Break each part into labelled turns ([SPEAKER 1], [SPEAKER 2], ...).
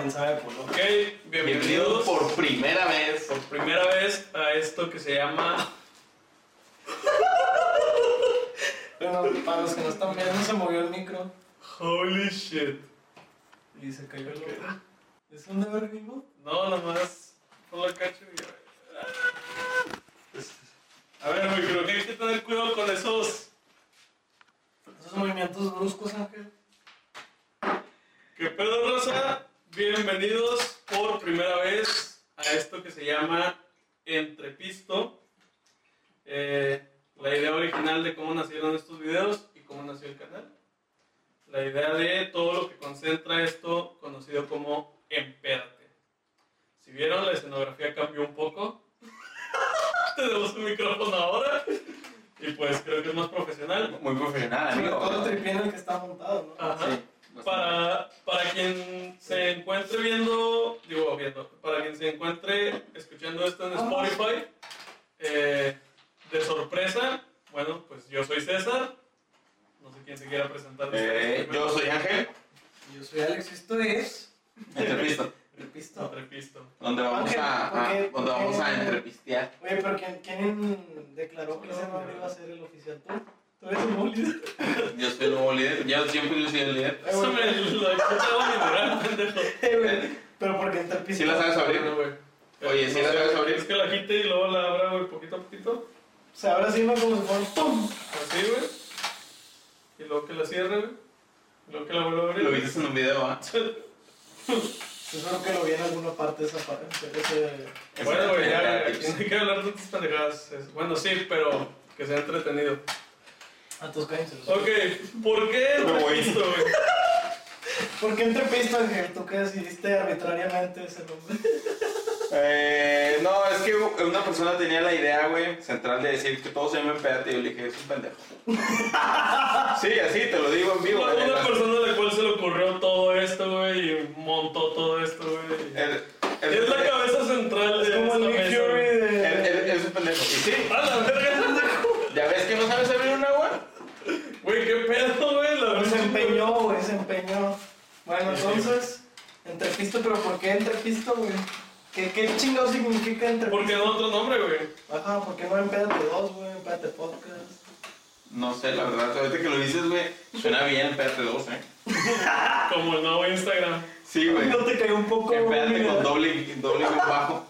[SPEAKER 1] quién sabe, pues, ¿no?
[SPEAKER 2] Ok, bienvenidos por
[SPEAKER 3] por primera vez.
[SPEAKER 2] primera vez a esto que se llama.
[SPEAKER 1] Bueno, para los que no están viendo, se movió el micro
[SPEAKER 2] Holy shit.
[SPEAKER 1] y se cayó el otro. ¿Es un deber vivo?
[SPEAKER 2] No, nomás. Por la cacho y. Ah. A ver, güey, creo que hay que tener cuidado con esos.
[SPEAKER 1] Esos movimientos bruscos, Ángel.
[SPEAKER 2] ¿Qué pedo, Rosa? Bienvenidos por primera vez a esto que se llama Entrepisto. Eh, la idea original de cómo nacieron estos videos y cómo nació el canal. La idea de todo lo que concentra esto conocido como Empérate. Si vieron, la escenografía cambió un poco. Tenemos un micrófono ahora. Y pues creo que es más profesional.
[SPEAKER 3] Muy profesional,
[SPEAKER 1] Sobre
[SPEAKER 3] amigo.
[SPEAKER 1] todo el tripié en el que está montado, ¿no?
[SPEAKER 2] Ajá.
[SPEAKER 3] Sí, bastante.
[SPEAKER 2] Para, para quien se encuentre viendo, digo viendo, para quien se encuentre escuchando esto en Spotify, eh, de sorpresa, bueno, pues yo soy César. No sé quién se quiera presentar.
[SPEAKER 3] Eh, yo soy Ángel.
[SPEAKER 1] Y Yo soy Alex, esto es.
[SPEAKER 3] Entrepista.
[SPEAKER 1] Entrepisto.
[SPEAKER 2] Entrepisto.
[SPEAKER 3] Donde vamos
[SPEAKER 1] Ángel,
[SPEAKER 3] a,
[SPEAKER 1] ¿por qué?
[SPEAKER 3] a- donde vamos a
[SPEAKER 1] ¿por qué?
[SPEAKER 3] entrepistear.
[SPEAKER 1] Oye, pero ¿quién, quién declaró que ese nombre iba a ser el oficial? ¿Tú? ¿Tú eres un líder?
[SPEAKER 3] Yo soy el nuevo líder. Yo siempre yo soy el líder.
[SPEAKER 2] Eso me lo escuchaba mi moral, pendejo.
[SPEAKER 1] Eh, güey, Pero porque entrepisto.
[SPEAKER 3] ¿Sí la sabes abrir?
[SPEAKER 2] Bueno, güey.
[SPEAKER 3] Oye, ¿sí la sabes abrir?
[SPEAKER 2] Es que la quite y luego la abra, güey, poquito a poquito.
[SPEAKER 1] Se abre así, ¿no? Como si fuera ¡pum!
[SPEAKER 2] Así, güey. Y luego que la cierre, güey. Y luego que la vuelva a abrir.
[SPEAKER 3] Lo viste en un video, ¿ah?
[SPEAKER 1] Yo creo que lo vi en alguna parte de esa parte. Ese...
[SPEAKER 2] Bueno, güey, ya, aquí no hay que hablar de tus pendejadas. Es- Bueno, sí, pero que sea entretenido.
[SPEAKER 1] A tus cállense.
[SPEAKER 2] Ok, ¿por qué
[SPEAKER 3] Me voy.
[SPEAKER 2] entrepisto, güey?
[SPEAKER 1] ¿Por qué entrepisto, Ángel? ¿Tú que decidiste arbitrariamente ese nombre?
[SPEAKER 3] Eh, no, es que una persona tenía la idea, güey, central de decir que todo se llama empedate y yo le dije, es un pendejo. sí, así, te lo digo en vivo.
[SPEAKER 2] Una,
[SPEAKER 3] en
[SPEAKER 2] una
[SPEAKER 3] la-
[SPEAKER 2] persona a la cual se le ocurrió todo esto, güey, y montó todo esto, güey.
[SPEAKER 3] el- el-
[SPEAKER 2] Es la cabeza central
[SPEAKER 1] Es
[SPEAKER 2] de
[SPEAKER 1] como
[SPEAKER 2] esta
[SPEAKER 1] el Nick
[SPEAKER 2] mesa.
[SPEAKER 1] Fury
[SPEAKER 2] güey.
[SPEAKER 3] el- el-
[SPEAKER 1] de.
[SPEAKER 3] el- Es un pendejo. Y sí,
[SPEAKER 2] ¡A la verga!
[SPEAKER 3] ¿ya ves que no sabes abrir un agua?
[SPEAKER 2] Güey, qué pedo, güey. La
[SPEAKER 1] Se
[SPEAKER 2] verdad.
[SPEAKER 1] empeñó, güey, se empeñó. Bueno,
[SPEAKER 2] Sí, sí.
[SPEAKER 1] entonces, entrepisto, pero ¿por qué entrepisto, güey? ¿Qué, qué chingado significa entrepisto?
[SPEAKER 2] ¿Por qué no otro nombre, güey?
[SPEAKER 1] Ajá, ¿por qué no empédate dos, güey? Empédate podcast.
[SPEAKER 3] No sé, la verdad, ahorita que lo dices, güey, suena bien empedate 2, ¿eh?
[SPEAKER 2] Como el nuevo Instagram.
[SPEAKER 3] Sí, güey.
[SPEAKER 1] ¿No te cayó un poco?
[SPEAKER 3] Empedate
[SPEAKER 1] güey?
[SPEAKER 3] con doble, doble guión bajo.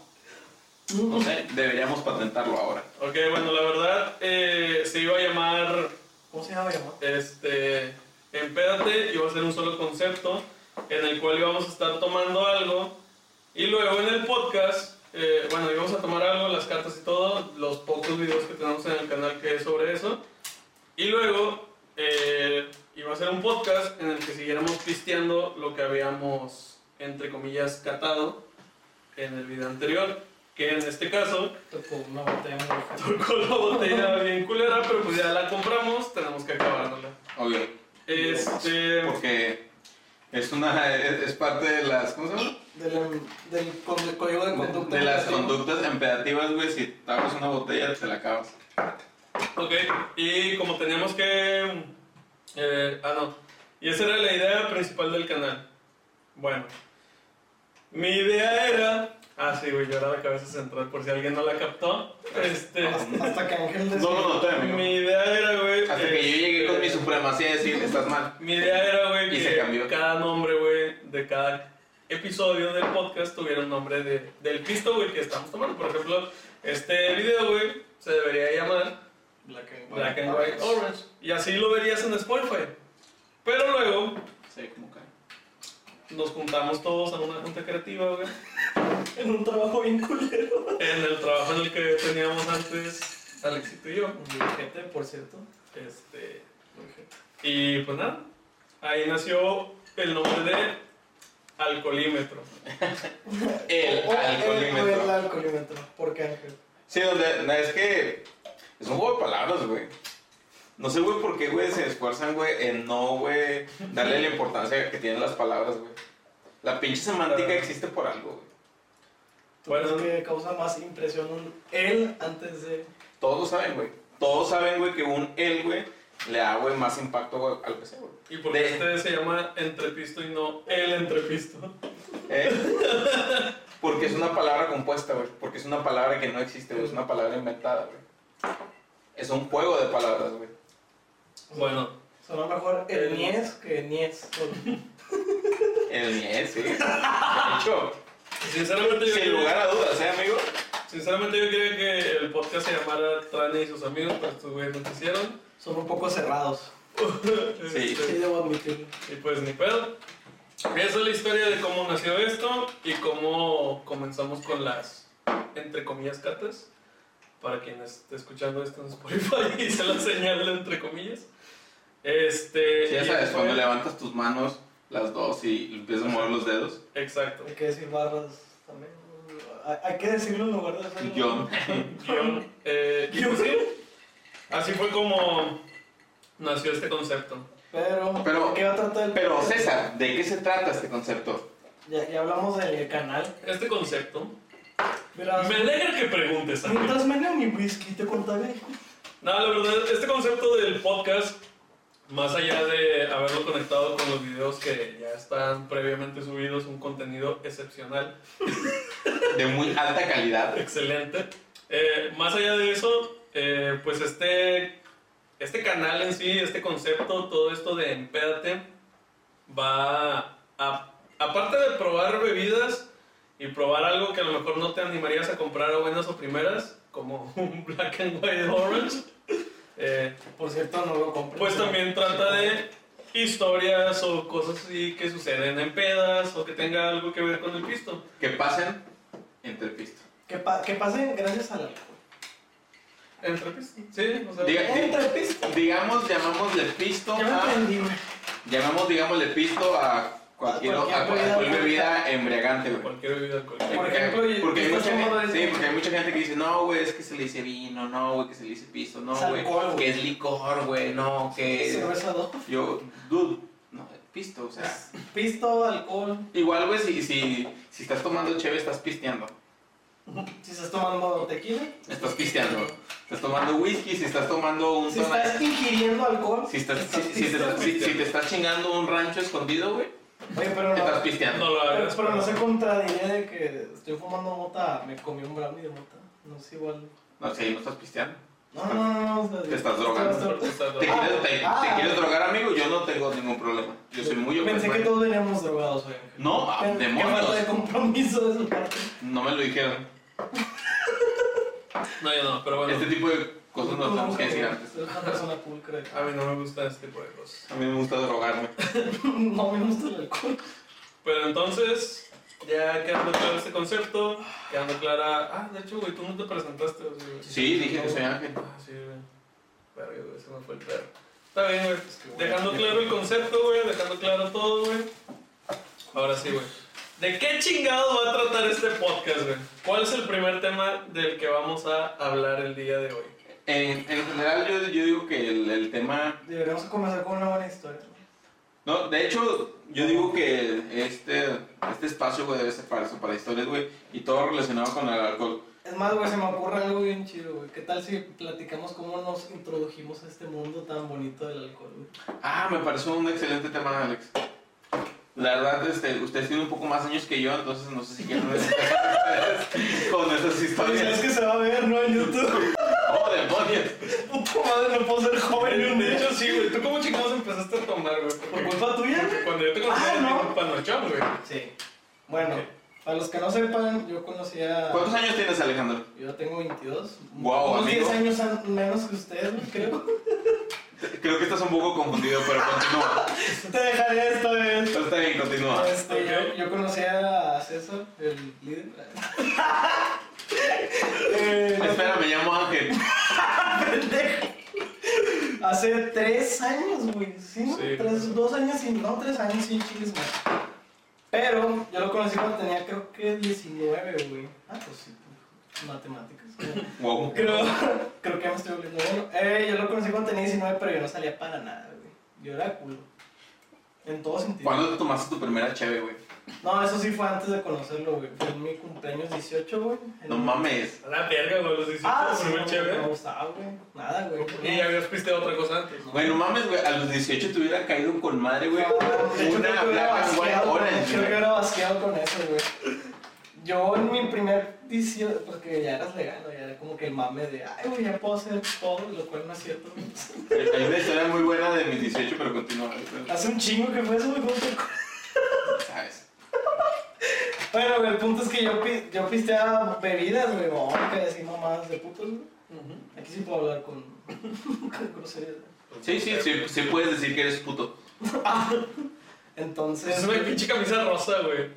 [SPEAKER 3] No sé, deberíamos patentarlo ahora.
[SPEAKER 2] Ok, bueno, la verdad, eh, se iba a llamar
[SPEAKER 1] ¿Cómo se llama, llamado?
[SPEAKER 2] este, empédate y va a ser un solo concepto en el cual íbamos a estar tomando algo y luego en el podcast, eh, bueno, íbamos a tomar algo, las cartas y todo, los pocos videos que tenemos en el canal que es sobre eso y luego eh, iba a ser un podcast en el que siguiéramos pisteando lo que habíamos, entre comillas, catado en el video anterior, que en este caso
[SPEAKER 1] Tocó una botella muy fuerte.
[SPEAKER 2] tocó la botella bien culera, pero pues ya la compramos, tenemos que acabárnosla.
[SPEAKER 3] Obvio.
[SPEAKER 2] Este.
[SPEAKER 3] Porque es una. Es, es parte de las. ¿Cómo se llama?
[SPEAKER 1] Del, del, con- del código de conducta.
[SPEAKER 3] De, de las
[SPEAKER 1] Sí.
[SPEAKER 3] conductas empedativas, güey. Si te abres una botella, te la acabas.
[SPEAKER 2] Ok, y como teníamos que. eh, ah, no. Y esa era la idea principal del canal. Bueno, mi idea era. Ah, sí, güey, yo era la cabeza central, por si alguien no la captó. Este.
[SPEAKER 1] Hasta, hasta que Ángel
[SPEAKER 3] No lo noté, amigo.
[SPEAKER 2] Mi idea era, güey.
[SPEAKER 3] Hasta que yo
[SPEAKER 2] este,
[SPEAKER 3] llegué con mi supremacía y decir, estás mal.
[SPEAKER 2] Mi idea era, güey,
[SPEAKER 3] Y se
[SPEAKER 2] que
[SPEAKER 3] cambió.
[SPEAKER 2] cada nombre, güey, de cada episodio del podcast tuviera un nombre de, del pisto, güey, que estamos tomando. Por ejemplo, este video, güey, se debería llamar
[SPEAKER 1] Black and
[SPEAKER 2] Black and White Orange. Y así lo verías en Spotify. Pero luego
[SPEAKER 3] Sí, como cae.
[SPEAKER 2] nos juntamos todos a una junta creativa, güey.
[SPEAKER 1] En un trabajo bien culero.
[SPEAKER 2] En el trabajo en el que teníamos antes, Alexito y yo.
[SPEAKER 1] Gente, por cierto.
[SPEAKER 2] Este, y pues nada, ahí nació el nombre de Alcoholímetro.
[SPEAKER 3] El
[SPEAKER 1] O- eh, o El,
[SPEAKER 3] alcoholímetro.
[SPEAKER 1] alcoholímetro. ¿Por qué, Ángel?
[SPEAKER 3] Sí, donde. no, Es que. Es un juego de palabras, güey. No sé, güey, por qué, güey, se esfuerzan, güey, en no, güey, darle la importancia que tienen las palabras, güey. La pinche semántica existe por algo, güey.
[SPEAKER 1] ¿Tú
[SPEAKER 2] Bueno,
[SPEAKER 1] crees que causa más impresión un él antes de.
[SPEAKER 3] Todos lo saben, güey. Todos saben, güey, que un él, güey, le da, güey, más impacto güey, al PC, güey.
[SPEAKER 2] ¿Y por qué
[SPEAKER 3] De-
[SPEAKER 2] este se llama Entrepisto y no El Entrepisto?
[SPEAKER 3] ¿Eh? Porque es una palabra compuesta, güey. Porque es una palabra que no existe, güey. Es una palabra inventada, güey. Es un juego de palabras, güey.
[SPEAKER 2] Bueno,
[SPEAKER 1] Sonó mejor el Nies que Nies.
[SPEAKER 3] El niés, sí. De hecho,
[SPEAKER 2] sinceramente yo,
[SPEAKER 3] sin
[SPEAKER 2] creo-
[SPEAKER 3] lugar a dudas, ¿eh, amigo?
[SPEAKER 2] sinceramente yo quería que el podcast se llamara Trane y sus amigos, pero estos güeyes no quisieron. Este,
[SPEAKER 1] Son un poco cerrados.
[SPEAKER 3] Sí.
[SPEAKER 1] Sí, debo admitirlo.
[SPEAKER 2] Y pues ni pedo. Esa es la historia de cómo nació esto y cómo comenzamos con las, entre comillas, cartas. Para quien esté escuchando esto en Spotify y se la señala entre comillas. Este.
[SPEAKER 3] Sí, ya
[SPEAKER 2] y
[SPEAKER 3] sabes,
[SPEAKER 2] fue-
[SPEAKER 3] cuando levantas tus manos, las dos, y empiezas a mover los dedos.
[SPEAKER 2] Exacto.
[SPEAKER 1] Hay que decir barras también. Hay- Hay que decirlo en lugar de hacerlo.
[SPEAKER 3] Yo.
[SPEAKER 2] Guión, eh, y pues sí, así fue como nació este concepto.
[SPEAKER 1] Pero,
[SPEAKER 3] Pero-
[SPEAKER 1] ¿de ¿qué va a tratar el
[SPEAKER 3] Pero, César, ¿de qué se trata este concepto?
[SPEAKER 1] Ya, ya hablamos del canal.
[SPEAKER 2] Este concepto.
[SPEAKER 1] Mira,
[SPEAKER 2] Me alegra que preguntes. amigo.
[SPEAKER 1] mientras meneo mi whisky, te contaré.
[SPEAKER 2] No, la verdad, este concepto del podcast, más allá de haberlo conectado con los videos que ya están previamente subidos, un contenido excepcional.
[SPEAKER 3] De muy alta calidad.
[SPEAKER 2] Excelente. Eh, más allá de eso, eh, pues este, este canal en sí, este concepto, todo esto de empédate, va a, aparte de probar bebidas y probar algo que a lo mejor no te animarías a comprar a buenas o primeras, como un black and white orange, eh,
[SPEAKER 1] Por cierto, no lo compré.
[SPEAKER 2] pues también trata de historias o cosas así que suceden en pedas o que tenga algo que ver con el pisto.
[SPEAKER 3] Que pasen entre pisto.
[SPEAKER 1] Que, pa- que pasen gracias al alcohol.
[SPEAKER 2] Entre pistas, sí, o sea,
[SPEAKER 3] Diga-
[SPEAKER 1] Entre pisto.
[SPEAKER 3] Digamos, llamámosle pisto
[SPEAKER 1] Ya me
[SPEAKER 3] a.
[SPEAKER 1] entendí, güey.
[SPEAKER 3] Llamamos, digámosle pisto a cualquier,
[SPEAKER 1] A cualquier
[SPEAKER 3] a cualquier
[SPEAKER 1] bebida
[SPEAKER 3] bebida embriagante, güey.
[SPEAKER 2] cualquier bebida alcohólica.
[SPEAKER 1] Por
[SPEAKER 3] Porque-
[SPEAKER 1] ejemplo, y-
[SPEAKER 3] porque, hay
[SPEAKER 1] pisto
[SPEAKER 3] mucha
[SPEAKER 1] es como
[SPEAKER 3] gente,
[SPEAKER 1] de-
[SPEAKER 3] sí, porque hay mucha gente que dice, no, güey, es que se le dice vino, no, güey, que se le dice pisto, no,
[SPEAKER 1] Es
[SPEAKER 3] güey,
[SPEAKER 1] alcohol, güey.
[SPEAKER 3] que es licor, güey, no, que es...
[SPEAKER 1] Cerveza dos.
[SPEAKER 3] Yo, dude, no, pisto, o sea...
[SPEAKER 1] Pisto, alcohol.
[SPEAKER 3] Igual, güey, si, si, si estás tomando cheve, estás pisteando,
[SPEAKER 1] Si estás tomando tequila.
[SPEAKER 3] estás pisteando. Estás tomando whisky, si estás tomando un...
[SPEAKER 1] Si
[SPEAKER 3] tona-
[SPEAKER 1] estás ingiriendo alcohol.
[SPEAKER 3] si, estás, si, si te,
[SPEAKER 1] pisto.
[SPEAKER 3] si- si te estás chingando un rancho escondido, güey,
[SPEAKER 1] Oye, pero no.
[SPEAKER 3] estás pisteando.
[SPEAKER 2] No lo
[SPEAKER 1] Pero,
[SPEAKER 2] hagas.
[SPEAKER 1] pero no se contradiré de que estoy fumando mota, me comí un brownie de mota. No es igual.
[SPEAKER 3] No, si ahí no estás pisteando.
[SPEAKER 1] No, no, no, no. o sea,
[SPEAKER 3] Te estás drogando.
[SPEAKER 1] estás
[SPEAKER 2] Está
[SPEAKER 3] ¿Te
[SPEAKER 2] bien.
[SPEAKER 3] quieres, te-
[SPEAKER 1] Ah.
[SPEAKER 3] te quieres drogar, amigo? Yo no tengo ningún problema. Yo soy muy
[SPEAKER 1] Pensé que
[SPEAKER 3] open-minded.
[SPEAKER 1] todos veníamos drogados, güey.
[SPEAKER 3] No, ah,
[SPEAKER 1] Qué falta de
[SPEAKER 3] demonios.
[SPEAKER 1] compromiso de su parte.
[SPEAKER 3] No me lo dijeron.
[SPEAKER 2] No, yo no, pero bueno.
[SPEAKER 3] Este tipo de cosas no tenemos que decir antes.
[SPEAKER 1] Eres una persona pulcra.
[SPEAKER 2] A mí no me gusta este tipo de cosas.
[SPEAKER 3] A mí me gusta drogarme.
[SPEAKER 1] No me gusta el alcohol.
[SPEAKER 2] Pero entonces, ya quedando claro este concepto, quedando clara. Ah, de hecho, güey, tú no te presentaste. o sea, güey.
[SPEAKER 3] Sí, dije que soy ángel.
[SPEAKER 2] Ah, sí, güey. Verga, güey, se me fue el perro. Está bien, güey. Dejando claro el concepto, güey, dejando claro todo, güey. Ahora sí, güey. ¿De qué chingado va a tratar este podcast, güey? ¿Cuál es el primer tema del que vamos a hablar el día de hoy?
[SPEAKER 3] En, en general, yo, yo digo que el, el tema.
[SPEAKER 1] Deberíamos comenzar con una buena historia.
[SPEAKER 3] No, de hecho, yo digo que este, este espacio, güey, debe ser para eso, para historias, güey, y todo relacionado con el alcohol.
[SPEAKER 1] Es más, güey, se me ocurre algo bien chido, güey. ¿Qué tal si platicamos cómo nos introdujimos a este mundo tan bonito del alcohol, güey?
[SPEAKER 3] Ah, me pareció un excelente tema, Alex. La verdad, este, ustedes tienen un poco más años que yo, entonces no sé si quieren con esas
[SPEAKER 1] Pues
[SPEAKER 3] historias.
[SPEAKER 1] es que se va a ver, ¿no? En YouTube.
[SPEAKER 3] ¡Oh, demonios!
[SPEAKER 1] Puta madre, no puedo ser joven ni un
[SPEAKER 2] De
[SPEAKER 1] día.
[SPEAKER 2] hecho, sí, güey. ¿Tú cómo chingados empezaste a tomar, güey? Porque-
[SPEAKER 1] ¿Por culpa tuya, güey?
[SPEAKER 2] Porque cuando yo te conocí,
[SPEAKER 1] Ah,
[SPEAKER 2] era
[SPEAKER 1] ¿no?
[SPEAKER 2] un panochón, güey.
[SPEAKER 1] Sí. Bueno, para los que no sepan, yo conocía.
[SPEAKER 3] ¿Cuántos años tienes, Alejandro?
[SPEAKER 1] Yo tengo 22.
[SPEAKER 3] Guau,
[SPEAKER 1] Unos
[SPEAKER 3] amigo.
[SPEAKER 1] 10 años an- menos que ustedes, güey, creo.
[SPEAKER 3] Creo que estás un poco confundido, pero continúa.
[SPEAKER 1] Te dejaré esto,
[SPEAKER 2] eh.
[SPEAKER 1] güey.
[SPEAKER 3] Pero Está bien, continúa.
[SPEAKER 1] Este,
[SPEAKER 2] Ok.
[SPEAKER 1] yo, yo conocí a César, el líder. Eh, yo-
[SPEAKER 3] Espera, me llamo Ángel.
[SPEAKER 1] pendejo. Hace tres años, güey. Sí, ¿no?
[SPEAKER 2] Sí.
[SPEAKER 1] Tres- dos años y no, tres años sin chiles más. Pero yo lo conocí cuando tenía creo que 19, güey. Ah, pues sí, pues, matemáticas.
[SPEAKER 3] Wow.
[SPEAKER 1] Creo, creo que ya me estoy volviendo bueno. Eh, yo lo conocí cuando tenía 19, pero yo no salía para nada, güey. Yo era culo. En todo sentido.
[SPEAKER 3] ¿Cuándo te tomaste tu primera cheve, güey?
[SPEAKER 1] No, eso sí fue antes de conocerlo, güey. Fue en mi cumpleaños 18, güey. En-
[SPEAKER 3] No mames.
[SPEAKER 2] A la verga, güey. Los 18,
[SPEAKER 1] Ah, sí,
[SPEAKER 2] primer
[SPEAKER 1] no,
[SPEAKER 2] chévere.
[SPEAKER 1] no me gustaba, güey. Nada, güey.
[SPEAKER 2] Y ya habías pisteado otra cosa antes, ¿no?
[SPEAKER 3] Güey, no mames, güey. A los 18 te hubiera caído con madre, güey.
[SPEAKER 1] De hecho,
[SPEAKER 3] Una
[SPEAKER 1] creo que era
[SPEAKER 3] Black and White
[SPEAKER 1] basqueado,
[SPEAKER 3] Orange,
[SPEAKER 1] Creo que
[SPEAKER 3] güey.
[SPEAKER 1] era basqueado con eso, Yo en mi primer diciembre, porque ya eras legal, ¿no? ya era como que el mame de, ay, güey, ya puedo hacer todo, lo cual no es cierto. güey.
[SPEAKER 3] Hay una historia muy buena de mis 18, pero continúa. güey.
[SPEAKER 1] Hace un chingo que fue eso, güey, ¿cómo te acuerdas?
[SPEAKER 3] ¿Sabes?
[SPEAKER 1] Bueno, güey, el punto es que yo, pi- yo pisteaba bebidas, güey, que así mamadas de putos, güey. Aquí sí puedo hablar con, con groserías.
[SPEAKER 3] Sí, sí, sí, sí puedes decir que eres puto.
[SPEAKER 1] Entonces.
[SPEAKER 2] Es una pinche camisa rosa, güey.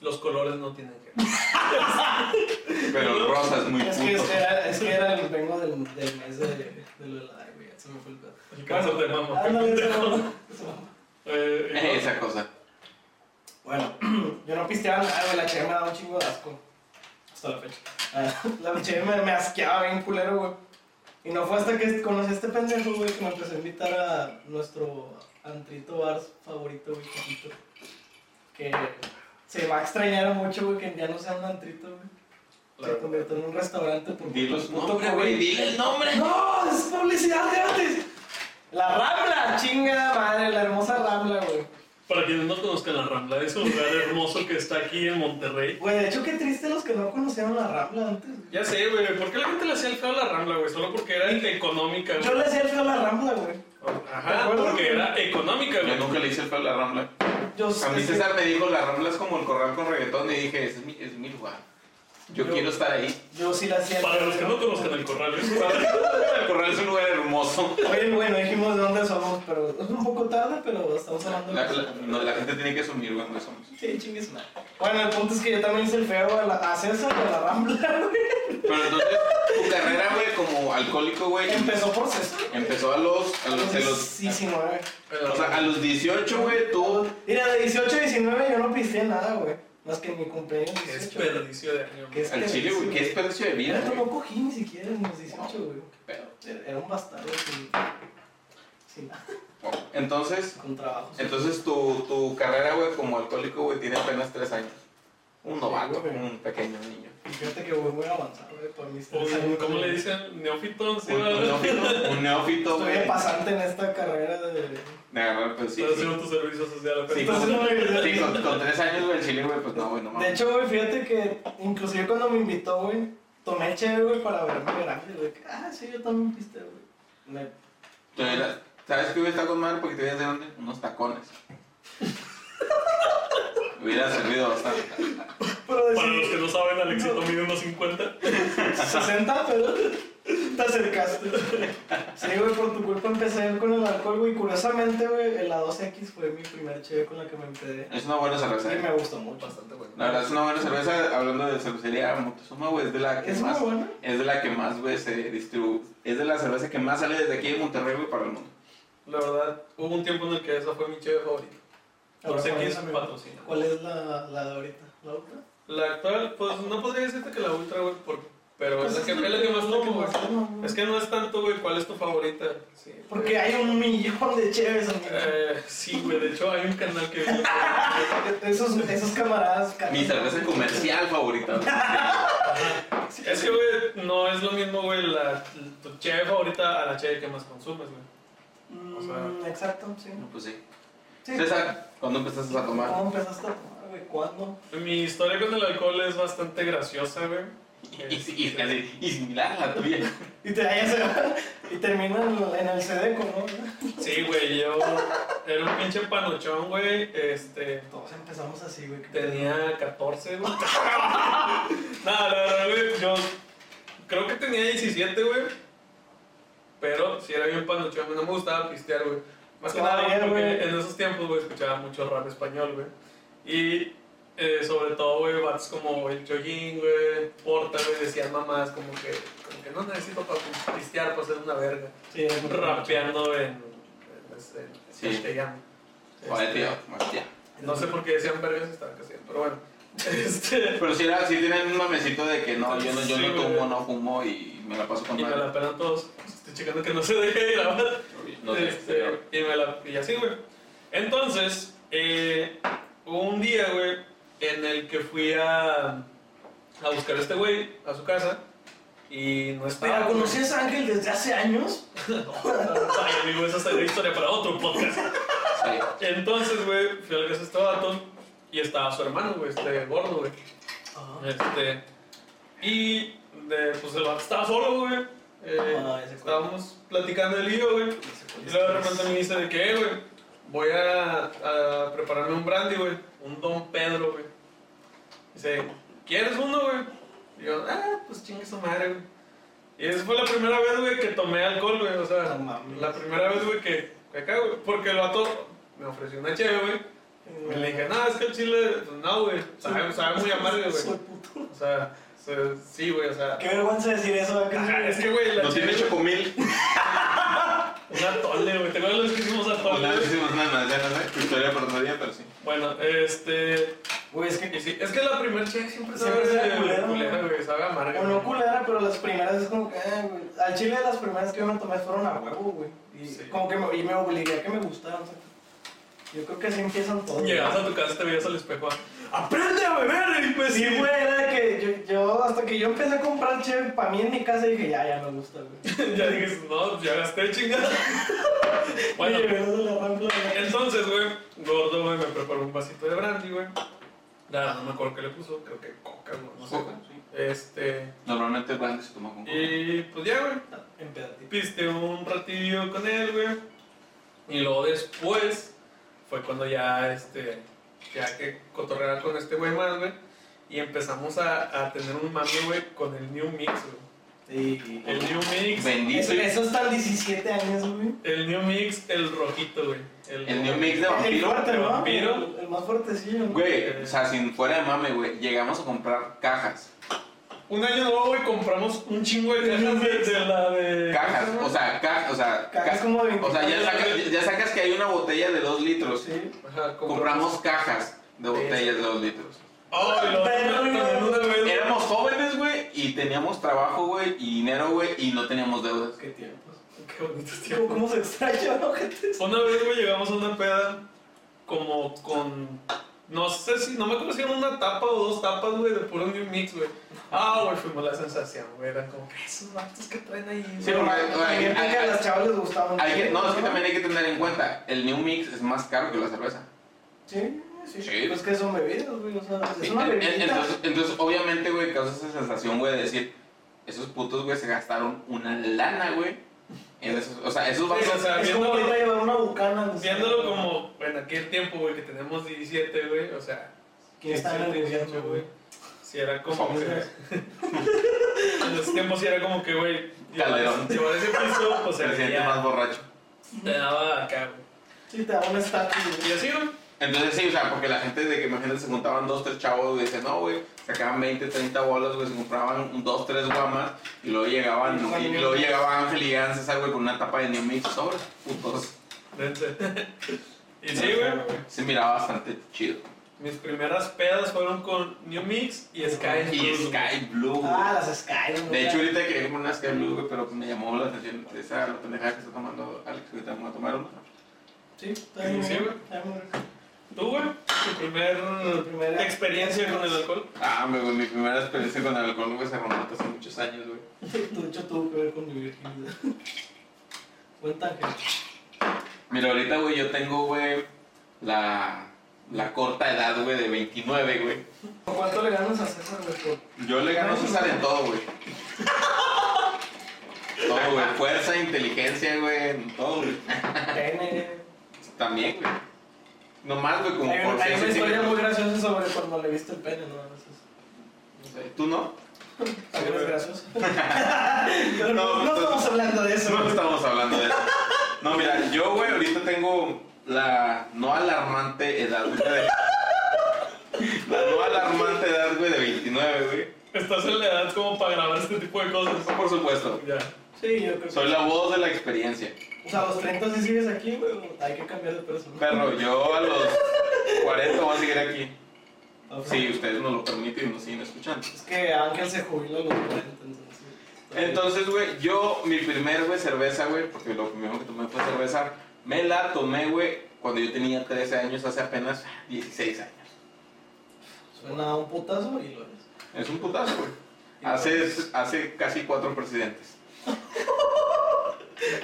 [SPEAKER 2] Los colores no tienen que ver.
[SPEAKER 3] Pero el rosa es muy
[SPEAKER 1] Es que,
[SPEAKER 3] puto.
[SPEAKER 1] es que era, es que era el vengo del, del mes de, de lo de la güey, se me fue el pedo.
[SPEAKER 2] El cáncer de mama.
[SPEAKER 1] Ándale,
[SPEAKER 2] qué
[SPEAKER 1] se
[SPEAKER 2] pendejo.
[SPEAKER 1] mamó, se mamó.
[SPEAKER 2] Eh,
[SPEAKER 3] Eh, Esa cosa.
[SPEAKER 1] Bueno, yo no pisteaba nada, güey, la cheve me daba un chingo de asco. Hasta la fecha. Ah, La cheve me, me asqueaba bien culero, güey. Y no fue hasta que conocí a este pendejo, güey, que me empezó a invitar a nuestro antrito bar favorito, güey, chiquito. Que se va a extrañar mucho, güey, que ya no sea un antrito, güey. Se
[SPEAKER 2] Claro.
[SPEAKER 1] convirtió en un restaurante por
[SPEAKER 3] Dilo
[SPEAKER 1] por
[SPEAKER 3] su nombre,
[SPEAKER 1] COVID.
[SPEAKER 3] güey. Dile el nombre.
[SPEAKER 1] ¡No! ¡Es publicidad gratis! La Rambla, chinga madre, la hermosa Rambla, güey.
[SPEAKER 2] Para quienes no conozcan la Rambla, es un lugar hermoso que está aquí en Monterrey.
[SPEAKER 1] Güey, de hecho, qué triste los que no conocieron la Rambla antes. güey.
[SPEAKER 2] Ya sé, güey. ¿Por qué la gente le hacía el feo a la Rambla, güey? Solo porque era económica,
[SPEAKER 1] Yo
[SPEAKER 2] güey.
[SPEAKER 1] le hacía el feo a la Rambla, güey. ¿Te
[SPEAKER 2] Ajá,
[SPEAKER 1] acuerdas,
[SPEAKER 2] porque
[SPEAKER 1] güey?
[SPEAKER 2] era económica,
[SPEAKER 3] Yo
[SPEAKER 2] güey.
[SPEAKER 3] nunca le hice el pelo a la rambla.
[SPEAKER 1] Yo
[SPEAKER 3] A mí
[SPEAKER 1] es que-
[SPEAKER 3] César me dijo, la rambla es como el corral con reggaetón. Y dije, es mi, es mi lugar. Yo,
[SPEAKER 1] Yo-
[SPEAKER 3] quiero estar ahí.
[SPEAKER 1] Yo sí le hacía el
[SPEAKER 2] Para
[SPEAKER 1] feo,
[SPEAKER 2] los que
[SPEAKER 1] güey.
[SPEAKER 2] no conozcan el corral, es un lugar-
[SPEAKER 3] El corral es un lugar hermoso.
[SPEAKER 1] Oye, bueno, dijimos de dónde somos, pero es un poco tarde, pero estamos hablando
[SPEAKER 3] La,
[SPEAKER 1] de
[SPEAKER 3] la- no, la gente tiene que asumir, güey, no somos.
[SPEAKER 1] Sí, chingues, madre. Bueno, el punto es que yo también hice el feo a, la, a César y a la Rambla, güey.
[SPEAKER 3] Pero entonces, tu carrera, güey, como alcohólico, güey,
[SPEAKER 1] Empezó por César.
[SPEAKER 3] empezó a los, a los, a los-
[SPEAKER 1] Sí, sí, güey.
[SPEAKER 3] o sea, a los 18, güey, tú
[SPEAKER 1] Mira, de 18 a 19 yo no pisé nada, güey. Más que en mi cumpleaños.
[SPEAKER 2] Qué
[SPEAKER 1] 18,
[SPEAKER 2] desperdicio de año.
[SPEAKER 1] Qué es-
[SPEAKER 3] al chile, güey, qué desperdicio de vida,
[SPEAKER 1] Mira, tú
[SPEAKER 3] güey.
[SPEAKER 1] no cogí ni siquiera en los 18, güey.
[SPEAKER 3] Pero,
[SPEAKER 1] Era- Era un bastardo sin, sin nada,
[SPEAKER 3] bueno, Entonces,
[SPEAKER 1] con trabajo. sí.
[SPEAKER 3] entonces tu, tu carrera, güey, como alcohólico, güey, tiene apenas 3 años. Un
[SPEAKER 1] Sí,
[SPEAKER 3] novato,
[SPEAKER 1] güey.
[SPEAKER 3] un pequeño niño.
[SPEAKER 1] Y Fíjate que voy muy avanzado, güey, por mis tres
[SPEAKER 2] Uy,
[SPEAKER 1] años.
[SPEAKER 2] ¿Cómo le dicen? ¿Neófito? ¿Sí,
[SPEAKER 3] Un, un
[SPEAKER 2] verdad?
[SPEAKER 3] neófito, un neófito,
[SPEAKER 1] Estoy
[SPEAKER 3] güey.
[SPEAKER 1] de pasante en esta carrera de...
[SPEAKER 3] Me agarró, pues sí.
[SPEAKER 2] Estás
[SPEAKER 3] sí.
[SPEAKER 2] haciendo tu servicio social.
[SPEAKER 3] Sí,
[SPEAKER 2] apenas.
[SPEAKER 3] con,
[SPEAKER 1] Entonces, no,
[SPEAKER 3] sí, con, con tres años, güey, el chile, güey, pues no, güey, no
[SPEAKER 1] De
[SPEAKER 3] mames.
[SPEAKER 1] hecho, güey, fíjate que inclusive cuando me invitó, güey, tomé chévere, güey, para verme grande, güey. que, Ah, sí, yo también piste, güey. Me-
[SPEAKER 3] Tú eras- ¿Sabes qué hubiera estado con madre? Porque te hubieras de dónde? Unos tacones. hubiera servido bastante.
[SPEAKER 1] Pero
[SPEAKER 2] Para los que
[SPEAKER 1] decidí
[SPEAKER 2] no saben, Alexito mide unos 50.
[SPEAKER 1] 60, pero te acercaste. Sí, güey, por tu culpa empecé con el alcohol, güey. Curiosamente, güey, en la 12X fue mi primer chévere con la que me empedé.
[SPEAKER 3] Es una buena cerveza.
[SPEAKER 1] Y
[SPEAKER 3] eh.
[SPEAKER 1] me gustó mucho.
[SPEAKER 2] Bastante bueno.
[SPEAKER 3] La verdad es una buena cerveza, hablando de cervecería Moctezuma, güey, es de la que
[SPEAKER 1] Es muy
[SPEAKER 3] más...
[SPEAKER 1] buena.
[SPEAKER 3] Es de la que más, güey, se distribuye. Es de la cerveza que más sale desde aquí de Monterrey, güey, para el mundo.
[SPEAKER 2] La verdad, hubo un tiempo en el que esa fue mi chévere favorita. No
[SPEAKER 1] Ahora,
[SPEAKER 2] sé
[SPEAKER 1] ¿cuál
[SPEAKER 2] quién
[SPEAKER 1] es
[SPEAKER 2] es
[SPEAKER 1] la-
[SPEAKER 2] patrocina.
[SPEAKER 1] ¿Cuál es la, la de ahorita? ¿La otra?
[SPEAKER 2] La actual, pues no podría decirte que la ultra, güey, por- pero
[SPEAKER 1] Pues
[SPEAKER 2] es la que, es la que más tomo.
[SPEAKER 1] tomo.
[SPEAKER 2] Es que no es tanto, güey, cuál es tu favorita. Sí,
[SPEAKER 1] Porque hay un millón de chéveres, amigo.
[SPEAKER 2] Eh, sí, güey, de hecho hay un canal que...
[SPEAKER 1] Esos, esos camaradas.
[SPEAKER 3] Mi cerveza comercial favorita. güey.
[SPEAKER 2] es que, güey, no es lo mismo, güey, la, tu chévere favorita a la chévere que más consumes, güey. o sea-
[SPEAKER 1] Mm, exacto, sí.
[SPEAKER 3] No, Pues sí.
[SPEAKER 1] sí.
[SPEAKER 3] César, ¿cuándo empezaste a tomar?
[SPEAKER 2] Pues,
[SPEAKER 1] ¿Cómo empezaste a tomar, güey? ¿Cuándo?
[SPEAKER 2] Mi historia con el alcohol es bastante graciosa, güey.
[SPEAKER 3] Y, y, y, así, y similar a la tuya.
[SPEAKER 2] este,
[SPEAKER 1] Y, te, ya se- y termina en el, en el Sedeco, ¿no?
[SPEAKER 2] Sí, güey, yo era un pinche panochón, güey. Este,
[SPEAKER 1] Todos empezamos así, güey.
[SPEAKER 2] tenía 14, güey. Nada, la verdad, güey, yo creo que tenía 17, güey. Pero sí era bien panochón, güey, no me gustaba pistear, güey. Más que nada,
[SPEAKER 1] Todavía,
[SPEAKER 2] güey, porque
[SPEAKER 1] güey.
[SPEAKER 2] en esos tiempos, güey, escuchaba mucho rap español, güey. Y eh, sobre todo, güey, bats como el Chollín, güey, Porta, güey, decían mamás como que, como que no necesito para pistear, para ser una verga
[SPEAKER 1] Sí, es muy-
[SPEAKER 2] rapeando en, en, este, en
[SPEAKER 3] Sí.
[SPEAKER 2] castellano.
[SPEAKER 3] Joder,
[SPEAKER 2] Este,
[SPEAKER 3] tío, más tío.
[SPEAKER 2] No sé por qué decían vergas y estaban castellano, pero bueno. Este,
[SPEAKER 3] Pero si era, si tienen un mamecito de que no, yo no, yo
[SPEAKER 2] Sí,
[SPEAKER 3] no
[SPEAKER 2] güey.
[SPEAKER 3] tomo, no fumo y me la paso con
[SPEAKER 2] y me
[SPEAKER 3] madre.
[SPEAKER 2] la pelan todos. Estoy checando que no se deje de grabar.
[SPEAKER 3] No sé,
[SPEAKER 2] Este,
[SPEAKER 3] señor.
[SPEAKER 2] y me la. Y así, güey. Entonces, eh, hubo un día, güey, en el que fui a, a buscar a este güey a su casa. Y no
[SPEAKER 3] Ah,
[SPEAKER 2] estaba.
[SPEAKER 1] Pero
[SPEAKER 2] güey.
[SPEAKER 1] conocías a Ángel desde hace años.
[SPEAKER 2] Ay, amigo, esa sería historia para otro podcast.
[SPEAKER 3] Sí.
[SPEAKER 2] Entonces, güey, fui a la casa de este vato y estaba su hermano, güey, este gordo, güey.
[SPEAKER 1] Ah,
[SPEAKER 2] Este. Y de, pues el vato estaba solo, güey. Eh,
[SPEAKER 1] Ah, ese
[SPEAKER 2] estábamos platicando el lío, güey. Y luego de repente me dice de que, eh, güey, voy a, a prepararme un brandy, güey. Un Don Pedro, güey. Dice, ¿quieres uno, güey? Y yo, ah, pues chingue su madre, güey. Y esa fue la primera vez, güey, que tomé alcohol, güey. O sea,
[SPEAKER 1] No mames.
[SPEAKER 2] la primera vez, güey, que, que acá, güey. Porque el vato me ofreció una cheve, güey. Y le dije, no, es que el chile, pues no, güey. Sabe, sabe muy amargo,
[SPEAKER 1] Soy
[SPEAKER 2] güey.
[SPEAKER 1] puto.
[SPEAKER 2] O sea, se- sí, güey, o sea.
[SPEAKER 1] Qué vergüenza decir eso acá.
[SPEAKER 2] Ajá, Ah, es que, güey, la
[SPEAKER 3] No tiene
[SPEAKER 2] chile, güey,
[SPEAKER 3] chocomil.
[SPEAKER 2] un atole, güey. ¿Te acuerdas los que hicimos atole?
[SPEAKER 3] Nada, hicimos nada, ya no sé. Historia para otro día, pero sí.
[SPEAKER 2] Bueno, este.
[SPEAKER 1] Güey, es
[SPEAKER 2] y
[SPEAKER 1] que.
[SPEAKER 2] sí, es que la primera chile siempre sabe
[SPEAKER 1] Siempre sabe culero,
[SPEAKER 2] culera,
[SPEAKER 1] güey.
[SPEAKER 2] güey. Sabe amarga.
[SPEAKER 1] O no
[SPEAKER 2] güey.
[SPEAKER 1] culera, pero las primeras es como que. eh, güey. Al chile, las primeras que yo me tomé fueron a huevo, güey. Y
[SPEAKER 2] Sí.
[SPEAKER 1] como que me, y me obligué a que me gustaran. o sea, Yo creo que así empiezan todos.
[SPEAKER 2] Llegabas a tu casa y te veías al espejo. ¡Aprende a beber! Y pues
[SPEAKER 1] Sí, güey, era que yo, yo hasta que yo empecé a comprar cheve para mí en mi casa dije, ya, ya me gusta, güey.
[SPEAKER 2] ya dices, no, ya gasté chingada. bueno,
[SPEAKER 1] Y llegó de la Rambla, güey.
[SPEAKER 2] Entonces, güey, gordo, güey, me preparó un vasito de brandy, güey. Nada, no me acuerdo qué le puso, creo que coca, güey, no sé.
[SPEAKER 3] Coca, sí.
[SPEAKER 2] Este,
[SPEAKER 3] Normalmente el brandy se toma con coca.
[SPEAKER 2] y pues ya, güey,
[SPEAKER 1] En pedacito.
[SPEAKER 2] piste un ratillo con él, güey. Y luego después fue cuando ya, este, ya que cotorreaba con este güey más, güey. Y empezamos a, a tener un mami, güey, con el New Mix, güey.
[SPEAKER 1] Sí.
[SPEAKER 2] El New Mix,
[SPEAKER 1] Eso,
[SPEAKER 3] Bendice.
[SPEAKER 1] eso hasta 17 años, güey.
[SPEAKER 2] el New Mix, el rojito, güey.
[SPEAKER 3] El New Mix de
[SPEAKER 1] El
[SPEAKER 3] vampiro.
[SPEAKER 1] fuerte, ¿no?
[SPEAKER 2] vampiro.
[SPEAKER 1] El, el más fuertecillo. güey.
[SPEAKER 3] Güey, o sea, sin fuera de mame, güey. Llegamos a comprar cajas.
[SPEAKER 2] Un año nuevo, güey, compramos un chingo de cajas de, de la de.
[SPEAKER 3] Cajas, o sea, cajas, o sea,
[SPEAKER 1] Cajas como de 20.
[SPEAKER 3] O sea, ya sacas, ya sacas que hay una botella de 2 litros.
[SPEAKER 1] Sí.
[SPEAKER 2] Ajá,
[SPEAKER 3] Compramos cajas de
[SPEAKER 2] Sí.
[SPEAKER 3] botellas de 2 litros.
[SPEAKER 2] Oh, y lo
[SPEAKER 1] Pero,
[SPEAKER 2] también una vez.
[SPEAKER 3] Éramos jóvenes, güey, y teníamos trabajo, güey, y dinero, güey, y no teníamos deudas.
[SPEAKER 1] pues, Qué tiempos.
[SPEAKER 2] Qué bonitos
[SPEAKER 1] Tío,
[SPEAKER 2] tiempos.
[SPEAKER 1] ¿cómo se extraña, no, gente?
[SPEAKER 2] Una vez, güey, llegamos a una peda como con. No sé si, no me acuerdo si era una tapa o dos tapas, güey, de puro New Mix, güey. Ah, güey, fuimos la sensación, güey. Eran como, que esos vatos que traen ahí, güey.
[SPEAKER 3] Sí, porque-
[SPEAKER 1] También
[SPEAKER 3] hay-
[SPEAKER 1] porque a
[SPEAKER 3] hay-
[SPEAKER 1] las chavas les gustaban.
[SPEAKER 3] Hay que- no, es que también hay que tener en cuenta, el New Mix es más caro que la cerveza.
[SPEAKER 1] Sí, sí.
[SPEAKER 3] Sí.
[SPEAKER 1] Pues que son bebidas, güey. O sea, es una
[SPEAKER 3] En- en-
[SPEAKER 1] bebida.
[SPEAKER 3] Entonces, entonces, obviamente, güey, causa esa sensación, güey, de decir, esos putos, güey, se gastaron una lana, güey. en esos- O sea, esos
[SPEAKER 2] Sí, o
[SPEAKER 3] vatos...
[SPEAKER 2] sea,
[SPEAKER 1] es como
[SPEAKER 2] viéndolo-
[SPEAKER 1] ahorita llevar una bucana. güey.
[SPEAKER 2] Viéndolo como, en aquel tiempo, güey, que tenemos 17, güey, o sea.
[SPEAKER 1] Que están en el
[SPEAKER 2] 18, güey. Si era como
[SPEAKER 3] Vamos.
[SPEAKER 2] que. en los tiempos sí era como que, güey. llevar-
[SPEAKER 3] Calderón.
[SPEAKER 2] Llevar ese piso, pues
[SPEAKER 3] Se
[SPEAKER 2] era
[SPEAKER 3] siente más
[SPEAKER 2] ya.
[SPEAKER 3] borracho.
[SPEAKER 2] Te daba acá, güey.
[SPEAKER 1] Sí, te da un estatus,
[SPEAKER 2] Y
[SPEAKER 1] güey.
[SPEAKER 2] así, güey.
[SPEAKER 3] Entonces sí, o sea, porque la gente de que imagínate se juntaban dos, tres chavos, güey, decían, no, güey, sacaban 20, 30 bolas, güey, se compraban un- dos, tres guamas y luego llegaban,
[SPEAKER 1] Y con
[SPEAKER 3] y,
[SPEAKER 1] New
[SPEAKER 3] luego
[SPEAKER 1] Mix.
[SPEAKER 3] llegaba Ángel y Iván César, güey, con una tapa de New Mix, sobres, putos.
[SPEAKER 2] Vente. Y sí, güey.
[SPEAKER 3] Se miraba bastante chido.
[SPEAKER 2] Mis primeras pedas fueron con New Mix y Sky.
[SPEAKER 3] Y
[SPEAKER 2] Blues, güey.
[SPEAKER 3] Sky Blue. güey.
[SPEAKER 1] Ah, las Sky. güey.
[SPEAKER 3] De hecho, ahorita quería comprar una Sky Blue, güey, pero me llamó la atención esa la pendejada que está tomando Alex, que ahorita vamos a tomar una.
[SPEAKER 1] Sí, está bien.
[SPEAKER 2] Sí,
[SPEAKER 1] güey.
[SPEAKER 2] güey.
[SPEAKER 1] Está bien, güey.
[SPEAKER 2] ¿Tú, güey? Tu primer.
[SPEAKER 1] primera-
[SPEAKER 2] experiencia con el alcohol.
[SPEAKER 3] Ah, me, güey, mi primera experiencia con alcohol, güey, se remonta hace muchos años, güey.
[SPEAKER 1] De hecho, tuvo que ver con mi virginidad. Cuenta que.
[SPEAKER 3] Mira, ahorita, güey, yo tengo, güey, la, la corta edad, güey, de 29, güey.
[SPEAKER 1] ¿Cuánto le ganas a César, güey? por-
[SPEAKER 3] Yo le gano a César en todo, güey. Todo, güey. Fuerza, inteligencia, güey, en todo, güey.
[SPEAKER 1] Pene.
[SPEAKER 3] También, güey. Nomás, güey, como
[SPEAKER 1] Hay
[SPEAKER 3] por
[SPEAKER 1] una, hay
[SPEAKER 3] seis
[SPEAKER 1] una historia muy
[SPEAKER 3] centímetros.
[SPEAKER 1] graciosa sobre cuando le viste el pene, ¿no? Eso
[SPEAKER 3] ¿Tú no?
[SPEAKER 1] es- También es
[SPEAKER 2] güey.
[SPEAKER 1] gracioso. Pero
[SPEAKER 3] No,
[SPEAKER 1] no, no
[SPEAKER 3] pues-
[SPEAKER 1] estamos hablando de eso.
[SPEAKER 3] No
[SPEAKER 1] güey.
[SPEAKER 3] estamos hablando de eso. No, mira, yo, güey, ahorita tengo la no alarmante edad, güey. de- La no alarmante edad, güey, de 29, güey.
[SPEAKER 2] Estás en la edad como para grabar este tipo de cosas.
[SPEAKER 3] Por supuesto.
[SPEAKER 2] Ya.
[SPEAKER 1] Sí, yo creo que.
[SPEAKER 3] Soy la voz de la experiencia.
[SPEAKER 1] O sea, a los 30 si sigues aquí, güey. Hay que cambiar de persona.
[SPEAKER 3] Perro, yo a los 40 voy a seguir aquí. Si ustedes nos lo permiten y nos siguen escuchando.
[SPEAKER 1] Es que Ángel se jubila a los 40, entonces.
[SPEAKER 3] Entonces, güey, yo mi primer, güey, cerveza, güey, porque lo primero que tomé fue cerveza, me la tomé, güey, cuando yo tenía 13 años, hace apenas 16 años.
[SPEAKER 1] Suena un putazo y lo es.
[SPEAKER 3] Es un putazo, güey. Hace, hace casi cuatro presidentes.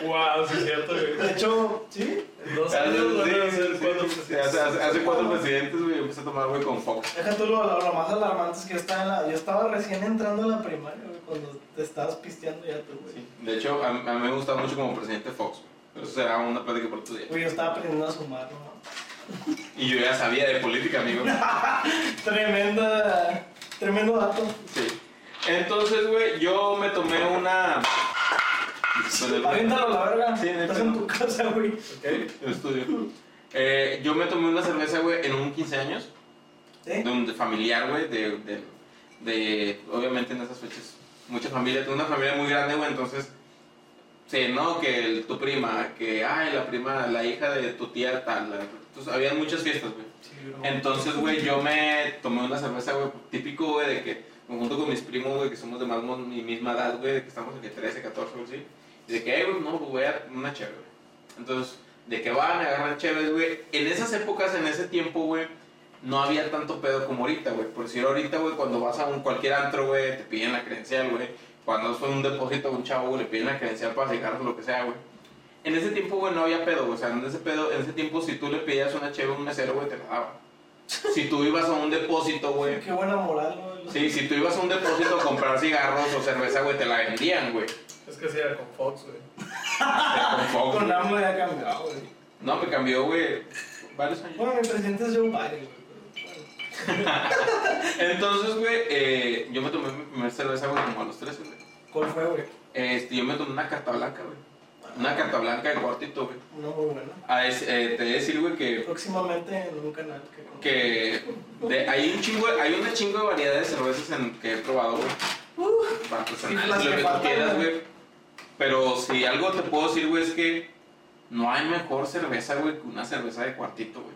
[SPEAKER 2] Wow, sí, es cierto,
[SPEAKER 1] De
[SPEAKER 2] güey.
[SPEAKER 1] hecho, sí.
[SPEAKER 2] Dos
[SPEAKER 3] Hace-
[SPEAKER 2] años van a
[SPEAKER 3] Ah, sí,
[SPEAKER 2] ser
[SPEAKER 3] sí,
[SPEAKER 2] cuatro
[SPEAKER 3] sí, hace- hace-
[SPEAKER 2] presidentes.
[SPEAKER 3] Hace cuatro presidentes, güey, empecé a tomar, güey, con Fox.
[SPEAKER 1] Deja tú lo, lo, lo más alarmante es que yo estaba, en la, yo estaba recién entrando a la primaria, güey, cuando te estabas pisteando ya tú, güey.
[SPEAKER 3] De hecho, a, a mí me gustaba mucho como presidente Fox, güey. Pero eso será una plática por otro día.
[SPEAKER 1] Güey, yo estaba aprendiendo a sumar, ¿no?
[SPEAKER 3] Y yo ya sabía de política, amigo.
[SPEAKER 1] Tremenda, tremendo dato.
[SPEAKER 3] Sí. Entonces, güey, yo me tomé una.
[SPEAKER 1] Aviéntalo a la verga.
[SPEAKER 3] Sí, en el
[SPEAKER 1] Estás en tu casa, güey.
[SPEAKER 2] Ok.
[SPEAKER 3] El estudio. Eh, yo me tomé una cerveza, güey, en un 15 años.
[SPEAKER 1] ¿Sí?
[SPEAKER 3] De un de familiar, güey. De, de, de- Obviamente en esas fechas. Mucha familia. Tengo una familia muy grande, güey, entonces. Sí, ¿no? Que el- tu prima, que, ay, la prima, la hija de tu tía, tal. la- entonces, había muchas fiestas, güey. Entonces, güey, yo me tomé una cerveza, güey, típico, güey, de que me junto con mis primos, güey, que somos de más mon- mi misma edad, güey, de que estamos de que 13, 14, güey, sí. Y de que, "Ey, güey, no, pues voy a una chévere, güey. Entonces, de que van, agarran chéveres, güey. En esas épocas, en ese tiempo, güey, no había tanto pedo como ahorita, güey. Por decir, ahorita, güey, cuando vas a un cualquier antro, güey, te piden la credencial, güey. Cuando fue un depósito a un chavo, güey, le piden la credencial para cigarros, lo que sea, güey. En ese tiempo, güey, no había pedo, güey. O sea, en ese pedo, en ese tiempo, si tú le pedías una cheve a un mesero, güey, te la daban. Si tú ibas a un depósito, güey.
[SPEAKER 1] Qué buena moral, güey.
[SPEAKER 3] Sí, si tú ibas a un depósito a comprar cigarros o cerveza, güey, te la vendían, güey.
[SPEAKER 2] Es que sí era con Fox, güey.
[SPEAKER 3] Con Fox,
[SPEAKER 1] Con
[SPEAKER 3] güey.
[SPEAKER 1] AMLO ya cambiado, güey.
[SPEAKER 3] No, me cambió, güey, varios años.
[SPEAKER 1] Bueno, mi presidente es Joe Biden, güey. Bueno,
[SPEAKER 3] Entonces, güey, eh, yo me tomé mi primer cerveza, güey, como a los 13, güey.
[SPEAKER 1] ¿Cuál fue, güey?
[SPEAKER 3] Este, yo me tomé una carta blanca, güey. Una carta blanca de cuartito, güey.
[SPEAKER 1] Una muy buena.
[SPEAKER 3] A es- eh, te voy a decir, güey, que,
[SPEAKER 1] Próximamente en un canal que...
[SPEAKER 3] que de- hay, un chingo, hay una chingo de variedad de cervezas en, que he probado, güey.
[SPEAKER 1] Uh. Sí, las
[SPEAKER 3] Artesanales,
[SPEAKER 1] que
[SPEAKER 3] lo que tú
[SPEAKER 1] faltan,
[SPEAKER 3] quieras,
[SPEAKER 1] güey.
[SPEAKER 3] güey. Pero si algo te puedo decir, güey, es que no hay mejor cerveza, güey, que una cerveza de cuartito, güey.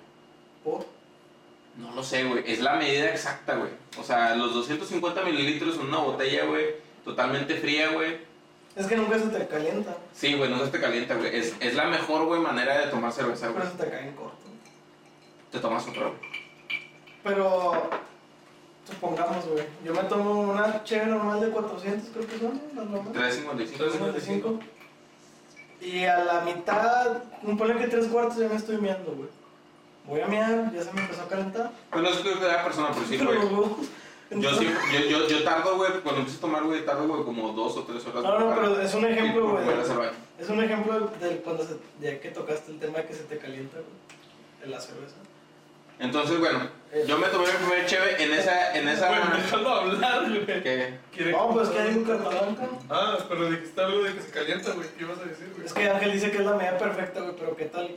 [SPEAKER 1] ¿Por?
[SPEAKER 3] No lo sé, güey. Es la medida exacta, güey. O sea, los 250 mililitros en una botella, güey. Totalmente fría, güey.
[SPEAKER 1] Es que nunca se te calienta,
[SPEAKER 3] Sí, güey, no se te calienta, güey. Es, es la mejor, güey, manera de tomar cerveza, güey.
[SPEAKER 1] pero se te cae en corto.
[SPEAKER 3] Te tomas otra, güey.
[SPEAKER 1] Pero, supongamos, güey, yo me tomo una chévere normal de 400, creo que son, las normales.
[SPEAKER 3] 355.
[SPEAKER 1] 355. Y a la mitad, un ponle que tres cuartos ya me estoy meando, güey. Voy a mear, ya se me empezó a calentar.
[SPEAKER 3] Bueno, Pues es que cada persona por sí,
[SPEAKER 1] Pero
[SPEAKER 3] güey.
[SPEAKER 1] los huevos.
[SPEAKER 3] Yo,
[SPEAKER 1] Entonces-
[SPEAKER 3] sí, yo, yo, yo tardo, güey, cuando empiezo a tomar, güey, tardo, güey, como dos o tres horas.
[SPEAKER 1] No, no,
[SPEAKER 3] para-
[SPEAKER 1] pero es un ejemplo,
[SPEAKER 3] para
[SPEAKER 1] güey.
[SPEAKER 3] poder hacer baño.
[SPEAKER 1] Es un ejemplo de cuando se, ya que tocaste el tema de que se te calienta, güey, en la cerveza.
[SPEAKER 3] Entonces, bueno, yo me tomé mi primer cheve en esa. En
[SPEAKER 2] Güey,
[SPEAKER 3] esa
[SPEAKER 2] déjalo hablar, güey.
[SPEAKER 3] ¿Qué?
[SPEAKER 2] Quiere-
[SPEAKER 1] No, pues que hay un cartalanca.
[SPEAKER 2] Ah, pero dijiste algo de que se calienta, güey. ¿Qué ibas a decir, güey?
[SPEAKER 1] Es que Ángel dice que es la medida perfecta, güey, pero ¿qué tal?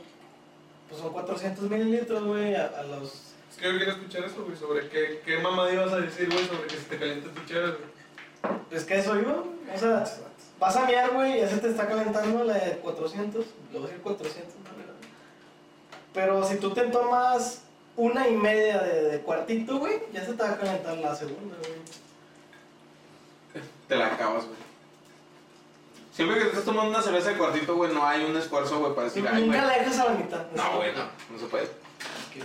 [SPEAKER 1] Pues son 400 mililitros, güey, a, a los...
[SPEAKER 2] Es que yo quería escuchar eso, güey, sobre qué, qué mamá ibas a decir, güey, sobre que se te calienta tu chévere, güey.
[SPEAKER 1] Pues que eso iba, güey. o sea, vas a mear, güey, ya se te está calentando la de 400, le voy a decir 400, la verdad. Pero si tú te tomas una y media de, de cuartito, güey, ya se te va a calentar la segunda, güey.
[SPEAKER 3] Te la acabas, güey. Siempre que estás tomando una cerveza de cuartito, güey, no hay un esfuerzo, güey, para decir, ay, güey.
[SPEAKER 1] Nunca la dejas a la mitad.
[SPEAKER 3] No, güey, no, no se puede.
[SPEAKER 1] Que yo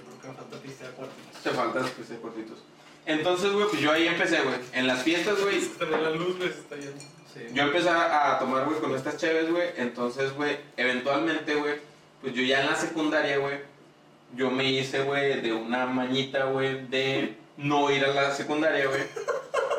[SPEAKER 1] creo que me falta pistear cuartitos.
[SPEAKER 3] Te faltan los cortitos. Entonces, güey, pues yo ahí empecé, güey. En las fiestas, güey,
[SPEAKER 2] Se te ve la luz, güey, se está yendo.
[SPEAKER 3] yo empecé a a tomar, güey, con estas chéves, güey. Entonces, güey, eventualmente, güey, pues yo ya en la secundaria, güey, yo me hice, güey, de una mañita, güey, de no ir a la secundaria, güey.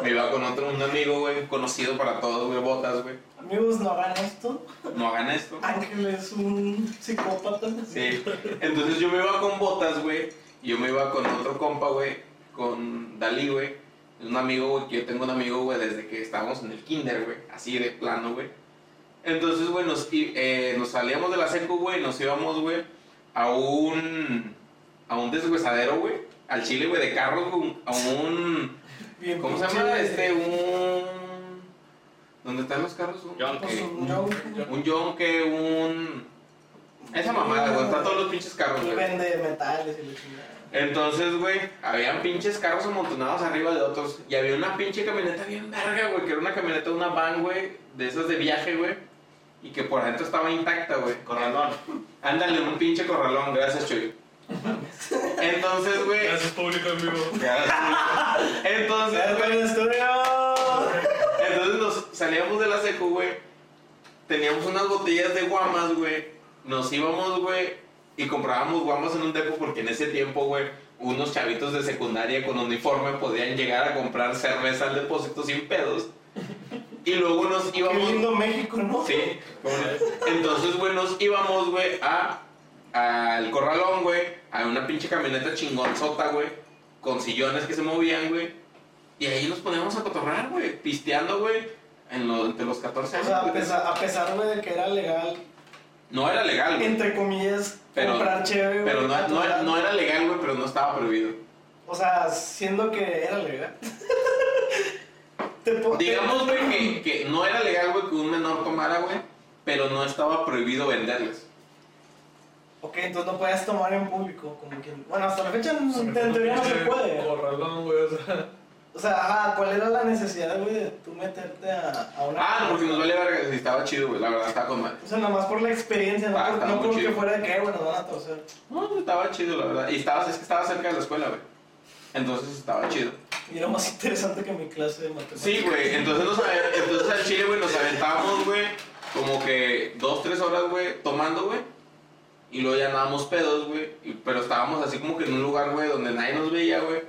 [SPEAKER 3] Me iba con otro, un amigo, güey, conocido para todos, güey, botas, güey.
[SPEAKER 1] Amigos, no hagan esto.
[SPEAKER 3] No hagan esto.
[SPEAKER 1] Ángel es un psicópata.
[SPEAKER 3] Sí. Entonces yo me iba con botas, güey. Y yo me iba con otro compa, güey. Con Dalí, güey. Un amigo, güey, que yo tengo un amigo, güey, desde que estábamos en el kinder, güey. Así de plano, güey. Entonces, güey, nos, i- eh, nos salíamos de la secu, güey. Nos íbamos, güey, a un... A un deshuesadero, güey. Al chile, güey, de carros, güey. A un...
[SPEAKER 1] Bien
[SPEAKER 3] ¿Cómo se
[SPEAKER 1] pinche,
[SPEAKER 3] llama?
[SPEAKER 1] güey.
[SPEAKER 3] Este, un... ¿Dónde están los carros? Un-
[SPEAKER 1] Pues,
[SPEAKER 3] un-
[SPEAKER 1] un yo-
[SPEAKER 3] un yonque, un... Esa mamada, güey. Está todos los pinches carros,
[SPEAKER 1] Y
[SPEAKER 3] güey.
[SPEAKER 1] vende metales y la chingada.
[SPEAKER 3] Entonces, güey, habían pinches carros amontonados arriba de otros. Y había una pinche camioneta bien verga, güey, que era una camioneta, una van, güey, de esas de viaje, güey. Y que por adentro estaba intacta, güey.
[SPEAKER 4] Corralón.
[SPEAKER 3] Ándale, un pinche corralón, gracias, Chuy. Entonces, güey.
[SPEAKER 2] Gracias, público en vivo.
[SPEAKER 3] Entonces,
[SPEAKER 1] ¡Cerro
[SPEAKER 3] güey.
[SPEAKER 1] el estudio!
[SPEAKER 3] Entonces nos salíamos de la secu, güey. teníamos unas botellas de guamas, güey. Nos íbamos, güey, y comprábamos guamas en un depo porque en ese tiempo, güey, unos chavitos de secundaria con uniforme podían llegar a comprar cerveza al depósito sin pedos. Y luego nos
[SPEAKER 1] Qué
[SPEAKER 3] íbamos.
[SPEAKER 1] lindo México, ¿no?
[SPEAKER 3] Sí. ¿cómo no? Entonces, güey, nos íbamos, güey, a al corralón, güey, a una pinche camioneta chingonzota, güey, con sillones que se movían, güey. Y ahí nos poníamos a cotorrar, güey, pisteando, güey, en lo- entre los 14
[SPEAKER 1] O
[SPEAKER 3] años.
[SPEAKER 1] sea, pues, a
[SPEAKER 3] güey.
[SPEAKER 1] pesar, a pesar, güey, de que era legal,
[SPEAKER 3] No era legal, güey.
[SPEAKER 1] entre comillas,
[SPEAKER 3] Pero-
[SPEAKER 1] comprar chévere,
[SPEAKER 3] Pero no,
[SPEAKER 1] güey,
[SPEAKER 3] no era-
[SPEAKER 1] natural.
[SPEAKER 3] no era legal, güey, pero no estaba prohibido.
[SPEAKER 1] O sea, siendo que era legal. Te po- te-
[SPEAKER 3] Digamos, güey, que, que no era legal, güey, que un menor tomara, güey, pero no estaba prohibido venderles.
[SPEAKER 1] Ok, entonces no puedes tomar en público, como que... Bueno, hasta la fecha no- en
[SPEAKER 2] Sobre
[SPEAKER 1] teoría no se
[SPEAKER 2] todo,
[SPEAKER 1] puede.
[SPEAKER 2] Corralón, güey, o sea.
[SPEAKER 1] O sea, ajá, ¿cuál era la necesidad, güey, de tú meterte a, a una...
[SPEAKER 3] Ah, no, porque nos vale verga, sí, estaba chido, güey, la verdad, estaba con madre.
[SPEAKER 1] O sea, nomás por la experiencia, no,
[SPEAKER 3] Ah,
[SPEAKER 1] por,
[SPEAKER 3] está
[SPEAKER 1] no
[SPEAKER 3] muy
[SPEAKER 1] porque
[SPEAKER 3] chido.
[SPEAKER 1] fuera de que, bueno, van a torcer.
[SPEAKER 3] No, no, estaba chido, la verdad. Y estaba, es que estaba cerca de la escuela, güey. Entonces estaba chido.
[SPEAKER 1] Y era más interesante que mi clase de matemáticas.
[SPEAKER 3] Sí, güey, entonces, nos, aven- entonces al chile, güey, nos aventábamos, güey, como que dos, tres horas, güey, tomando, güey. Y luego ya andábamos pedos, güey. y- Pero estábamos así como que en un lugar, güey, donde nadie nos veía, güey.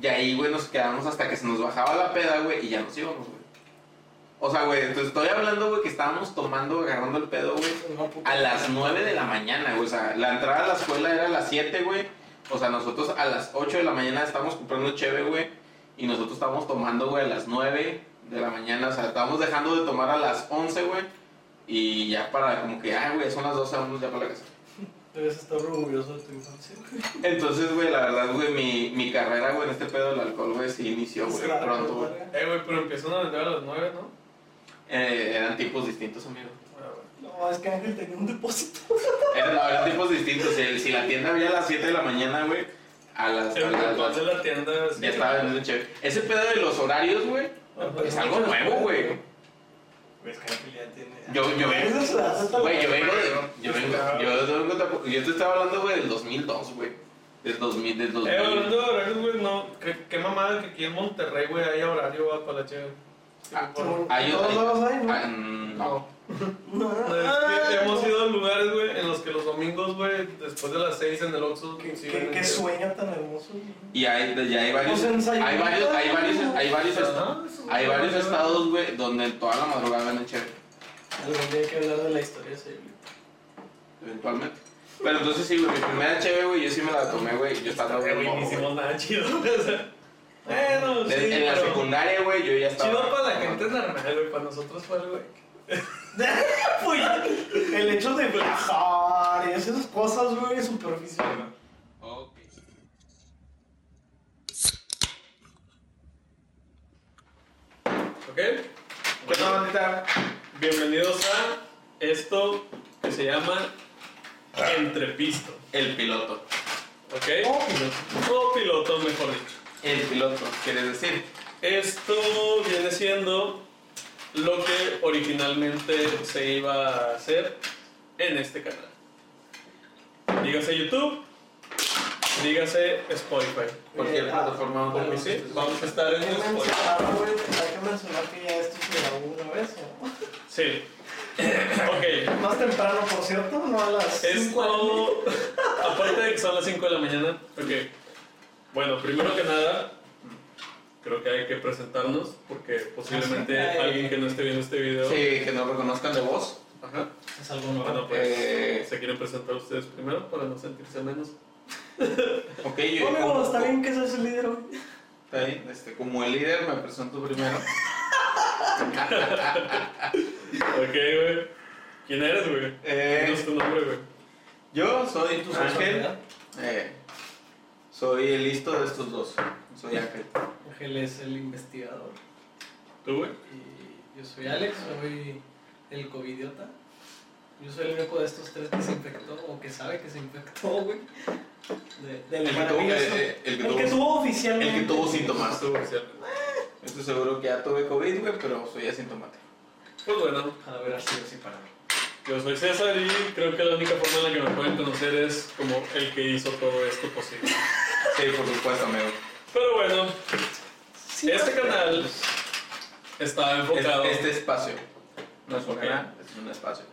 [SPEAKER 3] Y ahí, güey, nos quedamos hasta que se nos bajaba la peda, güey, y ya nos íbamos, güey. O sea, güey, entonces estoy hablando, güey, que estábamos tomando, agarrando el pedo, güey.
[SPEAKER 1] No, puta.
[SPEAKER 3] A las 9 de la mañana, güey. O sea, la entrada a la escuela era a las 7, güey. O sea, nosotros a las 8 de la mañana estábamos comprando cheve, güey. Y nosotros estábamos tomando, güey, a las 9 de la mañana. O sea, estábamos dejando de tomar a las 11, güey. Y ya para, como que, ay, güey, son las 12, vamos ya para la casa.
[SPEAKER 1] Debes estar orgulloso de tu infancia.
[SPEAKER 3] Entonces, güey, la verdad, güey, mi, mi carrera, güey, en este pedo del alcohol, güey, se inició, güey,
[SPEAKER 1] Claro,
[SPEAKER 3] pronto, güey.
[SPEAKER 1] verga.
[SPEAKER 2] Eh, güey, pero empiezan a vender a las 9, ¿no?
[SPEAKER 3] Eh, eran tipos distintos, amigo.
[SPEAKER 2] Ah, güey.
[SPEAKER 1] No, es que Ángel tenía un depósito.
[SPEAKER 3] Eran, no, eran tipos distintos. Si, si la tienda abría a las 7 de la mañana, güey, a las... a
[SPEAKER 2] El
[SPEAKER 3] las-
[SPEAKER 2] ritual de la tienda. sí.
[SPEAKER 3] Ya estaba vendiendo chévere. Ese pedo de los horarios, güey, es algo nuevo, güey.
[SPEAKER 2] Pues
[SPEAKER 1] Ves que Ángel ya tiene...
[SPEAKER 3] Yo, yo vengo.
[SPEAKER 1] Eso es la-
[SPEAKER 3] Güey, yo vengo de. Yo vengo. Yo, vengo tampoco- yo te estaba hablando, güey, del 2002, güey. Del 2000, del
[SPEAKER 2] Eh,
[SPEAKER 3] 2000.
[SPEAKER 2] hablando de horarios, güey, no. Qué, qué mamada que aquí en Monterrey, güey, hay horario güey, para la cheve. Sí,
[SPEAKER 3] Ah,
[SPEAKER 2] por-
[SPEAKER 1] Según-
[SPEAKER 3] Hay
[SPEAKER 1] todos
[SPEAKER 3] otro-
[SPEAKER 1] los hay, ¿no?
[SPEAKER 3] Ah, mm, no.
[SPEAKER 2] No.
[SPEAKER 1] No,
[SPEAKER 2] No, es que
[SPEAKER 1] Ah,
[SPEAKER 2] hemos ido a lugares, güey, en los que los domingos, güey, después de las 6 en el Oxxo,
[SPEAKER 1] Qué,
[SPEAKER 2] sí,
[SPEAKER 1] qué,
[SPEAKER 2] venden
[SPEAKER 1] qué
[SPEAKER 2] cheve.
[SPEAKER 1] sueño tan hermoso. güey.
[SPEAKER 3] Y hay, y hay varios.
[SPEAKER 1] Pues ensayo,
[SPEAKER 3] Hay varios, hay varios, hay varios,
[SPEAKER 2] Ajá,
[SPEAKER 3] estados.
[SPEAKER 2] Ah, eso es
[SPEAKER 3] Hay
[SPEAKER 2] una
[SPEAKER 3] varios
[SPEAKER 2] cheve.
[SPEAKER 3] estados, güey, donde toda la madrugada venden chévere.
[SPEAKER 1] Algún día hay que hablar de la historia civil.
[SPEAKER 3] Eventualmente. Pero entonces sí, güey, mi primera chévere, güey, yo sí me la tomé, güey. Yo estaba
[SPEAKER 2] Eh,
[SPEAKER 3] bien
[SPEAKER 2] güey, ni
[SPEAKER 3] mojo, güey.
[SPEAKER 2] hicimos nada chido. o sea, bueno, sí,
[SPEAKER 3] En la
[SPEAKER 2] pero-
[SPEAKER 3] secundaria, güey, yo ya estaba.
[SPEAKER 2] Chido para la gente es normal, güey, para nosotros fue algo, güey.
[SPEAKER 1] Pues, el hecho de viajar y esas cosas, güey, es superficial.
[SPEAKER 3] Ok.
[SPEAKER 2] ¿Ok? ¿Qué tal, bandita? Bienvenidos a esto que se llama Entrepisto.
[SPEAKER 3] El piloto.
[SPEAKER 2] ¿Ok?
[SPEAKER 1] Oh, mira.
[SPEAKER 2] O piloto, mejor dicho.
[SPEAKER 3] El piloto, ¿quieres decir?
[SPEAKER 2] Esto viene siendo lo que originalmente se iba a hacer en este canal. Dígase YouTube, dígase Spotify.
[SPEAKER 3] Cualquier
[SPEAKER 1] Eh,
[SPEAKER 3] plataforma,
[SPEAKER 2] Porque
[SPEAKER 3] porque
[SPEAKER 2] sí, pues, vamos a estar
[SPEAKER 1] Hay
[SPEAKER 2] en
[SPEAKER 1] que
[SPEAKER 2] Spotify.
[SPEAKER 1] mencionar, güey, hay que mencionar que ya esto se grabó una vez, ¿no?
[SPEAKER 2] Sí. Ok.
[SPEAKER 1] Más temprano, por cierto, no a las cinco.
[SPEAKER 2] Esto, aparte de que son las 5 de la mañana, ok. Bueno, primero que nada, creo que hay que presentarnos porque posiblemente
[SPEAKER 1] Ay.
[SPEAKER 2] alguien que no esté viendo este video.
[SPEAKER 3] Ah, Sí, que nos reconozcan de voz.
[SPEAKER 2] Ajá.
[SPEAKER 1] Es algo nuevo.
[SPEAKER 2] Bueno, pues
[SPEAKER 3] Eh.
[SPEAKER 2] se quieren presentar ustedes primero para no sentirse menos.
[SPEAKER 1] Ah,
[SPEAKER 3] Ok, yo.
[SPEAKER 1] Amigo,
[SPEAKER 3] como-
[SPEAKER 1] está bien que seas el líder, güey.
[SPEAKER 3] Está bien, este, como el líder me presento primero.
[SPEAKER 2] Ok, güey. ¿Quién eres, güey?
[SPEAKER 3] Eh.
[SPEAKER 2] ¿Quién es tu nombre, güey?
[SPEAKER 3] Yo soy
[SPEAKER 2] Pues,
[SPEAKER 1] Tu
[SPEAKER 2] Ah,
[SPEAKER 3] Ángel.
[SPEAKER 1] personalidad.
[SPEAKER 3] Eh, soy el listo de estos dos. Soy Ángel.
[SPEAKER 1] Ángel es el investigador.
[SPEAKER 2] ¿Tú, güey?
[SPEAKER 1] Y yo soy Alex, soy el covidiota. Yo soy el único de estos tres que se infectó o que sabe que se infectó, güey. De-
[SPEAKER 3] El
[SPEAKER 1] del
[SPEAKER 3] que tuvo-
[SPEAKER 1] maravilloso.
[SPEAKER 3] eh, el que
[SPEAKER 1] el que
[SPEAKER 3] tuvo-
[SPEAKER 1] tuvo oficialmente.
[SPEAKER 3] El que tuvo síntomas.
[SPEAKER 2] Más tú, oficial.
[SPEAKER 3] Estoy seguro que ya tuve COVID, güey, pero soy asintomático.
[SPEAKER 2] Pues bueno,
[SPEAKER 1] A ver, así así para mí.
[SPEAKER 2] yo soy César y creo que la única forma en la que me pueden conocer es como el que hizo todo esto posible.
[SPEAKER 3] Sí, por supuesto, amigo.
[SPEAKER 2] Pero bueno,
[SPEAKER 1] Sí,
[SPEAKER 2] este canal está
[SPEAKER 3] Es-
[SPEAKER 2] enfocado.
[SPEAKER 3] este espacio. No es
[SPEAKER 2] Ok.
[SPEAKER 3] un canal, es un espacio.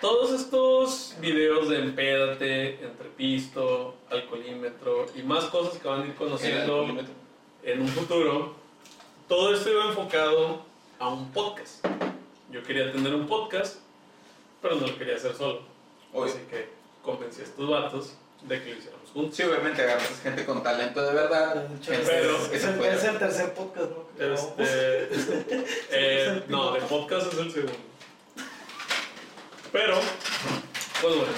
[SPEAKER 2] Todos estos videos de empédate, entrepisto, alcoholímetro y más cosas que van a ir conociendo
[SPEAKER 3] Era-
[SPEAKER 2] en un futuro, todo esto iba enfocado a un podcast. Yo quería tener un podcast, pero no lo quería hacer solo.
[SPEAKER 3] Obvio.
[SPEAKER 2] Así que convencí a estos vatos de que lo hiciéramos juntos.
[SPEAKER 3] Sí, obviamente agarras gente con talento de verdad. gente
[SPEAKER 2] Pero-
[SPEAKER 1] es,
[SPEAKER 3] que se
[SPEAKER 1] el,
[SPEAKER 3] puede.
[SPEAKER 1] es el tercer podcast, ¿no? pues, Que grabamos.
[SPEAKER 2] Este, eh, no, de podcast es el segundo. Pero, pues bueno.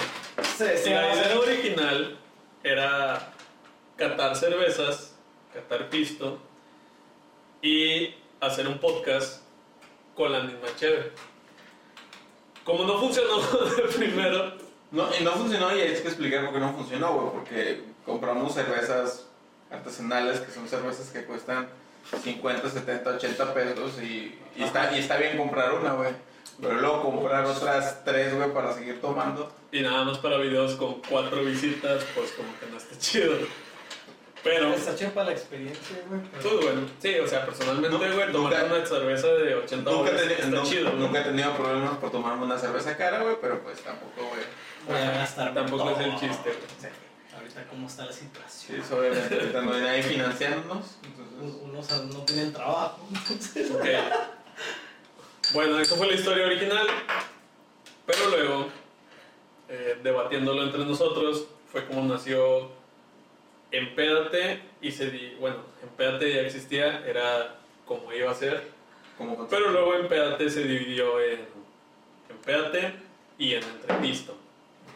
[SPEAKER 1] Se- se
[SPEAKER 2] la
[SPEAKER 1] hace-
[SPEAKER 2] idea original era catar cervezas, catar pisto y hacer un podcast con la misma cheve. Como no funcionó de primero,
[SPEAKER 3] No, y no funcionó y hay que explicar por qué no funcionó, güey, porque compramos cervezas artesanales que son cervezas que cuestan 50, 70, 80 pesos y, y está, y está bien comprar una, güey. Pero luego comprar otras tres, güey, para seguir tomando.
[SPEAKER 2] y nada más para videos con cuatro visitas, pues como que no está chido. Pero,
[SPEAKER 1] Está chepa la experiencia, güey. pero-
[SPEAKER 2] pues bueno, sí, o sea, personalmente,
[SPEAKER 3] No,
[SPEAKER 2] güey, tomar
[SPEAKER 3] nunca-
[SPEAKER 2] una cerveza de 80
[SPEAKER 3] Nunca,
[SPEAKER 2] dólares
[SPEAKER 3] he teni-
[SPEAKER 2] está
[SPEAKER 3] nu-
[SPEAKER 2] chido, ¿no?
[SPEAKER 3] nunca he tenido problemas por tomarme una cerveza cara, güey, pero pues tampoco, güey.
[SPEAKER 1] Voy a gastar
[SPEAKER 2] Tampoco es el
[SPEAKER 1] todo.
[SPEAKER 2] chiste, güey.
[SPEAKER 1] Ahorita, ¿cómo está la
[SPEAKER 3] Sí,
[SPEAKER 1] situación?
[SPEAKER 3] eso, obviamente, ahorita no hay nadie financiándonos.
[SPEAKER 1] Un-
[SPEAKER 3] Entonces,
[SPEAKER 1] Unos no tienen trabajo. entonces-
[SPEAKER 2] Ok. Bueno, esa fue la historia original. Pero luego, eh, debatiéndolo entre nosotros, fue como nació Empédate y se di. Bueno, Empédate ya existía, era como iba a ser.
[SPEAKER 3] como
[SPEAKER 2] Pero luego Empédate se dividió en Empédate y en Entrepisto.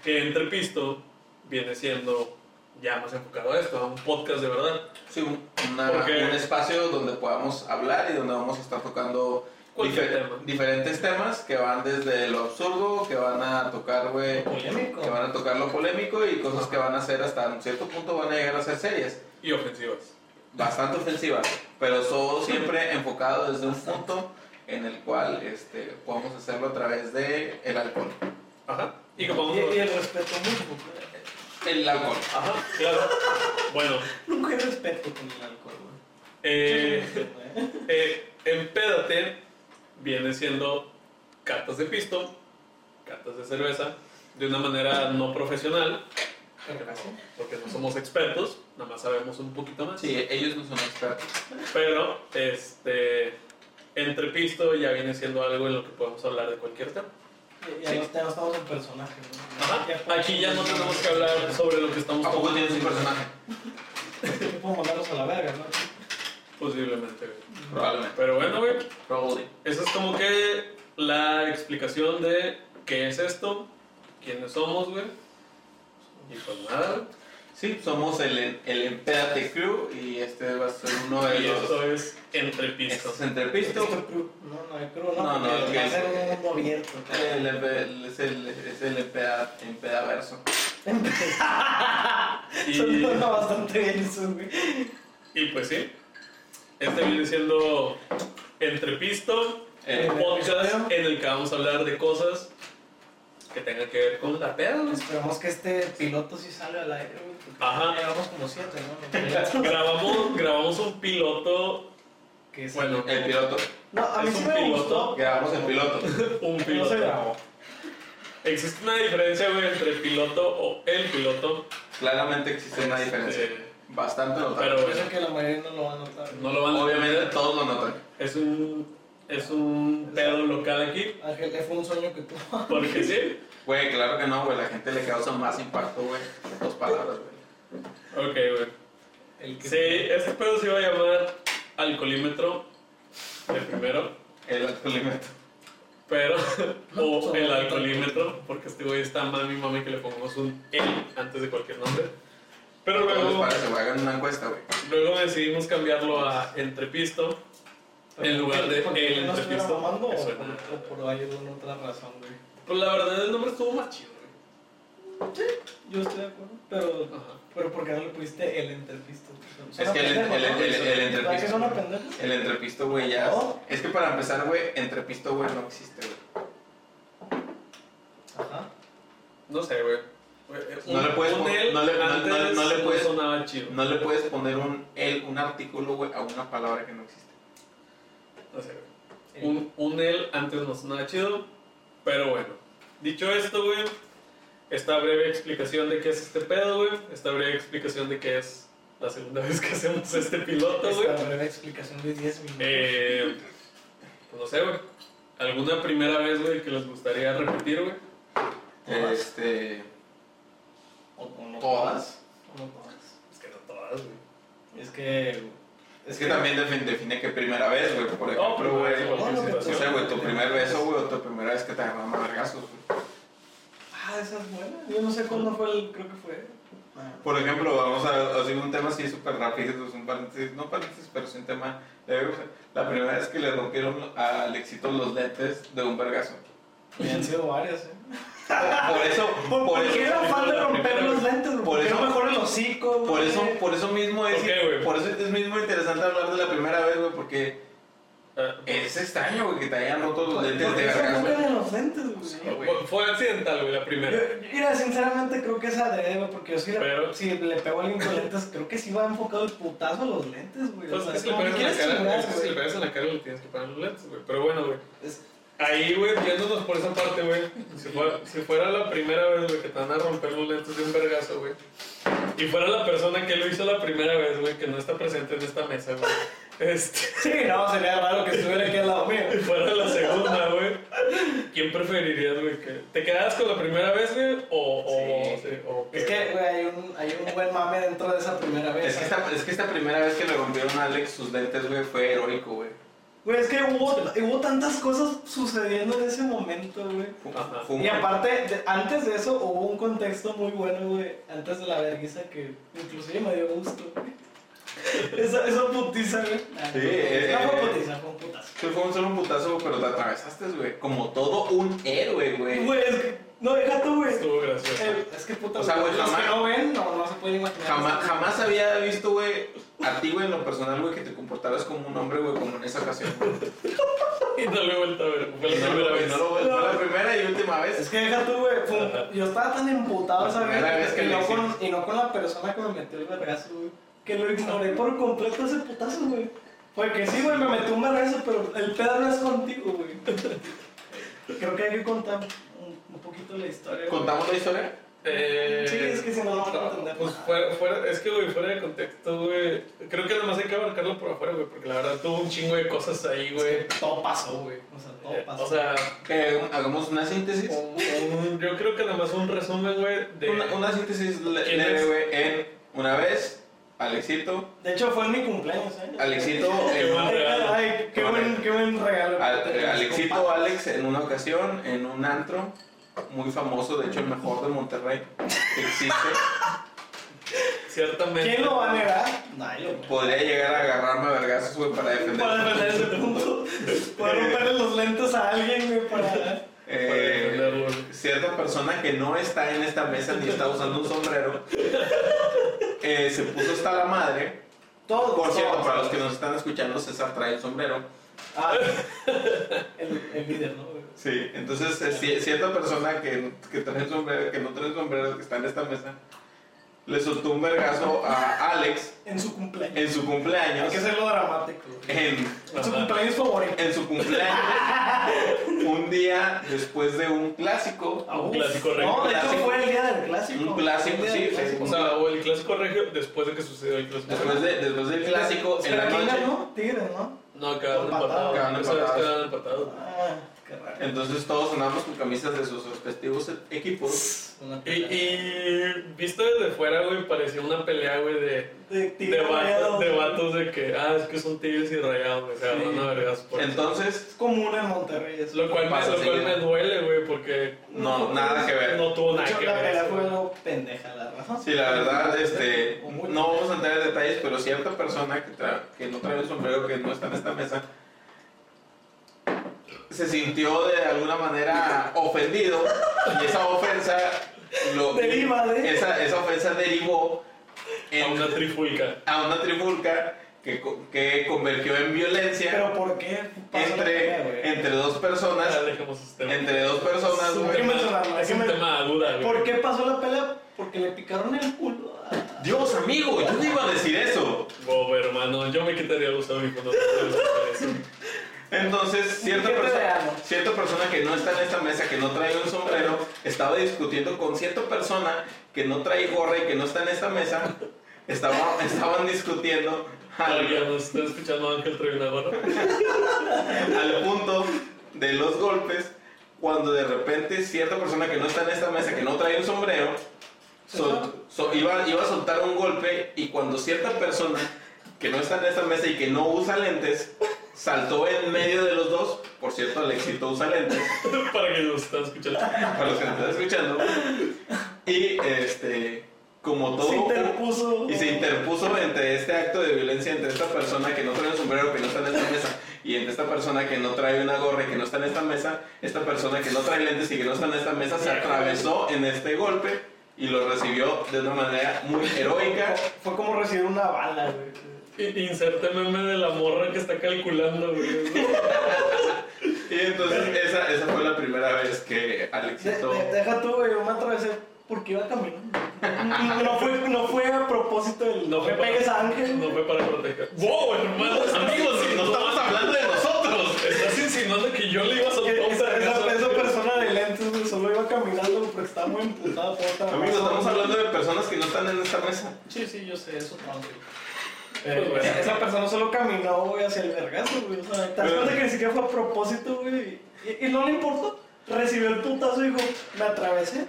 [SPEAKER 2] Que Entrepisto viene siendo ya más enfocado a esto, a un podcast de verdad.
[SPEAKER 3] Sí, un- una-
[SPEAKER 2] Porque-
[SPEAKER 3] un espacio donde podamos hablar y donde vamos a estar tocando
[SPEAKER 2] Cualquier
[SPEAKER 3] difer-
[SPEAKER 2] tema.
[SPEAKER 3] diferentes temas que van desde lo absurdo, que van a tocar, güey,
[SPEAKER 1] Polémico.
[SPEAKER 3] que van a tocar lo polémico y cosas que van a ser hasta un cierto punto van a llegar a ser serias,
[SPEAKER 2] Y ofensivas.
[SPEAKER 3] bastante ofensivas, pero todo siempre enfocado desde un punto en el cual este, podemos hacerlo a través de el alcohol.
[SPEAKER 2] Ajá. Y que vamos
[SPEAKER 1] Y, y
[SPEAKER 2] a-
[SPEAKER 1] el respeto mutuo. güey.
[SPEAKER 3] El alcohol.
[SPEAKER 2] Ajá, claro. Bueno,
[SPEAKER 1] Nunca hay respeto con el alcohol, güey.
[SPEAKER 2] eh,
[SPEAKER 1] Yo
[SPEAKER 2] eh, empédate viene siendo cartas de pisto, cartas de cerveza, de una manera no profesional,
[SPEAKER 1] soy un güey.
[SPEAKER 2] porque no somos expertos, nada más sabemos un poquito más.
[SPEAKER 3] Sí, ellos no son expertos.
[SPEAKER 2] Pero, este, entre pisto ya viene siendo algo en lo que podemos hablar de cualquier tema.
[SPEAKER 1] Y- y ahí nos tenemos todos un personaje, ¿no?
[SPEAKER 2] Ajá,
[SPEAKER 1] podemos-
[SPEAKER 2] aquí ya no tenemos que hablar sobre lo que estamos
[SPEAKER 3] ¿A poco
[SPEAKER 2] tomando.
[SPEAKER 3] tienes un personaje?
[SPEAKER 1] Yo puedo mandarlos a la verga, ¿no?
[SPEAKER 2] Posiblemente, güey.
[SPEAKER 3] Probablemente.
[SPEAKER 2] Pero bueno, güey,
[SPEAKER 3] Probably.
[SPEAKER 2] Esa es como que la explicación de qué es esto, quiénes somos, güey. Y pues nada.
[SPEAKER 3] Sí, somos el, el Empédate Crew y este va a ser uno de
[SPEAKER 2] Y
[SPEAKER 3] los
[SPEAKER 2] esto es entrepistas.
[SPEAKER 3] estos entrepistos.
[SPEAKER 1] Esto es cru. Este No, no hay cru, no.
[SPEAKER 3] No, no,
[SPEAKER 1] porque
[SPEAKER 3] es que-
[SPEAKER 1] va a ser un mundo abierto.
[SPEAKER 2] Eh,
[SPEAKER 3] El, el- es el, es el empeda- empedaverso.
[SPEAKER 2] Y,
[SPEAKER 1] Suena bastante bien eso, güey.
[SPEAKER 2] y pues sí. Este viene siendo entrepisto,
[SPEAKER 3] Eh,
[SPEAKER 2] un podcast en el que vamos a hablar de cosas que tengan que ver con la peda. güey.
[SPEAKER 1] Esperamos que este piloto sí salga al aire, güey. porque
[SPEAKER 2] Ajá.
[SPEAKER 1] Llevamos como siete, ¿no?
[SPEAKER 2] Grabamos, grabamos un piloto,
[SPEAKER 1] Que sí.
[SPEAKER 2] bueno,
[SPEAKER 3] El piloto.
[SPEAKER 1] No, a mí
[SPEAKER 2] es
[SPEAKER 1] sí
[SPEAKER 2] un
[SPEAKER 1] me
[SPEAKER 2] piloto
[SPEAKER 1] gustó.
[SPEAKER 3] Grabamos el piloto.
[SPEAKER 2] un
[SPEAKER 1] pero No se
[SPEAKER 2] piloto.
[SPEAKER 1] grabó.
[SPEAKER 2] Existe una diferencia, güey, entre piloto o el piloto.
[SPEAKER 3] Claramente existe una diferencia.
[SPEAKER 2] Eh,
[SPEAKER 3] Bastante notable.
[SPEAKER 2] pero
[SPEAKER 1] Yo
[SPEAKER 2] bueno,
[SPEAKER 1] sé que la mayoría no lo va a notar.
[SPEAKER 2] no lo van a
[SPEAKER 3] Obviamente todos lo notan.
[SPEAKER 2] Es un, es un pedo local aquí,
[SPEAKER 1] Ángel, fue un sueño que tuvo.
[SPEAKER 2] porque sí.
[SPEAKER 3] Güey, claro que no, güey. La gente le causa más impacto, güey. Dos palabras, güey.
[SPEAKER 2] Ok, güey.
[SPEAKER 1] El que
[SPEAKER 2] Sí, este pedo se iba a llamar alcoholímetro, el primero,
[SPEAKER 3] El alcoholímetro.
[SPEAKER 2] pero, o el alcoholímetro, porque este güey está mami, mami, que le pongamos un el antes de cualquier nombre. Pero
[SPEAKER 3] ¿Cómo les
[SPEAKER 2] luego,
[SPEAKER 3] parece? güey? Hagan una encuesta, güey.
[SPEAKER 2] luego decidimos cambiarlo a entrepisto. en lugar de
[SPEAKER 1] ¿Por qué
[SPEAKER 2] el
[SPEAKER 1] no estuviera
[SPEAKER 2] entrevistado?
[SPEAKER 1] mamando o
[SPEAKER 2] Eso
[SPEAKER 1] por,
[SPEAKER 2] era-
[SPEAKER 1] o por alguna otra razón, güey?
[SPEAKER 2] Pues la verdad, el nombre estuvo más chido, güey.
[SPEAKER 1] Yo estoy de acuerdo, pero...
[SPEAKER 2] Ajá.
[SPEAKER 1] Pero ¿por qué no le pusiste el entrepisto?
[SPEAKER 3] Es que el, el, el, el, el
[SPEAKER 1] ¿Para qué son
[SPEAKER 3] entrepisto.
[SPEAKER 1] pendejos?
[SPEAKER 3] El entrepisto, güey, ya.
[SPEAKER 1] No.
[SPEAKER 3] Es que para empezar, güey, entrepisto, güey, no existe, güey.
[SPEAKER 1] Ajá.
[SPEAKER 2] No sé, güey.
[SPEAKER 3] No le puedes
[SPEAKER 2] un
[SPEAKER 3] pon-
[SPEAKER 2] él
[SPEAKER 3] no le- no-
[SPEAKER 2] antes
[SPEAKER 3] no- no le puedes-
[SPEAKER 2] sonaba chido.
[SPEAKER 3] No le puedes poner un el, un artículo, güey, a una palabra que no existe.
[SPEAKER 1] Eh.
[SPEAKER 2] No sé, güey. Un, un él antes no sonaba chido. Pero bueno, dicho esto, güey, esta breve explicación de qué es este pedo, güey, esta breve explicación de qué es la segunda vez que hacemos este piloto, güey.
[SPEAKER 1] Esta breve explicación de 10 minutos.
[SPEAKER 2] Eh, pues no sé, güey. ¿Alguna primera vez, güey, que les gustaría repetir, güey?
[SPEAKER 1] Todas.
[SPEAKER 3] Este.
[SPEAKER 1] O- o no
[SPEAKER 3] ¿Todas?
[SPEAKER 1] todas, o no todas.
[SPEAKER 2] Es que no todas, güey.
[SPEAKER 1] Es que.
[SPEAKER 3] Es que también defin- define qué primera vez, güey. Por
[SPEAKER 2] No,
[SPEAKER 3] ejemplo,
[SPEAKER 2] pero,
[SPEAKER 3] güey.
[SPEAKER 2] güey, cualquier
[SPEAKER 1] no, no,
[SPEAKER 3] No sé,
[SPEAKER 2] Ah, situación.
[SPEAKER 3] güey, tu primer beso, güey, o tu primera vez que te agarraron a vergazos, güey.
[SPEAKER 1] Ah, esa es buena. Yo no sé cuándo fue el. Creo que fue.
[SPEAKER 3] Por ejemplo, vamos a hacer un tema así súper rápido, es un paréntesis, no paréntesis, pero es un tema. leve, güey. La primera vez que le rompieron a Alexito los lentes de un vergazo.
[SPEAKER 1] Y han sido varias, ¿eh?
[SPEAKER 3] Por eso, por
[SPEAKER 1] Porque
[SPEAKER 3] eso.
[SPEAKER 1] era fan de romper los lentes,
[SPEAKER 3] Por
[SPEAKER 1] Por eso
[SPEAKER 3] eso-
[SPEAKER 1] mejor el hocico, güey.
[SPEAKER 3] Por eso, por eso mismo es,
[SPEAKER 2] ¿Por qué, güey?
[SPEAKER 3] por eso es mismo interesante hablar de la primera vez, güey, porque
[SPEAKER 2] Ah,
[SPEAKER 3] es extraño, güey, que te hayan roto
[SPEAKER 1] Pues,
[SPEAKER 3] los lentes de
[SPEAKER 1] Porque se
[SPEAKER 3] vergazo.
[SPEAKER 1] rompen los lentes, güey.
[SPEAKER 2] fue- Fue accidental, güey, la
[SPEAKER 1] Yo-
[SPEAKER 2] primera.
[SPEAKER 1] yo- Mira, sinceramente creo que es adrede, güey, porque yo sí le,
[SPEAKER 2] Pero-
[SPEAKER 1] si le pego a alguien con lentes, creo que sí va enfocado el putazo a los lentes, güey.
[SPEAKER 2] Pues
[SPEAKER 1] o sea,
[SPEAKER 2] es que si le
[SPEAKER 1] como que
[SPEAKER 2] pegas en la
[SPEAKER 1] quieres
[SPEAKER 2] cara,
[SPEAKER 1] chingar,
[SPEAKER 2] es que si le
[SPEAKER 1] güey.
[SPEAKER 2] pegas en la cara le tienes que pagar los lentes, güey. Pero bueno, güey.
[SPEAKER 1] Es-
[SPEAKER 2] Ahí, güey, viéndonos por esa parte, güey. Si fuera, si fuera la primera vez, güey, que te van a romper los lentes de un vergazo, güey. Y fuera la persona que lo hizo la primera vez, güey, que no está presente en esta mesa, güey. Este.
[SPEAKER 1] Sí, no, sería raro que estuviera aquí al lado mío.
[SPEAKER 2] Y fuera la segunda, güey. ¿Quién preferirías, güey? que- ¿Te quedas con la primera vez, güey? O, o,
[SPEAKER 1] Sí.
[SPEAKER 2] sí, o
[SPEAKER 1] Es que, güey, hay un, hay un buen mame dentro de esa primera vez.
[SPEAKER 3] Es que, esta, es que esta primera vez que le rompieron a Alex sus lentes, güey, fue heroico, güey.
[SPEAKER 1] Güey, es que hubo, hubo tantas cosas sucediendo en ese momento, güey.
[SPEAKER 3] Fue,
[SPEAKER 2] Ajá.
[SPEAKER 3] fue un-
[SPEAKER 1] Y aparte, de- antes de eso hubo un contexto muy bueno, güey. Antes de la vergüenza que inclusive me dio gusto, güey. Esa, esa putiza, güey. Ah,
[SPEAKER 3] Sí,
[SPEAKER 1] no,
[SPEAKER 3] eh,
[SPEAKER 1] no
[SPEAKER 3] eh,
[SPEAKER 1] fue putiza, fue un putazo.
[SPEAKER 3] sí, fue un solo putazo, güey, pero te atravesaste, güey. Como todo un héroe, güey.
[SPEAKER 1] Güey, es que, no, deja tú, güey.
[SPEAKER 2] Estuvo gracioso.
[SPEAKER 1] Eh, es que puta,
[SPEAKER 3] O sea, güey,
[SPEAKER 1] los
[SPEAKER 3] jamás-
[SPEAKER 1] que no ven, no, no se pueden imaginar.
[SPEAKER 3] Jamás, jamás había visto, güey, a ti, güey, en lo personal, güey, que te comportaras como un hombre, güey, como en esa ocasión. güey.
[SPEAKER 2] Y no lo he vuelto a ver. Fue
[SPEAKER 3] Y
[SPEAKER 2] la
[SPEAKER 3] No,
[SPEAKER 2] primera
[SPEAKER 3] lo-
[SPEAKER 2] vez.
[SPEAKER 3] no lo- fue la primera y última
[SPEAKER 1] Es
[SPEAKER 3] vez.
[SPEAKER 1] que deja tú, güey. fue un- Yo estaba tan emputado,
[SPEAKER 3] La
[SPEAKER 1] ¿sabes?
[SPEAKER 3] primera vez que
[SPEAKER 1] y,
[SPEAKER 3] lo
[SPEAKER 1] no con, y no con la persona que me metió el vergazo, güey. Que lo ignoré por completo ese putazo, güey. Porque sí, güey, me metió un vergazo, pero el pedo no es contigo, güey. Creo que hay que contar un, un poquito la historia. güey.
[SPEAKER 3] ¿Contamos la historia?
[SPEAKER 2] Eh,
[SPEAKER 1] Sí, es que si no, no van a entender.
[SPEAKER 2] Pues fuera, fuera- es que, güey, fuera de contexto, güey. Creo que nomás hay que abarcarlo por afuera, güey, porque la verdad tuvo un chingo de cosas ahí, güey.
[SPEAKER 1] Todo pasó, güey. O sea, todo
[SPEAKER 2] Eh,
[SPEAKER 1] pasó.
[SPEAKER 2] O sea,
[SPEAKER 3] Que hagamos una síntesis.
[SPEAKER 2] un- un- yo creo que nomás un resumen, güey, de.
[SPEAKER 3] Una, una síntesis le-
[SPEAKER 2] ¿Quién
[SPEAKER 3] leve,
[SPEAKER 2] es?
[SPEAKER 3] güey, en una vez, Alexito,
[SPEAKER 1] de hecho, fue en mi cumpleaños, ¿eh?
[SPEAKER 3] Alexito,
[SPEAKER 2] Qué
[SPEAKER 3] en-
[SPEAKER 2] mal
[SPEAKER 1] Ay,
[SPEAKER 2] regalo.
[SPEAKER 1] ay, qué
[SPEAKER 3] Qué mal
[SPEAKER 1] buen, qué buen regalo.
[SPEAKER 3] Al- eh, Alexito, Alex, en una ocasión, en un antro muy famoso, de hecho el mejor de Monterrey que existe,
[SPEAKER 2] Ciertamente.
[SPEAKER 1] ¿Quién lo va a negar? Nadie, güey.
[SPEAKER 3] podría llegar a agarrarme a vergazos, güey, para
[SPEAKER 1] Para
[SPEAKER 3] defender.
[SPEAKER 1] defender ese punto. Para romperle los lentes a alguien, güey, para.
[SPEAKER 3] eh,
[SPEAKER 2] Para defenderlo, güey.
[SPEAKER 3] cierta persona que no está en esta mesa ni está usando un sombrero, eh, se puso hasta la madre.
[SPEAKER 1] Todo.
[SPEAKER 3] Por cierto,
[SPEAKER 1] todo.
[SPEAKER 3] para los que nos están escuchando, César trae el sombrero.
[SPEAKER 1] Ah, el, el líder, ¿no? güey?
[SPEAKER 3] Sí, entonces eh, ci- cierta persona que, que, trae sombrero, que no trae sombrero, que está en esta mesa, le soltó un vergazo a Alex
[SPEAKER 1] En su cumpleaños.
[SPEAKER 3] en su
[SPEAKER 1] Hay
[SPEAKER 3] cumpleaños.
[SPEAKER 1] que hacerlo dramático. güey.
[SPEAKER 3] En,
[SPEAKER 1] En su cumpleaños favorito.
[SPEAKER 3] en su cumpleaños, un día después de un clásico,
[SPEAKER 1] Ah, uf.
[SPEAKER 2] clásico regio.
[SPEAKER 1] No, de hecho
[SPEAKER 3] Clásico.
[SPEAKER 1] fue el día del clásico.
[SPEAKER 3] Un clásico,
[SPEAKER 1] Fue el día del
[SPEAKER 3] sí, sí.
[SPEAKER 2] O
[SPEAKER 1] clásico.
[SPEAKER 2] sea, o el clásico regio después de que sucedió el clásico regio.
[SPEAKER 3] después, de, después del clásico, en
[SPEAKER 1] Pero
[SPEAKER 3] la
[SPEAKER 1] ¿quién
[SPEAKER 3] noche.
[SPEAKER 1] ganó? Tigres, ¿no?
[SPEAKER 2] No, quedaron
[SPEAKER 1] Empatado.
[SPEAKER 2] empatados.
[SPEAKER 3] Quedaron
[SPEAKER 2] Esa vez
[SPEAKER 3] empatados.
[SPEAKER 2] quedaron empatados.
[SPEAKER 1] Ah, qué raro.
[SPEAKER 3] Entonces todos andamos con camisas de sus respectivos equipos.
[SPEAKER 1] Una
[SPEAKER 2] Y, y visto desde fuera, güey, parecía una pelea, güey, de,
[SPEAKER 1] de, tigre
[SPEAKER 2] de, vatos,
[SPEAKER 1] rayado,
[SPEAKER 2] de
[SPEAKER 1] güey.
[SPEAKER 2] vatos de que, ah, es que son tigres y rayados, güey, se agarran a vergas por eso.
[SPEAKER 3] Entonces,
[SPEAKER 1] Es común en Monterrey. eso.
[SPEAKER 2] Lo cual, me,
[SPEAKER 3] Pasa
[SPEAKER 2] lo cual
[SPEAKER 3] seguido.
[SPEAKER 2] me duele, güey, porque
[SPEAKER 3] no, nada que ver.
[SPEAKER 2] no tuvo
[SPEAKER 1] De
[SPEAKER 2] nada
[SPEAKER 1] hecho,
[SPEAKER 2] que
[SPEAKER 1] la
[SPEAKER 2] ver.
[SPEAKER 1] pelea fue
[SPEAKER 2] güey.
[SPEAKER 1] algo pendeja, la razón.
[SPEAKER 3] Sí, la verdad, este, no vamos a entrar en detalles, pero cierta persona que, tra- que no trae el sombrero, que no está en esta mesa, se sintió de alguna manera ofendido y esa ofensa lo
[SPEAKER 1] Deriva de-
[SPEAKER 3] esa, esa ofensa derivó
[SPEAKER 2] A
[SPEAKER 3] en,
[SPEAKER 2] una trifulca.
[SPEAKER 3] a una trifulca que, co- que convirtió en violencia
[SPEAKER 1] Pero ¿por qué? pasó la pelea, güey?
[SPEAKER 3] entre, entre dos personas,
[SPEAKER 2] Ya dejemos ese tema.
[SPEAKER 3] entre dos personas,
[SPEAKER 1] Su
[SPEAKER 3] güey.
[SPEAKER 1] prima- mencionarlo, hay
[SPEAKER 2] es
[SPEAKER 1] que
[SPEAKER 2] un
[SPEAKER 1] men-
[SPEAKER 2] tema de duda, güey.
[SPEAKER 1] ¿Por qué pasó la pelea? Porque le picaron el culo. a-
[SPEAKER 3] Dios, amigo, yo no iba a decir eso.
[SPEAKER 2] Wow, hermano, yo me quitaría los audífonos. pero es por eso.
[SPEAKER 3] Entonces, cierta
[SPEAKER 1] ¿Qué te
[SPEAKER 3] persona,
[SPEAKER 1] veamos?
[SPEAKER 3] cierta persona que no está en esta mesa, que no trae un sombrero, estaba discutiendo con cierta persona que no trae gorra y que no está en esta mesa, estaba- estaban discutiendo al,
[SPEAKER 2] Alguien nos está escuchando Ángel trae una gorra.
[SPEAKER 3] al punto de los golpes, cuando de repente cierta persona que no está en esta mesa, que no trae un sombrero, sol- sol- iba, iba a soltar un golpe y cuando cierta persona que no está en esta mesa y que no usa lentes, saltó en medio de los dos, por cierto, Alexito usa lentes.
[SPEAKER 2] Para que nos están escuchando.
[SPEAKER 3] para los que nos están escuchando. Y este, como todo.
[SPEAKER 1] Se interpuso.
[SPEAKER 3] Y se interpuso entre este acto de violencia entre esta persona que no trae un sombrero, que no está en esta mesa, y entre esta persona que no trae una gorra, y que no está en esta mesa, esta persona que no trae lentes y que no está en esta mesa se atravesó en este golpe y lo recibió de una manera muy heroica.
[SPEAKER 1] Fue como recibir una bala, güey.
[SPEAKER 2] I- Inserte meme de la morra que está calculando, güey.
[SPEAKER 3] Y entonces esa, esa fue la primera vez que
[SPEAKER 1] De-
[SPEAKER 3] Alexito...
[SPEAKER 1] de- deja tú, güey, yo me atravesé porque iba caminando. No fue, no fue a propósito del. No me
[SPEAKER 2] para-
[SPEAKER 1] pegues a Ángel.
[SPEAKER 2] No fue para proteger. ¡Wow, hermanos! Amigos,
[SPEAKER 3] No estamos hablando de nosotros.
[SPEAKER 2] Estás insinuando que yo le iba a soltar un
[SPEAKER 1] Esa,
[SPEAKER 2] vergazo.
[SPEAKER 1] esa- esa persona de lentes, güey, solo iba caminando porque estaba muy emputada por otra
[SPEAKER 3] Amigos,
[SPEAKER 1] razón.
[SPEAKER 3] estamos hablando de personas que no están en esta mesa.
[SPEAKER 1] Sí, sí, Eh, yo sé, eso también.
[SPEAKER 2] Pues bueno.
[SPEAKER 1] esa persona solo caminó, güey, hacia el vergazo, güey. O sea, te das
[SPEAKER 3] Pero-
[SPEAKER 1] cuenta que ni siquiera fue a propósito, güey. Y, y no le importó. Recibió el putazo y dijo, me atravesé.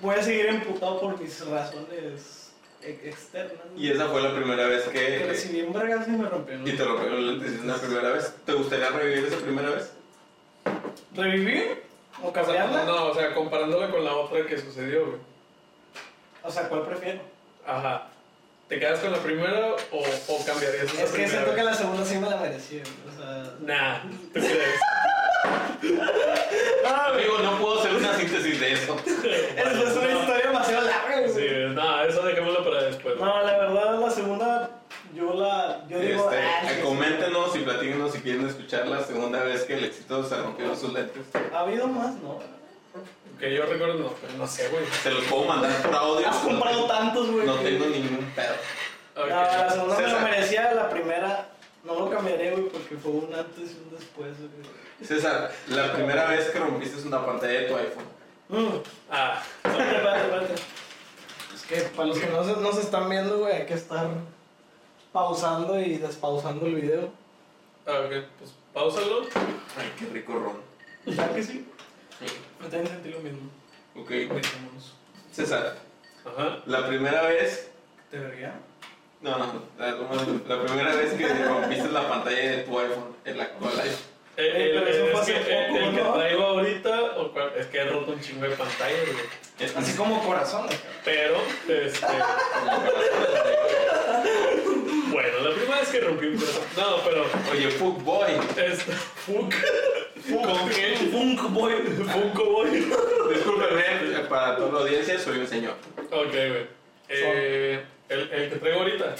[SPEAKER 1] Voy a seguir emputado por mis razones e- externas. güey.
[SPEAKER 3] Y esa fue la primera vez
[SPEAKER 1] Que
[SPEAKER 3] que...
[SPEAKER 1] recibí un vergazo y me rompieron.
[SPEAKER 3] Y te rompieron los lentes, es la primera vez. ¿Te gustaría revivir esa primera vez?
[SPEAKER 1] ¿Revivir? ¿O
[SPEAKER 2] O sea,
[SPEAKER 1] cambiarla?
[SPEAKER 2] No, o sea, comparándola con la otra que sucedió, güey.
[SPEAKER 1] O sea, ¿cuál prefiero?
[SPEAKER 2] Ajá. ¿Te quedas con la primera o, o cambiarías esa
[SPEAKER 1] Es que
[SPEAKER 2] primera
[SPEAKER 1] siento que
[SPEAKER 2] vez?
[SPEAKER 1] la segunda sí me la merecí, güey. o sea...
[SPEAKER 2] Nah, ¿tú crees?
[SPEAKER 3] Amigo, no puedo hacer una síntesis de eso.
[SPEAKER 1] Es, es una
[SPEAKER 2] No.
[SPEAKER 1] historia demasiado larga, güey.
[SPEAKER 2] Sí, no, eso dejémoslo para después.
[SPEAKER 1] No, la verdad, la segunda, yo la. Yo digo. ah, sí,
[SPEAKER 3] Este,
[SPEAKER 1] sí.
[SPEAKER 3] coméntenos y platíquenos si quieren escuchar la segunda vez que el éxito se rompieron sus lentes.
[SPEAKER 1] Ha habido más, ¿no?
[SPEAKER 2] Que yo recuerdo, no, pero no sé, güey.
[SPEAKER 3] Se los puedo mandar por audio.
[SPEAKER 1] Has comprado tantos, güey.
[SPEAKER 3] No tengo ningún pedo.
[SPEAKER 1] No,
[SPEAKER 2] Ok.
[SPEAKER 1] la segunda me lo
[SPEAKER 3] César.
[SPEAKER 1] merecía, la primera. No lo cambiaré, güey, porque fue un antes y un después, güey.
[SPEAKER 3] César, la primera vez que rompiste una pantalla de tu iPhone.
[SPEAKER 1] Mm.
[SPEAKER 2] Ah,
[SPEAKER 1] Espérate, espérate, espérate. Es que para los que no se, no se están viendo, güey, hay que estar pausando y despausando el video.
[SPEAKER 2] ok, pues pausalo.
[SPEAKER 3] Ay, qué rico ron.
[SPEAKER 1] ¿Verdad que sí? Me también sentí lo mismo.
[SPEAKER 3] Ok.
[SPEAKER 1] Vámonos.
[SPEAKER 3] César,
[SPEAKER 2] Ajá.
[SPEAKER 3] la primera vez
[SPEAKER 1] ¿Te vergué?
[SPEAKER 3] No, no, la, la primera vez que rompiste la pantalla de tu iPhone, el actual iPhone.
[SPEAKER 2] El, Eh, el,
[SPEAKER 1] Ey, pero eso
[SPEAKER 2] es
[SPEAKER 1] fue
[SPEAKER 2] que,
[SPEAKER 1] hace
[SPEAKER 2] el-
[SPEAKER 1] poco,
[SPEAKER 2] el que
[SPEAKER 1] ¿no?
[SPEAKER 2] traigo ahorita, o cuál- es que he roto un chingo de pantallas, güey.
[SPEAKER 1] Así como corazones, güey.
[SPEAKER 2] Pero, este. bueno, la primera vez que rompí un corazón. No, pero.
[SPEAKER 3] Oye, fuck boy.
[SPEAKER 2] Este. Funk. ¿Con qué? Funk boy. Funko boy.
[SPEAKER 3] Discúlpeme, eh, para toda la audiencia soy un señor.
[SPEAKER 2] Ok, güey. Eh, el, el que traigo ahorita.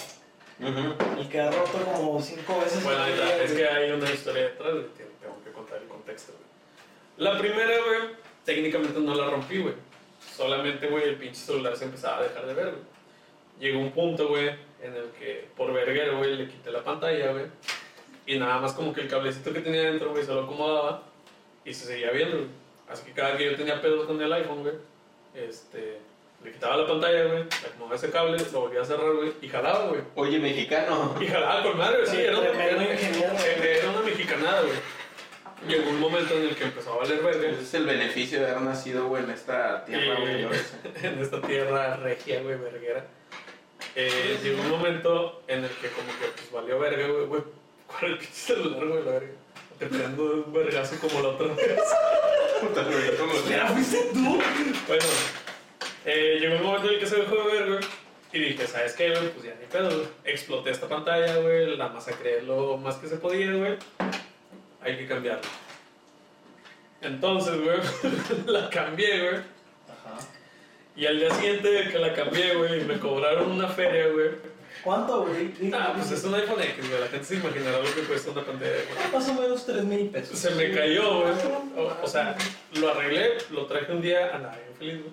[SPEAKER 1] El que ha roto como cinco veces.
[SPEAKER 2] Bueno, ahí
[SPEAKER 1] en la
[SPEAKER 2] está.
[SPEAKER 1] vida,
[SPEAKER 2] es
[SPEAKER 1] güey.
[SPEAKER 2] que hay una historia detrás, güey, que tengo que contar el contexto, güey. La primera, güey, técnicamente no la rompí, güey. Solamente, güey, el pinche celular se empezaba a dejar de ver, güey. Llegó un punto, güey, en el que por verguero, güey, le quité la pantalla, güey. Y nada más como que el cablecito que tenía dentro, güey, se lo acomodaba y se seguía viendo, güey. Así que cada que yo tenía pedos con el iPhone, güey, este, le quitaba la pantalla, güey, le acomodaba ese cable, lo volvía a cerrar, güey, y jalaba, güey.
[SPEAKER 3] Oye, mexicano.
[SPEAKER 2] Y jalaba ah, con madre, sí, era una,
[SPEAKER 1] Tremendo
[SPEAKER 2] era-
[SPEAKER 1] ingeniero.
[SPEAKER 2] era una mexicanada, güey. Llegó un momento en el que empezó a valer verga
[SPEAKER 3] Ese es Pues, el beneficio de haber nacido güey, en esta tierra
[SPEAKER 2] Sí.
[SPEAKER 3] gloriosa.
[SPEAKER 2] en esta tierra regia, güey, verguera. Eh, llegó un momento en el que como que pues valió verga, güey, güey, ¿cuál el pinche celular, güey, la verga? Te prendo de un vergazo como la otra vez.
[SPEAKER 3] Puta, güey, ¿cómo se
[SPEAKER 1] ¿Pero
[SPEAKER 3] llama?
[SPEAKER 1] fuiste tú?
[SPEAKER 2] Bueno, eh, llegó un momento en el que se dejó de ver, güey. Y dije, ¿sabes qué, güey? Pues ya ni pedo, güey. Exploté esta pantalla, güey. La masacré lo más que se podía, güey. Hay que cambiarla. Entonces, güey, la cambié, güey.
[SPEAKER 1] Ajá.
[SPEAKER 2] Y al día siguiente de que la cambié, güey, me cobraron una feria, güey.
[SPEAKER 1] ¿Cuánto, güey? Dime.
[SPEAKER 2] Ah, pues es un iPhone X, güey. La gente se imaginará lo que cuesta una pantalla de iPhone.
[SPEAKER 1] Más o menos tres mil pesos.
[SPEAKER 2] Se me cayó, güey. O, o sea, lo arreglé, lo traje un día a nadie feliz, güey.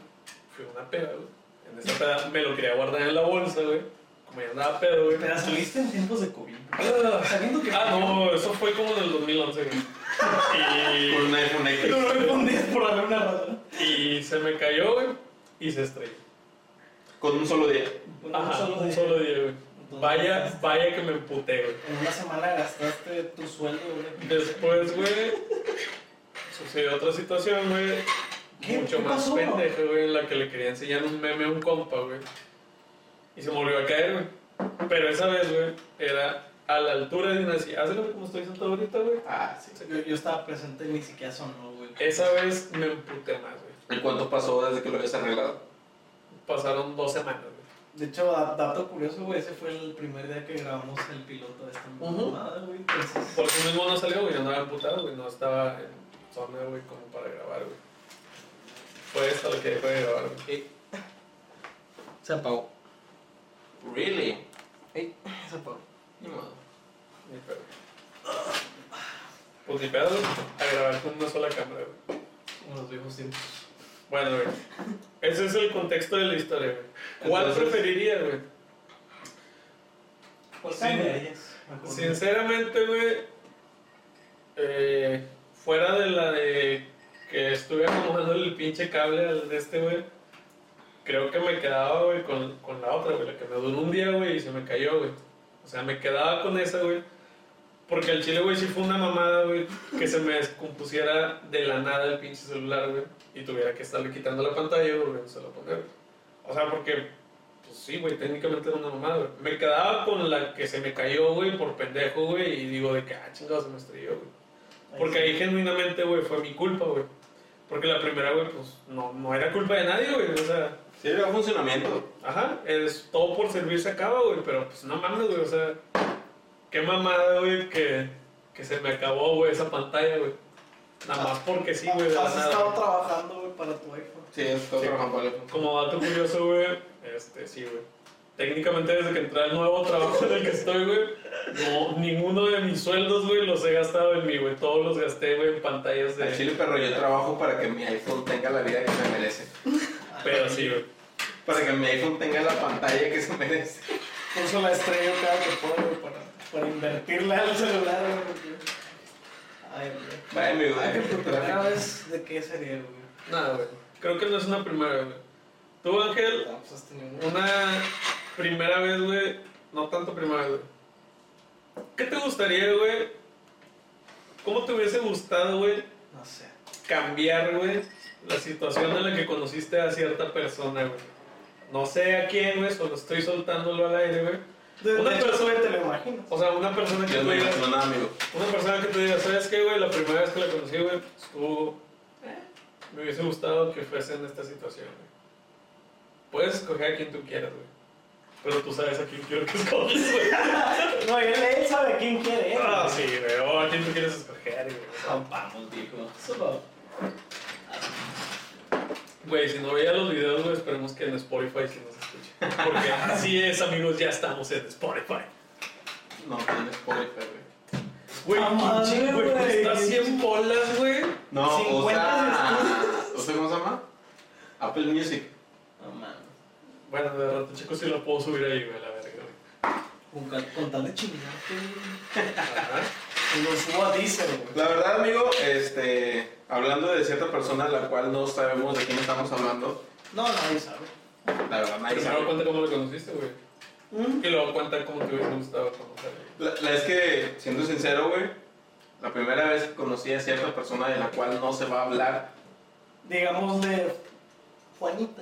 [SPEAKER 2] Fui a una peda, güey. En esa peda me lo quería guardar en la bolsa, güey. Como ya andaba pedo, güey.
[SPEAKER 1] Pero saliste en tiempos de COVID.
[SPEAKER 2] Ah,
[SPEAKER 1] Sabiendo que.
[SPEAKER 2] no, eso fue como en el 2011, sé, güey.
[SPEAKER 3] Con un iPhone
[SPEAKER 1] Y
[SPEAKER 3] X.
[SPEAKER 1] lo respondías por la luna rota.
[SPEAKER 2] Y, y se me cayó, güey, y se estrelló.
[SPEAKER 3] Con un solo día.
[SPEAKER 1] un
[SPEAKER 2] Ajá,
[SPEAKER 1] solo
[SPEAKER 2] un
[SPEAKER 1] día.
[SPEAKER 2] solo día, güey. Vaya, vaya que me emputé, güey.
[SPEAKER 1] En una semana gastaste tu sueldo, güey.
[SPEAKER 2] Después, güey, sucedió otra situación, güey.
[SPEAKER 1] ¿Qué?
[SPEAKER 2] Mucho
[SPEAKER 1] ¿Qué
[SPEAKER 2] más
[SPEAKER 1] pasó?
[SPEAKER 2] pendeja, güey, en la que le quería enseñar un meme a un compa, güey. Y se me volvió a caer, güey. Pero esa vez, güey, era a la altura de una silla. Hazlo güey, como estoy sentado ahorita, güey.
[SPEAKER 3] Ah, sí.
[SPEAKER 1] Yo, yo estaba presente y ni siquiera sonó, güey.
[SPEAKER 2] Esa vez me emputé más, güey.
[SPEAKER 3] ¿Y cuánto pasó desde que lo habías arreglado?
[SPEAKER 2] Pasaron dos semanas, güey.
[SPEAKER 1] De hecho, da- dato curioso, güey, ese fue el primer día que grabamos el piloto de esta
[SPEAKER 2] Ujú.
[SPEAKER 1] mamada, güey. Entonces,
[SPEAKER 2] Por eso mismo no salió, güey. Yo andaba emputado, güey. No estaba en zona, güey, como para grabar, güey. Fue esto lo que dejó de grabar, güey.
[SPEAKER 1] se apagó.
[SPEAKER 3] Really?
[SPEAKER 1] Ey, se apagó.
[SPEAKER 3] Ni modo.
[SPEAKER 2] Ni pedo. Pues ni pedo, a grabar con una sola cámara, güey.
[SPEAKER 1] Como los viejos tiempos.
[SPEAKER 2] Bueno, güey. Ese es el contexto de la historia, güey. ¿Cuál
[SPEAKER 3] Entonces-
[SPEAKER 2] preferirías, güey?
[SPEAKER 1] ¿Cuál de ellas? Me acuerdo.
[SPEAKER 2] Sinceramente, güey. eh, fuera de la de que estuve acomodando el pinche cable al de este, güey. Creo que me quedaba, güey, con, con la otra, güey. La que me duró un día, güey, y se me cayó, güey. O sea, me quedaba con esa, güey. Porque el chile, güey, sí fue una mamada, güey, que se me descompusiera de la nada el pinche celular, güey. Y tuviera que estarle quitando la pantalla y volviéndosela a poner. güey. O sea, porque, pues sí, güey, técnicamente era una mamada, güey. Me quedaba con la que se me cayó, güey, por pendejo, güey. Y digo de que, ah, chingado, se me estrelló, güey. Porque ahí genuinamente, güey, fue mi culpa, güey. Porque la primera, güey, pues no, no era culpa de nadie, güey. O sea,
[SPEAKER 3] Sí, era funcionamiento.
[SPEAKER 2] ajá, es todo por servirse acaba, güey. Pero pues no mames, güey. O sea, qué mamada, güey, que, que se me acabó, güey, esa pantalla, güey. Nada más porque sí, güey. de la
[SPEAKER 1] Has
[SPEAKER 2] nada,
[SPEAKER 1] estado
[SPEAKER 2] güey.
[SPEAKER 1] trabajando, güey, para tu iPhone.
[SPEAKER 3] Sí, es todo
[SPEAKER 2] Sí.
[SPEAKER 3] trabajando al iPhone.
[SPEAKER 2] Como dato curioso, güey, este, sí, güey. Técnicamente desde que entré al nuevo trabajo en el que estoy, güey, no, ninguno de mis sueldos, güey, los he gastado en mí, güey. Todos los gasté, güey, en pantallas
[SPEAKER 3] Al
[SPEAKER 2] de...
[SPEAKER 3] chile, perro, yo trabajo para que mi iPhone tenga la vida que se merece.
[SPEAKER 2] Pero sí, güey.
[SPEAKER 3] Para que mi iPhone tenga la pantalla que se merece.
[SPEAKER 1] Por eso la estrello cada que puedo, güey, para, para invertirla al celular, güey. porque- Ay, güey.
[SPEAKER 3] Vaya, mi
[SPEAKER 1] Ay, que por primera
[SPEAKER 3] vida.
[SPEAKER 1] vez, ¿de qué sería, güey?
[SPEAKER 2] Nada, güey. Creo que no es una primera vez, güey. Tú, Ángel,
[SPEAKER 1] Ah, pues has tenido mucho.
[SPEAKER 2] una primera vez, güey, no tanto primera vez, güey. ¿Qué te gustaría, güey? ¿Cómo te hubiese gustado, güey,
[SPEAKER 1] No sé.
[SPEAKER 2] cambiar, güey, la situación en la que conociste a cierta persona, güey. No sé a quién, güey, solo estoy soltándolo al aire, güey.
[SPEAKER 1] De,
[SPEAKER 2] Una
[SPEAKER 1] de hecho,
[SPEAKER 2] persona-
[SPEAKER 1] güey, te lo imagino.
[SPEAKER 2] O sea, una persona que
[SPEAKER 3] Yo
[SPEAKER 2] tú
[SPEAKER 3] no
[SPEAKER 2] digas,
[SPEAKER 3] imagino nada, amigo.
[SPEAKER 2] una persona que te diga, ¿sabes qué, güey? La primera vez que la conocí, güey, estuvo... eh, Me hubiese gustado que fuese en esta situación, güey. Puedes escoger a quien tú quieras, güey. Pero tú sabes a quién quiero que escoges, güey.
[SPEAKER 1] No, él, él sabe a quién quiere, eh,
[SPEAKER 2] Ah,
[SPEAKER 1] güey.
[SPEAKER 2] sí, güey. O a quién tú quieres escoger, güey. O sea,
[SPEAKER 1] Vamos, viejo. Solo.
[SPEAKER 2] Güey, si no veía los videos, güey, esperemos que en Spotify se nos escuche. Porque así es, amigos, ya estamos en Spotify.
[SPEAKER 3] No, con Spotify, güey.
[SPEAKER 2] Güey,
[SPEAKER 1] Ah, madre,
[SPEAKER 2] pinche, güey,
[SPEAKER 1] güey.
[SPEAKER 2] cuesta 100 bolas, güey.
[SPEAKER 3] No,
[SPEAKER 1] 50
[SPEAKER 3] usa. ¿Usa cómo se llama? Apple Music.
[SPEAKER 1] No mames.
[SPEAKER 2] Bueno, de rato, chicos, sí lo puedo subir ahí, güey, la verga, güey.
[SPEAKER 1] Con, cal- con tal de chingarte, güey.
[SPEAKER 2] Ajá.
[SPEAKER 1] Lo subo a Diesel, güey.
[SPEAKER 3] La verdad, amigo, este, hablando de cierta persona la cual no sabemos de quién estamos hablando,
[SPEAKER 1] No, nadie sabe.
[SPEAKER 3] la verdad nadie
[SPEAKER 2] Primero
[SPEAKER 3] sabe.
[SPEAKER 2] cuenta cómo lo conociste, güey.
[SPEAKER 1] ¿Mm?
[SPEAKER 2] Y luego cuenta cómo te hubiese gustado conocerlo.
[SPEAKER 3] La, la es que, siendo sincero, güey, la primera vez que conocí a cierta persona de la cual no se va a hablar,
[SPEAKER 1] Digamos de Juanita.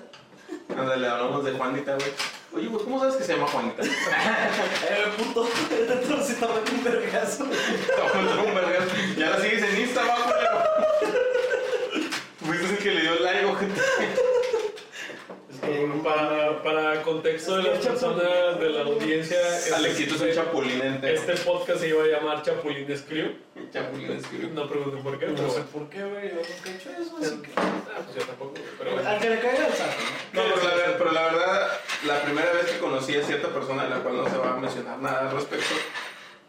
[SPEAKER 3] cuando le hablamos de Juanita, güey. Oye, pues, ¿cómo sabes que se llama Juanita?
[SPEAKER 1] Eh, puto. Entonces está metiendo un vergazo.
[SPEAKER 3] Te voy a meter un vergazo. ya la sigues en Insta, va, culero. Fuiste el que le dio like, güey.
[SPEAKER 1] Es
[SPEAKER 2] Para, para contexto de las personas de la audiencia,
[SPEAKER 3] Alexito es un chapulín entero.
[SPEAKER 2] este podcast se iba a llamar Chapulín Crew.
[SPEAKER 3] Chapulín escribe.
[SPEAKER 2] No pregunto por qué, pero
[SPEAKER 1] No sé
[SPEAKER 2] bueno.
[SPEAKER 1] por qué, güey. Yo nunca he hecho eso, así que.
[SPEAKER 2] Ah, pues yo tampoco, güey, pero bueno.
[SPEAKER 1] Al que le caiga el saco, ¿no?
[SPEAKER 3] No, pero la, ver- pero la verdad, la primera vez que conocí a cierta persona de la cual no se va a mencionar nada al respecto,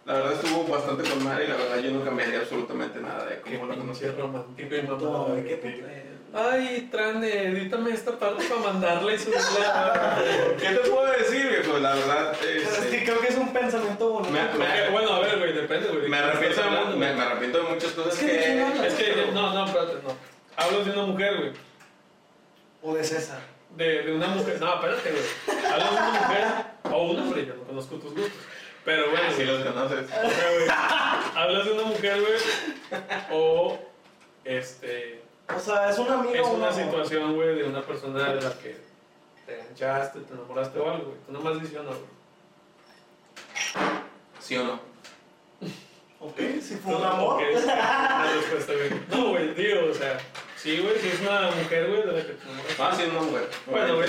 [SPEAKER 3] la verdad estuvo bastante con madre y la verdad yo no cambiaría absolutamente nada de
[SPEAKER 2] Qué
[SPEAKER 3] cómo la conocí.
[SPEAKER 2] pinche romántico y mamada,
[SPEAKER 1] No,
[SPEAKER 2] güey.
[SPEAKER 1] güey, qué puto eres.
[SPEAKER 2] Ay, Tran, edítame esta parte para mandarla y subirla.
[SPEAKER 3] ¿Qué te puedo decir, viejo? La verdad,
[SPEAKER 1] Pero es
[SPEAKER 3] este,
[SPEAKER 1] que creo que es un pensamiento bonito.
[SPEAKER 3] Me-
[SPEAKER 2] Ok, bueno, a ver, güey, Depende, güey.
[SPEAKER 3] Me
[SPEAKER 2] ¿Qué
[SPEAKER 3] arrepiento,
[SPEAKER 2] estás
[SPEAKER 3] de, mu-
[SPEAKER 2] hablando,
[SPEAKER 3] me,
[SPEAKER 2] güey?
[SPEAKER 3] me arrepiento de muchas cosas
[SPEAKER 1] Es que
[SPEAKER 3] que...
[SPEAKER 1] de quién hablas.
[SPEAKER 2] Es que, no, no, espérate, no. Hablo de una mujer, güey.
[SPEAKER 1] O de César.
[SPEAKER 2] De, de una mujer. No, espérate, güey. Hablo de una mujer o un hombre, yo no conozco tus gustos. Pero bueno,
[SPEAKER 3] Si
[SPEAKER 2] güey.
[SPEAKER 3] Ah, los conoces.
[SPEAKER 2] Hablas de una mujer, güey. O, este.
[SPEAKER 1] O sea, es un amigo.
[SPEAKER 2] Es
[SPEAKER 1] o
[SPEAKER 2] una
[SPEAKER 1] no?
[SPEAKER 2] situación, güey, de una persona de la que te enganchaste, te enamoraste o algo, güey. Tú nomás dices, no, güey.
[SPEAKER 3] ¿Sí o no?
[SPEAKER 1] Ok, si fue un
[SPEAKER 2] No,
[SPEAKER 1] amor.
[SPEAKER 2] porque es la respuesta, güey. No, güey, digo, o sea, sí, güey, si es una mujer, güey, de la que te enamoras.
[SPEAKER 3] No, sí o no, güey.
[SPEAKER 2] Ah, Bueno, güey.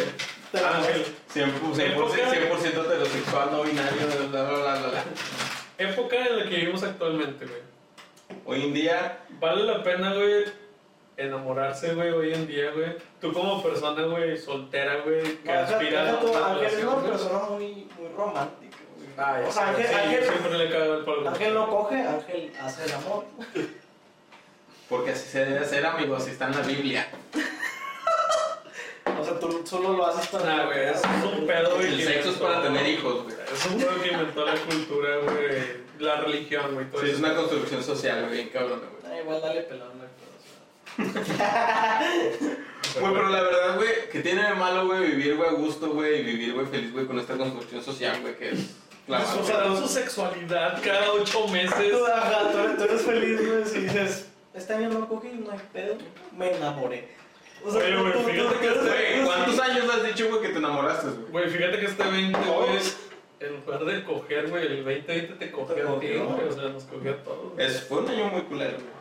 [SPEAKER 1] Te la
[SPEAKER 2] Ah,
[SPEAKER 1] comes.
[SPEAKER 2] sí.
[SPEAKER 3] 100%, 100% heterosexual, no binario, bla, bla, bla, bla, bla.
[SPEAKER 2] Época en la que vivimos actualmente, güey.
[SPEAKER 3] Hoy en día,
[SPEAKER 2] Vale la pena, güey, enamorarse, güey, hoy en día, güey. Tú como persona, güey, soltera, güey, que
[SPEAKER 1] No, deja-
[SPEAKER 2] aspira
[SPEAKER 1] deja tú,
[SPEAKER 2] una
[SPEAKER 1] Ángel es
[SPEAKER 2] relación,
[SPEAKER 1] una
[SPEAKER 2] güey.
[SPEAKER 1] persona muy, muy romántica. güey.
[SPEAKER 2] Ay,
[SPEAKER 1] o sea,
[SPEAKER 2] sí,
[SPEAKER 1] Ángel,
[SPEAKER 2] sí,
[SPEAKER 1] Ángel-
[SPEAKER 2] siempre le cago el palo.
[SPEAKER 1] Ángel no coge, Ángel hace el amor.
[SPEAKER 3] porque así se debe hacer, amigos, si está en la Biblia.
[SPEAKER 1] O sea, tú solo lo haces para.
[SPEAKER 2] Nah, güey, es un pedo, güey.
[SPEAKER 3] El
[SPEAKER 2] que
[SPEAKER 3] sexo es
[SPEAKER 2] inventó-
[SPEAKER 3] para tener hijos, güey.
[SPEAKER 2] Es un pedo que inventó la cultura, güey, la religión, güey, todo
[SPEAKER 3] Sí, es
[SPEAKER 2] eso.
[SPEAKER 3] una construcción social, güey, bien cabrón, güey.
[SPEAKER 1] Ah, igual dale pelón, güey. pero, o sea,
[SPEAKER 3] Güey, pero la verdad, güey, que tiene de malo, güey, vivir, güey, a gusto, güey, y vivir, güey, feliz, güey, con esta construcción social, güey, que es la
[SPEAKER 2] Pues, O
[SPEAKER 3] madre.
[SPEAKER 2] sea, dan su sexualidad cada ocho meses.
[SPEAKER 1] Tú, ajá, tú, eres- tú eres feliz, güey, si dices, este año no cogí, no hay pedo, me enamoré. O
[SPEAKER 2] Oye,
[SPEAKER 1] tú-
[SPEAKER 2] güey,
[SPEAKER 1] tú-
[SPEAKER 2] fíjate
[SPEAKER 1] tú-
[SPEAKER 2] que
[SPEAKER 1] tú-
[SPEAKER 2] este-
[SPEAKER 3] Güey, ¿cuántos años has dicho, güey, que te enamoraste, güey?
[SPEAKER 2] Güey, fíjate que este 20, güey, en lugar de coger, güey, el 2020 te cogió a ti,
[SPEAKER 1] cogió.
[SPEAKER 2] güey, o sea, nos cogió a todos. güey.
[SPEAKER 3] Es, fue un año muy culero, güey.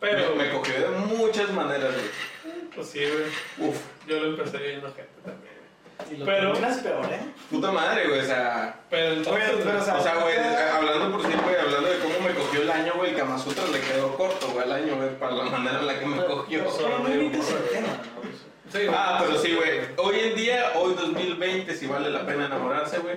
[SPEAKER 2] Pero,
[SPEAKER 3] Eh, me, me cogió de muchas maneras, güey.
[SPEAKER 2] pues sí, güey,
[SPEAKER 3] Uf,
[SPEAKER 2] yo lo empecé viendo gente también. güey.
[SPEAKER 1] Y lo
[SPEAKER 2] Pero-
[SPEAKER 1] terminas peor, ¿eh?
[SPEAKER 3] puta madre, güey, o sea...
[SPEAKER 2] Pero entonces,
[SPEAKER 1] Oye, pero, o sea,
[SPEAKER 3] O sea, güey, eh, hablando por sí, güey, hablando de cómo me cogió el año, güey, el Kama Sutra le quedó corto, güey, el año, güey, para la manera en la que me cogió.
[SPEAKER 1] Pero, pero no limites el tema, ¿no?
[SPEAKER 2] sí, güey.
[SPEAKER 3] Ah, pero sí, güey. Hoy en día, hoy 2020, si vale la pena enamorarse, güey.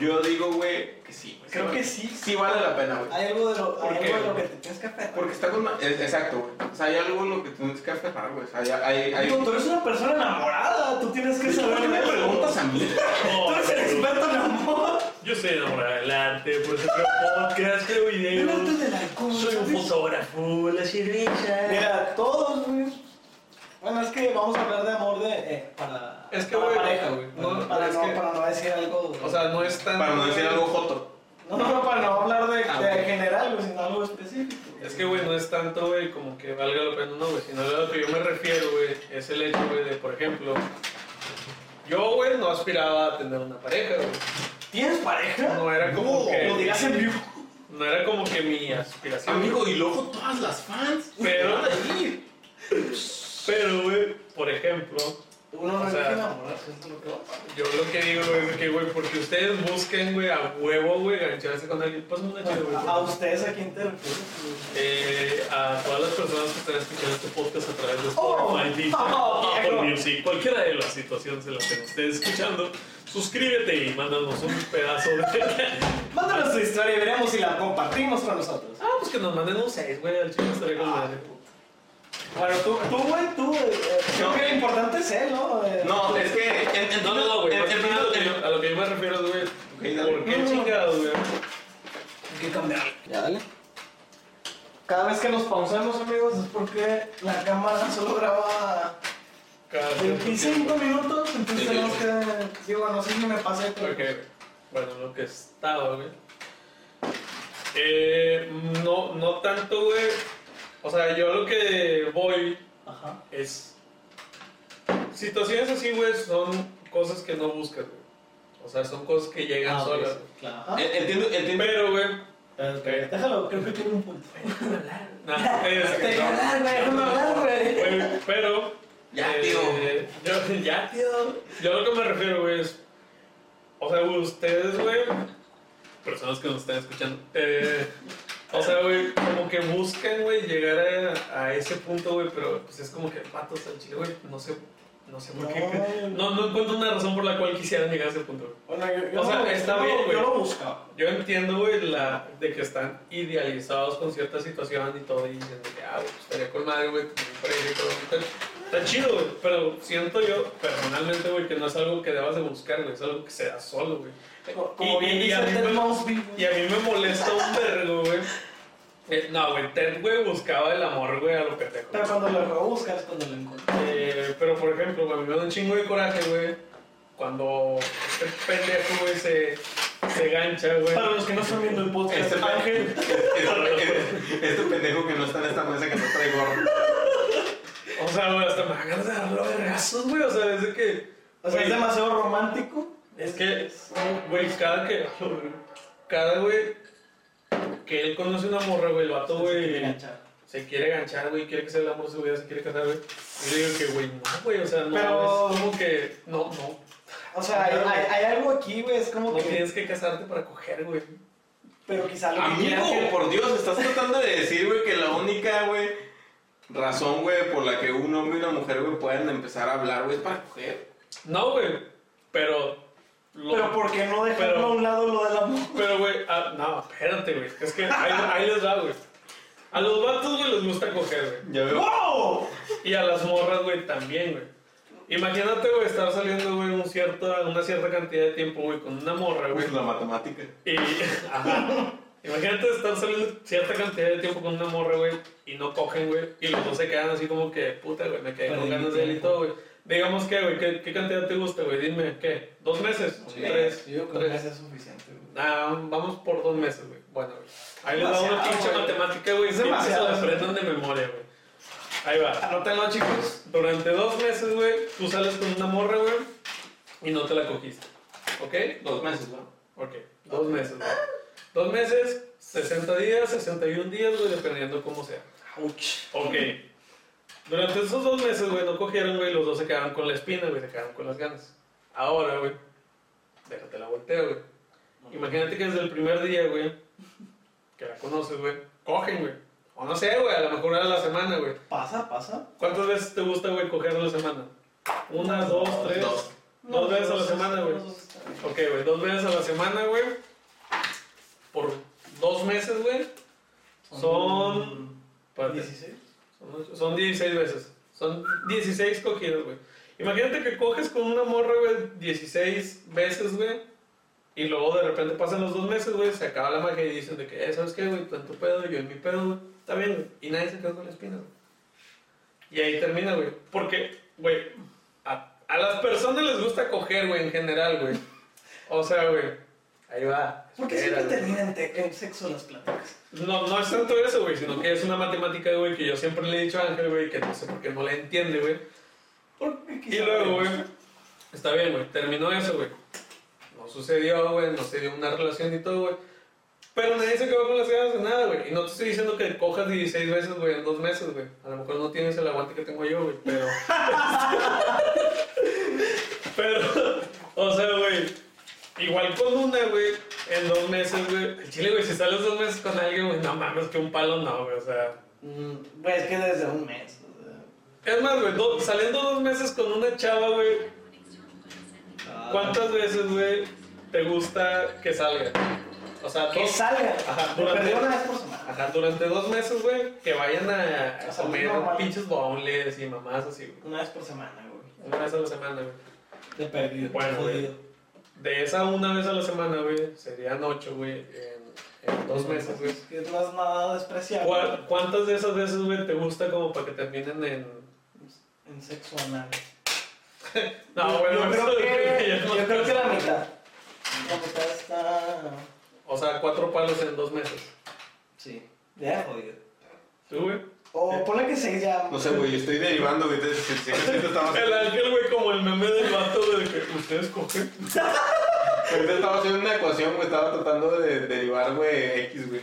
[SPEAKER 3] Yo digo, güey, que sí, güey.
[SPEAKER 1] Creo
[SPEAKER 3] vale-
[SPEAKER 1] que sí.
[SPEAKER 3] Sí vale la pena, güey.
[SPEAKER 1] Hay algo de lo,
[SPEAKER 2] ¿Por
[SPEAKER 1] hay
[SPEAKER 2] qué?
[SPEAKER 1] algo de lo que te tienes que aferrar.
[SPEAKER 3] Porque está con... ma- es- Exacto, güey. O sea, hay algo en lo que tienes que aferrar, güey. O sea, ya- hay... hay...
[SPEAKER 1] Tú, tú eres una persona enamorada, tú tienes que
[SPEAKER 3] ¿Por
[SPEAKER 1] saber
[SPEAKER 3] qué me
[SPEAKER 1] eso.
[SPEAKER 3] preguntas a mí?
[SPEAKER 2] No,
[SPEAKER 1] Tú eres el
[SPEAKER 2] güey.
[SPEAKER 1] experto en amor.
[SPEAKER 2] Yo soy enamorado del arte, por eso creo podcast, creo
[SPEAKER 1] El arte
[SPEAKER 2] videos.
[SPEAKER 1] del alcohol.
[SPEAKER 2] Soy un
[SPEAKER 1] ¿sabes?
[SPEAKER 2] fotógrafo, la cerveza.
[SPEAKER 1] Mira, todos, güey. Bueno, es que vamos a hablar de amor de, eh, para,
[SPEAKER 2] Es que,
[SPEAKER 1] para
[SPEAKER 2] güey,
[SPEAKER 1] pareja, güey.
[SPEAKER 2] no,
[SPEAKER 1] para,
[SPEAKER 2] es
[SPEAKER 1] no,
[SPEAKER 2] que-
[SPEAKER 1] para no decir algo.
[SPEAKER 2] O sea, no es tan.
[SPEAKER 3] Para no decir algo joto.
[SPEAKER 1] No, no, no, para no hablar de,
[SPEAKER 3] Ah,
[SPEAKER 1] de
[SPEAKER 3] ok.
[SPEAKER 1] general, güey, sino algo específico.
[SPEAKER 2] Es que, güey, no es tanto, güey, como que valga la pena, no, güey. Sino a lo que yo me refiero, güey, es el hecho, güey, de, por ejemplo, yo, güey, no aspiraba a tener una pareja, güey.
[SPEAKER 1] ¿Tienes pareja?
[SPEAKER 2] No era como
[SPEAKER 3] No,
[SPEAKER 2] que.
[SPEAKER 1] Lo dirás en vivo.
[SPEAKER 2] No era como que mi aspiración.
[SPEAKER 3] Amigo, y luego todas las fans.
[SPEAKER 2] Pero-
[SPEAKER 3] Van a ir.
[SPEAKER 2] Pero, güey, por ejemplo,
[SPEAKER 1] Uno no
[SPEAKER 2] O
[SPEAKER 1] es
[SPEAKER 2] sea,
[SPEAKER 1] que enamorarse, es lo que va a pasar.
[SPEAKER 2] yo lo que digo, güey, es que, güey, porque ustedes busquen, güey, a huevo, güey, gancharse con alguien, pues no chido, güey.
[SPEAKER 1] A- ¿A ustedes a quién te refieres? güey?
[SPEAKER 2] Eh, a todas las personas que están escuchando este podcast a través de
[SPEAKER 1] Oh,
[SPEAKER 2] Spotify, Deezer,
[SPEAKER 1] oh,
[SPEAKER 2] Apple
[SPEAKER 1] viejo.
[SPEAKER 2] Music, cualquiera de las situaciones en las que nos estés escuchando, suscríbete y mándanos un pedazo de. ah,
[SPEAKER 1] Mándanos tu historia y veremos si la compartimos con nosotros.
[SPEAKER 2] pues que nos manden un 6, güey, al chico estaría con madre.
[SPEAKER 1] Bueno, tú, tú, güey, tú. eh, eh, creo
[SPEAKER 3] No.
[SPEAKER 1] que lo importante es él, ¿no? Eh,
[SPEAKER 3] No, es que... en- en-
[SPEAKER 2] Ah, No, no, no, güey,
[SPEAKER 3] en-
[SPEAKER 2] más que
[SPEAKER 3] en-
[SPEAKER 2] nada a lo que yo- a lo que yo me refiero, es, güey,
[SPEAKER 3] dale.
[SPEAKER 2] ¿por qué chingados, güey?
[SPEAKER 1] Hay que cambiar. Ya, dale. Cada vez que nos pausamos, amigos, es porque la cámara solo graba
[SPEAKER 2] Cada cierto
[SPEAKER 1] 25
[SPEAKER 2] tiempo.
[SPEAKER 1] minutos, entonces
[SPEAKER 3] Sí, sí,
[SPEAKER 1] tenemos que... Digo, no sé si me pasé, pero...
[SPEAKER 2] Ok, bueno, lo que estaba, güey. Eh, no, no tanto, güey. O sea, yo lo que voy
[SPEAKER 1] Ajá.
[SPEAKER 2] es. Situaciones así, güey, son cosas que no buscas, güey. O sea, son cosas que llegan
[SPEAKER 1] Ah, ok,
[SPEAKER 2] solas.
[SPEAKER 1] sí, Claro.
[SPEAKER 3] en- Entiendo,
[SPEAKER 2] güey.
[SPEAKER 3] entiendo.
[SPEAKER 2] Pero, güey.
[SPEAKER 1] Pero, pero, Déjalo, creo que tiene un punto.
[SPEAKER 2] nah, es que no.
[SPEAKER 1] Déjame Este, hablar, güey, déjame hablar, güey.
[SPEAKER 2] Güey, Pero.
[SPEAKER 3] Ya,
[SPEAKER 2] eh,
[SPEAKER 3] tío.
[SPEAKER 2] yo- ya, tío. Yo a lo que me refiero, güey, es. O sea, güey, ustedes, güey. Personas que nos están escuchando. eh, o sea, güey, como que buscan, güey, llegar a, a ese punto, güey. Pero pues es como que patos al chile, güey. No sé No sé por qué. No, no encuentro una razón por la cual quisieran llegar a ese punto.
[SPEAKER 1] Bueno, yo, yo
[SPEAKER 2] O sea,
[SPEAKER 1] lo-
[SPEAKER 2] está
[SPEAKER 1] yo lo-
[SPEAKER 2] bien, güey.
[SPEAKER 1] Yo lo buscaba.
[SPEAKER 2] Yo entiendo, güey, la, de que están idealizados con cierta situación y todo, y dicen de que, ah, güey, estaría con madre, güey, tener un proyecto y todo. Está, está chido, güey, pero siento yo, personalmente, güey, que no es algo que debas de buscar, güey, es algo que se da solo, güey.
[SPEAKER 1] Co-
[SPEAKER 2] Y-
[SPEAKER 1] Como bien
[SPEAKER 2] y- y
[SPEAKER 1] dice
[SPEAKER 2] a mí
[SPEAKER 1] Ted
[SPEAKER 2] me-
[SPEAKER 1] Mosby,
[SPEAKER 2] Y
[SPEAKER 1] güey.
[SPEAKER 2] a mí me molesta un vergo, güey. Eh, no, güey, Ted, güey, buscaba el amor, güey, a lo pendejo.
[SPEAKER 1] Pero cuando lo rebuscas, es cuando lo encuentras.
[SPEAKER 2] Eh, pero por ejemplo, güey, a mí me da un chingo de coraje, güey. Cuando este pendejo, güey, se, se gancha, güey.
[SPEAKER 1] Para los que no están viendo el podcast,
[SPEAKER 3] Este pe-
[SPEAKER 1] Ángel,
[SPEAKER 3] Este, este pendejo que no está en esta mesa que no trae gorro.
[SPEAKER 2] O sea, güey, hasta me van ganas de darlo de regazos, güey. O sea, desde que.
[SPEAKER 1] o sea,
[SPEAKER 2] güey,
[SPEAKER 1] es demasiado romántico.
[SPEAKER 2] es que, güey, cada que. Cada, güey, que él conoce una morra, güey, el vato, güey, se quiere ganchar, güey, quiere que sea el amor de su vida, se quiere casar, güey. Y le digo que, güey, no, güey, o sea, no.
[SPEAKER 1] Pero-
[SPEAKER 2] Es como que. No, no.
[SPEAKER 1] O sea, hay, hay- hay algo aquí, güey, es como
[SPEAKER 2] No
[SPEAKER 1] que...
[SPEAKER 2] tienes que casarte para coger, güey.
[SPEAKER 1] Pero quizá lo que quieras
[SPEAKER 3] Amigo,
[SPEAKER 1] que-
[SPEAKER 3] por Dios, estás tratando de decir, güey, que la única, güey, razón, güey, por la que un hombre y una mujer, güey, puedan empezar a hablar, güey, es para coger.
[SPEAKER 2] No, güey, pero. lo-
[SPEAKER 1] Pero ¿por qué no dejarlo
[SPEAKER 2] Pero-
[SPEAKER 1] a un lado lo del amor?
[SPEAKER 2] Pero, güey, ah, no, espérate, güey. Es que ahí, ahí les va, güey. A los vatos, güey, les gusta coger, güey.
[SPEAKER 3] Ya veo.
[SPEAKER 1] ¡Wow!
[SPEAKER 2] Y a las morras, güey, también, güey. Imagínate, güey, estar saliendo, güey, un cierto, una cierta cantidad de tiempo, güey, con una morra, güey.
[SPEAKER 3] Güey, la matemática.
[SPEAKER 2] Y. Ajá. Imagínate estar saliendo cierta cantidad de tiempo con una morra, güey, y no cogen, güey. Y los dos se quedan así como que, puta, güey, me quedé con
[SPEAKER 1] Perdí
[SPEAKER 2] ganas
[SPEAKER 1] mi
[SPEAKER 2] de él y
[SPEAKER 1] tiempo.
[SPEAKER 2] todo, güey. Digamos que, güey, ¿qué, ¿qué cantidad te gusta, güey? Dime, ¿qué? ¿Dos meses?
[SPEAKER 1] Eh,
[SPEAKER 2] ¿Tres?
[SPEAKER 1] Yo creo que
[SPEAKER 2] ¿Tres?
[SPEAKER 1] ese es suficiente, güey.
[SPEAKER 2] Ah, vamos por dos meses, güey. Bueno, güey. Ahí les da una
[SPEAKER 1] Demasiado,
[SPEAKER 2] pinche
[SPEAKER 1] güey.
[SPEAKER 2] matemática, güey.
[SPEAKER 1] Es
[SPEAKER 2] que se
[SPEAKER 1] demasiado,
[SPEAKER 2] la
[SPEAKER 1] güey.
[SPEAKER 2] aprendan de memoria, güey. Ahí va.
[SPEAKER 1] Anótenlo, chicos.
[SPEAKER 2] Durante dos meses, güey, tú sales con una morra, güey, y no te la cogiste. ¿Ok?
[SPEAKER 3] Dos meses, ¿no?
[SPEAKER 2] Ok. Dos meses, güey. Dos meses, 60 días, 61 días, güey, dependiendo cómo sea.
[SPEAKER 1] Ouch.
[SPEAKER 2] Ok. Durante esos dos meses, güey, no cogieron, güey, los dos se quedaron con la espina, güey, se quedaron con las ganas. Ahora, güey, déjate la volteo, güey. Imagínate que desde el primer día, güey, que la conoces, güey, cogen, güey. O no sé, güey, a lo mejor a la semana, güey.
[SPEAKER 1] ¿Pasa? ¿Pasa?
[SPEAKER 2] ¿Cuántas veces te gusta, güey, coger a la semana? Una, dos, tres.
[SPEAKER 3] Dos.
[SPEAKER 2] Dos veces a la semana, güey.
[SPEAKER 1] dos veces a la semana.
[SPEAKER 2] Ok, güey, dos veces a la semana, güey. Por dos meses, güey. Son. espérate,
[SPEAKER 1] 16.
[SPEAKER 2] son ocho- Son 16 veces. Son 16 cogidas, güey. Imagínate que coges con una morra, güey, 16 veces, güey. Y luego de repente pasan los dos meses, güey, se acaba la magia y dicen de que, eh, ¿sabes qué, güey? Tú en tu pedo, yo en mi pedo, güey. Está bien, güey. Y nadie se quedó con la espina, güey. Y ahí termina, güey. Porque, güey, a, a las personas les gusta coger, güey, en general, güey. O sea, güey, ahí va.
[SPEAKER 1] ¿Por qué
[SPEAKER 2] Espera,
[SPEAKER 1] siempre
[SPEAKER 2] güey.
[SPEAKER 1] terminan en, te- en sexo las pláticas?
[SPEAKER 2] No, no es tanto eso, güey, sino que es una matemática, güey, que yo siempre le he dicho a Ángel, güey, que no sé por qué no la entiende, güey.
[SPEAKER 1] Porque
[SPEAKER 2] Y
[SPEAKER 1] quizá-
[SPEAKER 2] luego, güey, está bien, güey, terminó eso, güey. No sucedió, güey, no se dio una relación y todo, güey. Pero nadie se quedó con las ganas de nada, güey. Y no te estoy diciendo que cojas 16 veces, güey, en dos meses, güey. A lo mejor no tienes el aguante que tengo yo, güey, pero... pero, o sea, güey... Igual con una, güey, en dos meses, güey. El chile, güey, si sales dos meses con alguien, güey, no mames, que un palo no, güey, o sea.
[SPEAKER 1] Mm, Güey, es que desde un mes. o sea.
[SPEAKER 2] Es más, güey, do- saliendo dos meses con una chava, güey, ¿Cuántas veces, güey, te gusta que salga? O sea,
[SPEAKER 1] Que
[SPEAKER 2] dos-
[SPEAKER 1] salga.
[SPEAKER 2] Ajá,
[SPEAKER 1] Lo
[SPEAKER 2] durante-
[SPEAKER 1] perdí una vez por semana.
[SPEAKER 2] ajá, durante dos meses, güey, que vayan a, a
[SPEAKER 1] O sea,
[SPEAKER 2] comer
[SPEAKER 1] normal.
[SPEAKER 2] pinches boneless y mamás así, güey.
[SPEAKER 1] Una vez por semana, güey.
[SPEAKER 2] Una vez a la semana, güey.
[SPEAKER 1] De perdido.
[SPEAKER 2] Bueno, güey. De esa una vez a la semana, güey, serían ocho, güey, en, en dos meses, güey.
[SPEAKER 1] Que no es nada despreciable.
[SPEAKER 2] ¿Cuá- ¿Cuántas de esas veces, güey, te gusta como para que terminen en...
[SPEAKER 1] En sexo anal.
[SPEAKER 2] No, güey,
[SPEAKER 1] yo,
[SPEAKER 2] no,
[SPEAKER 1] creo
[SPEAKER 2] eso-
[SPEAKER 1] que,
[SPEAKER 2] no-
[SPEAKER 1] yo creo que la mitad. La mitad está.
[SPEAKER 2] O sea, cuatro palos en dos meses.
[SPEAKER 1] Sí. Ya jodido.
[SPEAKER 2] ¿Tú, güey?
[SPEAKER 1] O ponle que seis ya.
[SPEAKER 3] No sé, güey, yo estoy derivando, güey. entonces, Si, si, si ahorita
[SPEAKER 1] Ah,
[SPEAKER 3] estamos-
[SPEAKER 2] El ángel, güey, como el meme del vato de que ustedes cogen.
[SPEAKER 3] ahorita estaba haciendo una ecuación, güey, estaba tratando de derivar, güey, X, güey.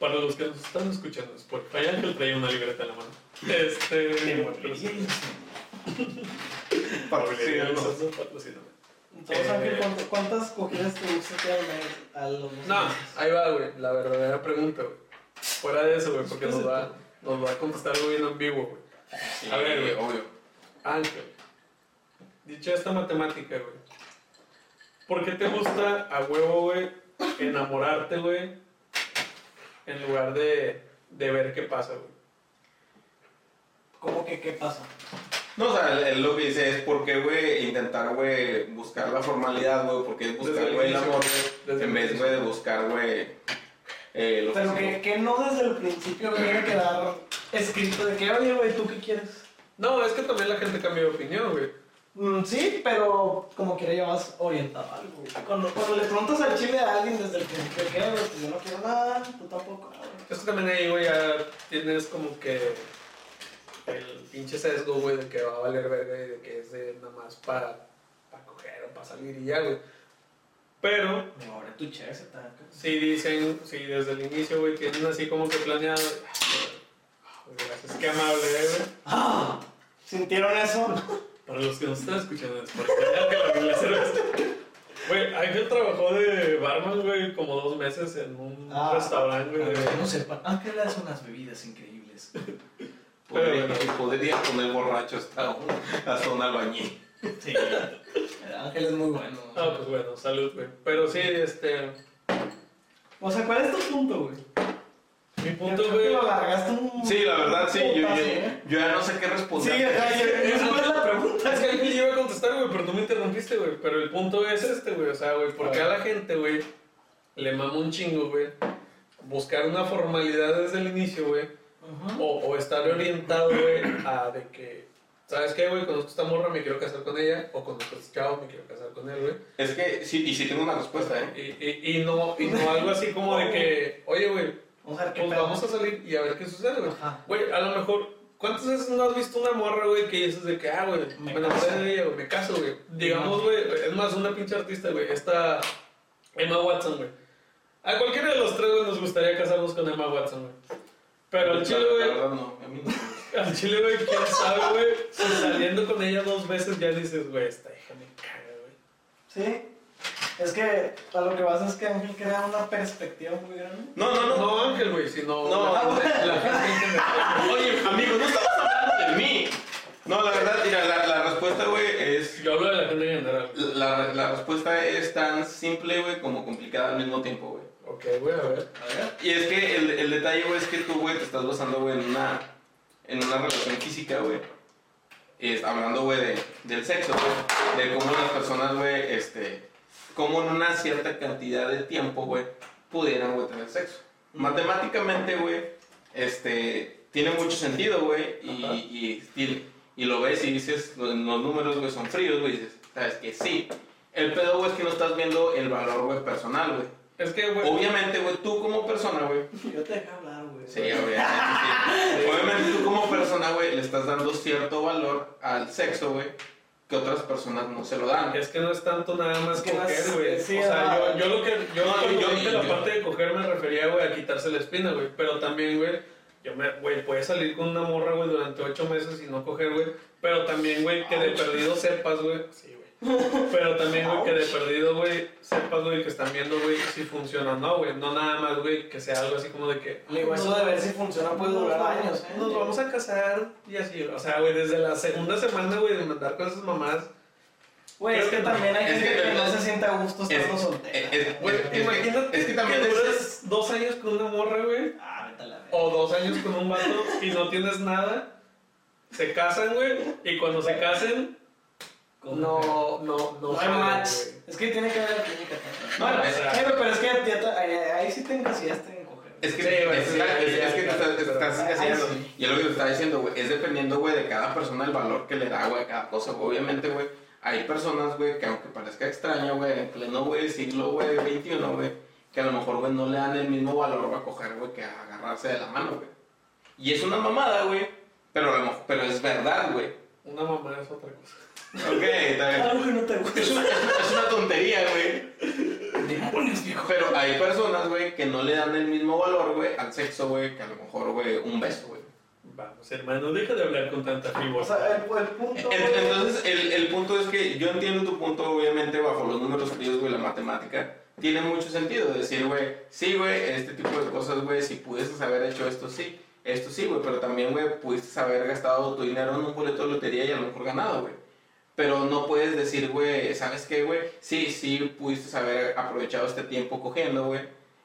[SPEAKER 2] Para los que nos están escuchando, es porque hay Ángel traía una libreta en la mano. Este.
[SPEAKER 1] Sí, güey,
[SPEAKER 2] pero-
[SPEAKER 1] bien.
[SPEAKER 3] Para
[SPEAKER 2] Sí,
[SPEAKER 3] sí,
[SPEAKER 2] no,
[SPEAKER 3] no.
[SPEAKER 2] eso patrocíname.
[SPEAKER 1] Entonces,
[SPEAKER 2] Eh.
[SPEAKER 1] Ángel, ¿cuánto- ¿cuántas cogidas te gusta que al mes? A los dos
[SPEAKER 2] No,
[SPEAKER 1] meses?
[SPEAKER 2] ahí va, güey, la verdadera pregunta, güey. Fuera de eso, güey, porque nos va, nos va a contestar algo bien ambiguo, güey. A ver, güey.
[SPEAKER 3] obvio.
[SPEAKER 2] Ángel, Dicha esta matemática, güey. ¿Por qué te gusta a huevo, güey, enamorarte, güey, en lugar de, de ver qué pasa, güey?
[SPEAKER 1] ¿Cómo que qué pasa?
[SPEAKER 3] No, o sea, él, él lo que dice es por qué, güey, intentar, güey, buscar la formalidad, güey, porque es buscar,
[SPEAKER 2] Desde el
[SPEAKER 3] güey, el
[SPEAKER 2] inicio,
[SPEAKER 3] amor,
[SPEAKER 2] güey.
[SPEAKER 3] güey,
[SPEAKER 2] Desde
[SPEAKER 3] en
[SPEAKER 2] el
[SPEAKER 3] vez,
[SPEAKER 2] inicio.
[SPEAKER 3] güey, de buscar, güey, eh, lo
[SPEAKER 1] Pero
[SPEAKER 3] físico.
[SPEAKER 1] que, que no desde el principio debe quedar escrito de que, oye, güey, ¿tú qué quieres?
[SPEAKER 2] No, es que también la gente cambia de opinión, güey.
[SPEAKER 1] Mm, sí, pero como quiera ya vas orientado a algo. güey. Cuando, cuando le preguntas al chile a alguien desde el principio, ¿qué, güey? Pues yo no quiero nada, tú tampoco. ah, güey.
[SPEAKER 2] Es que también ahí, güey, ya tienes como que el pinche sesgo, güey, de que va a valer verga y de que es de nada más para coger o para salir y ya, güey. Pero,
[SPEAKER 1] No, abre tu chef, se te va a caer.
[SPEAKER 2] si dicen, si desde el inicio, güey, tienen así como que planeado. Ah, güey, Gracias, qué amable, eh, güey.
[SPEAKER 1] ¡Ah! ¿Sintieron eso?
[SPEAKER 2] Para los que nos están escuchando después, ya que la Biblia se lo- Güey, Ángel trabajó de barman, güey, como dos meses en un
[SPEAKER 1] Ah.
[SPEAKER 2] restaurante, güey. de-
[SPEAKER 1] Para que no sepan, Ángel hace unas bebidas increíbles.
[SPEAKER 3] Podría,
[SPEAKER 2] Pero
[SPEAKER 3] podría poner borracho hasta un, hasta un albañil.
[SPEAKER 1] Sí. Ángel es muy bueno.
[SPEAKER 2] Ah, pues bueno, salud, güey. Pero sí, este.
[SPEAKER 1] O sea, ¿cuál es tu punto, güey?
[SPEAKER 2] Mi
[SPEAKER 1] Yo
[SPEAKER 2] punto,
[SPEAKER 1] creo que
[SPEAKER 2] güey.
[SPEAKER 1] lo largaste un...
[SPEAKER 3] Sí, la verdad, sí, yo,
[SPEAKER 1] putazo,
[SPEAKER 3] yo,
[SPEAKER 1] ¿eh?
[SPEAKER 3] yo ya no sé qué
[SPEAKER 1] Sí,
[SPEAKER 3] responder.
[SPEAKER 1] ajá, yo- esa fue la pregunta.
[SPEAKER 2] Es que alguien le iba a contestar, güey, pero tú me interrumpiste, güey. Pero el punto es este, güey. O sea, güey, porque a la gente, güey, le mama un chingo, güey. Buscar una formalidad desde el inicio, güey. O, o estar orientado, güey, a de que. ¿Sabes qué, güey? Conozco esta morra, me quiero casar con ella. O conozco a este chavo, me quiero casar con él, güey.
[SPEAKER 3] Es que, sí, y sí tengo una respuesta, ¿eh?
[SPEAKER 2] Y, y, y, no, y no algo así como de que, oye, güey,
[SPEAKER 1] Vamos a ver qué
[SPEAKER 2] pues
[SPEAKER 1] pedo.
[SPEAKER 2] vamos a salir y a ver qué sucede, güey.
[SPEAKER 1] Ajá.
[SPEAKER 2] Güey, a lo mejor, ¿cuántas veces no has visto una morra, güey, que dices de que, ah, güey, me
[SPEAKER 1] Me
[SPEAKER 2] enamoré
[SPEAKER 1] caso.
[SPEAKER 2] de ella, güey, me caso, güey? Digamos, güey, es más, una pinche artista, güey, esta Emma Watson, güey. A cualquiera de los tres, güey, nos gustaría casarnos con Emma Watson, güey. Pero al chile,
[SPEAKER 3] La
[SPEAKER 2] güey,
[SPEAKER 3] verdad, no, a mí no.
[SPEAKER 2] al chile, güey, quién sabe, güey, si saliendo con ella dos veces ya dices, güey, esta hija me caga, güey.
[SPEAKER 1] Sí. Es que a lo que vas es que Ángel crea una perspectiva muy grande.
[SPEAKER 3] No, no, no.
[SPEAKER 2] No, Ángel, güey, sino
[SPEAKER 3] No,
[SPEAKER 2] la,
[SPEAKER 1] güey.
[SPEAKER 2] gente- la gente en general.
[SPEAKER 3] Oye, amigo, no estamos hablando de mí. No, la verdad, mira, la, la respuesta, güey, es.
[SPEAKER 2] Yo hablo de la gente en general.
[SPEAKER 3] La, la respuesta es tan simple, güey, como complicada al mismo tiempo, güey.
[SPEAKER 2] Ok, güey, a ver.
[SPEAKER 3] Y es que el, el detalle, güey, es que tú, güey, te estás basando, güey, en una, en una relación física, güey. Es, hablando, güey, de- del sexo, güey. De cómo las personas, güey, este... Cómo en una cierta cantidad de tiempo, güey, pudieran, güey, tener sexo. Matemáticamente, güey, este... Tiene mucho sentido, güey. Y,
[SPEAKER 2] Ajá.
[SPEAKER 3] y, y, y lo ves y dices, los, los números, güey, son fríos, güey. y Dices, sabes que sí. El pedo, güey, es que no estás viendo el valor, güey, personal, güey.
[SPEAKER 2] Es que, güey.
[SPEAKER 3] Obviamente, güey, tú como persona, güey.
[SPEAKER 1] Yo te dejé hablar, güey.
[SPEAKER 3] Sí, obviamente. sí. Obviamente, tú como persona, güey, le estás dando cierto valor al sexo, güey, que otras personas no se lo dan.
[SPEAKER 2] Es que no es tanto nada más
[SPEAKER 1] Es que
[SPEAKER 2] coger,
[SPEAKER 1] no es-
[SPEAKER 2] güey.
[SPEAKER 1] sí,
[SPEAKER 2] o sea,
[SPEAKER 1] ajá.
[SPEAKER 2] yo, yo lo que. Yo
[SPEAKER 3] No,
[SPEAKER 2] cuando
[SPEAKER 3] yo-
[SPEAKER 2] dije la
[SPEAKER 3] yo-
[SPEAKER 2] parte de coger me refería, güey, a quitarse la espina, güey. Pero también, güey, yo me. Güey, puedes salir con una morra, güey, durante ocho meses y no coger, güey. Pero también, güey, que de perdido sepas, güey. Sí, güey. Pero también, güey, que de perdido, güey, sepas, güey, que están viendo, güey, si funciona o no, güey. No nada más, güey, que sea algo así como de que.
[SPEAKER 1] Le digo, eso de ver si funciona puede durar años, ¿eh?
[SPEAKER 2] Nos vamos a casar y así, o sea, güey, desde la segunda semana, güey, de mandar con esas mamás.
[SPEAKER 1] Güey, es que también hay
[SPEAKER 3] Es
[SPEAKER 1] gente
[SPEAKER 3] que-
[SPEAKER 1] que no se siente a gusto
[SPEAKER 3] es-
[SPEAKER 1] estando soltera. Ah,
[SPEAKER 3] es- es-
[SPEAKER 2] Güey,
[SPEAKER 3] es- que-
[SPEAKER 2] imagínate
[SPEAKER 3] es que también
[SPEAKER 2] que
[SPEAKER 3] es-
[SPEAKER 2] duras dos años con una morra, güey,
[SPEAKER 1] Ah, vete a la verga.
[SPEAKER 2] o dos años con un vato y no tienes nada. Se casan, güey, y cuando se casen, no, no, no.
[SPEAKER 1] No hay
[SPEAKER 2] salen,
[SPEAKER 1] match.
[SPEAKER 2] güey.
[SPEAKER 1] Es que tiene que ver la química también.
[SPEAKER 3] No,
[SPEAKER 1] Bueno,
[SPEAKER 3] o
[SPEAKER 2] sea-
[SPEAKER 1] pero, pero es que ya te- ahí, ahí sí te encasillaste en coger.
[SPEAKER 3] Es que,
[SPEAKER 2] Sí, güey,
[SPEAKER 3] es-
[SPEAKER 2] sí,
[SPEAKER 3] es- es- es que
[SPEAKER 2] ya, ah,
[SPEAKER 3] te estás- te
[SPEAKER 2] ya,
[SPEAKER 3] estás
[SPEAKER 1] pero-
[SPEAKER 3] haciendo.
[SPEAKER 1] Ay, sí.
[SPEAKER 3] Y es lo que te estaba diciendo, güey. Es dependiendo, güey, de cada persona el valor que le da, güey, a cada cosa. Obviamente, güey, hay personas, güey, que aunque parezca extraño, güey, en pleno, güey, siglo, güey, 21, güey, que a lo mejor, güey, no le dan el mismo valor güey, a coger, güey, que a agarrarse de la mano, güey. Y es una mamada, güey. Pero, a lo mejor- pero es verdad, güey.
[SPEAKER 2] Una mamá es otra cosa.
[SPEAKER 3] Ok, está bien.
[SPEAKER 1] Algo que no te gusta.
[SPEAKER 3] Es una, es una tontería, güey. Pero hay personas, güey, que no le dan el mismo valor, güey, al sexo, güey, que a lo mejor, güey, un beso, güey.
[SPEAKER 2] Vamos, hermano, deja de hablar con tanta
[SPEAKER 1] O
[SPEAKER 2] frivolidad.
[SPEAKER 3] eh,
[SPEAKER 1] sea, el, el punto.
[SPEAKER 3] En- Entonces, el, el punto es que yo entiendo tu punto, obviamente, bajo los números fríos, güey, la matemática. Tiene mucho sentido decir, güey, sí, güey, este tipo de cosas, güey, si pudieses haber hecho esto, sí. Esto sí, güey, pero también, güey, pudiste haber gastado tu dinero en un boleto de lotería y a lo mejor ganado, güey. Pero no puedes decir, güey, ¿sabes qué, güey? Sí, sí, pudiste haber aprovechado este tiempo cogiendo, güey.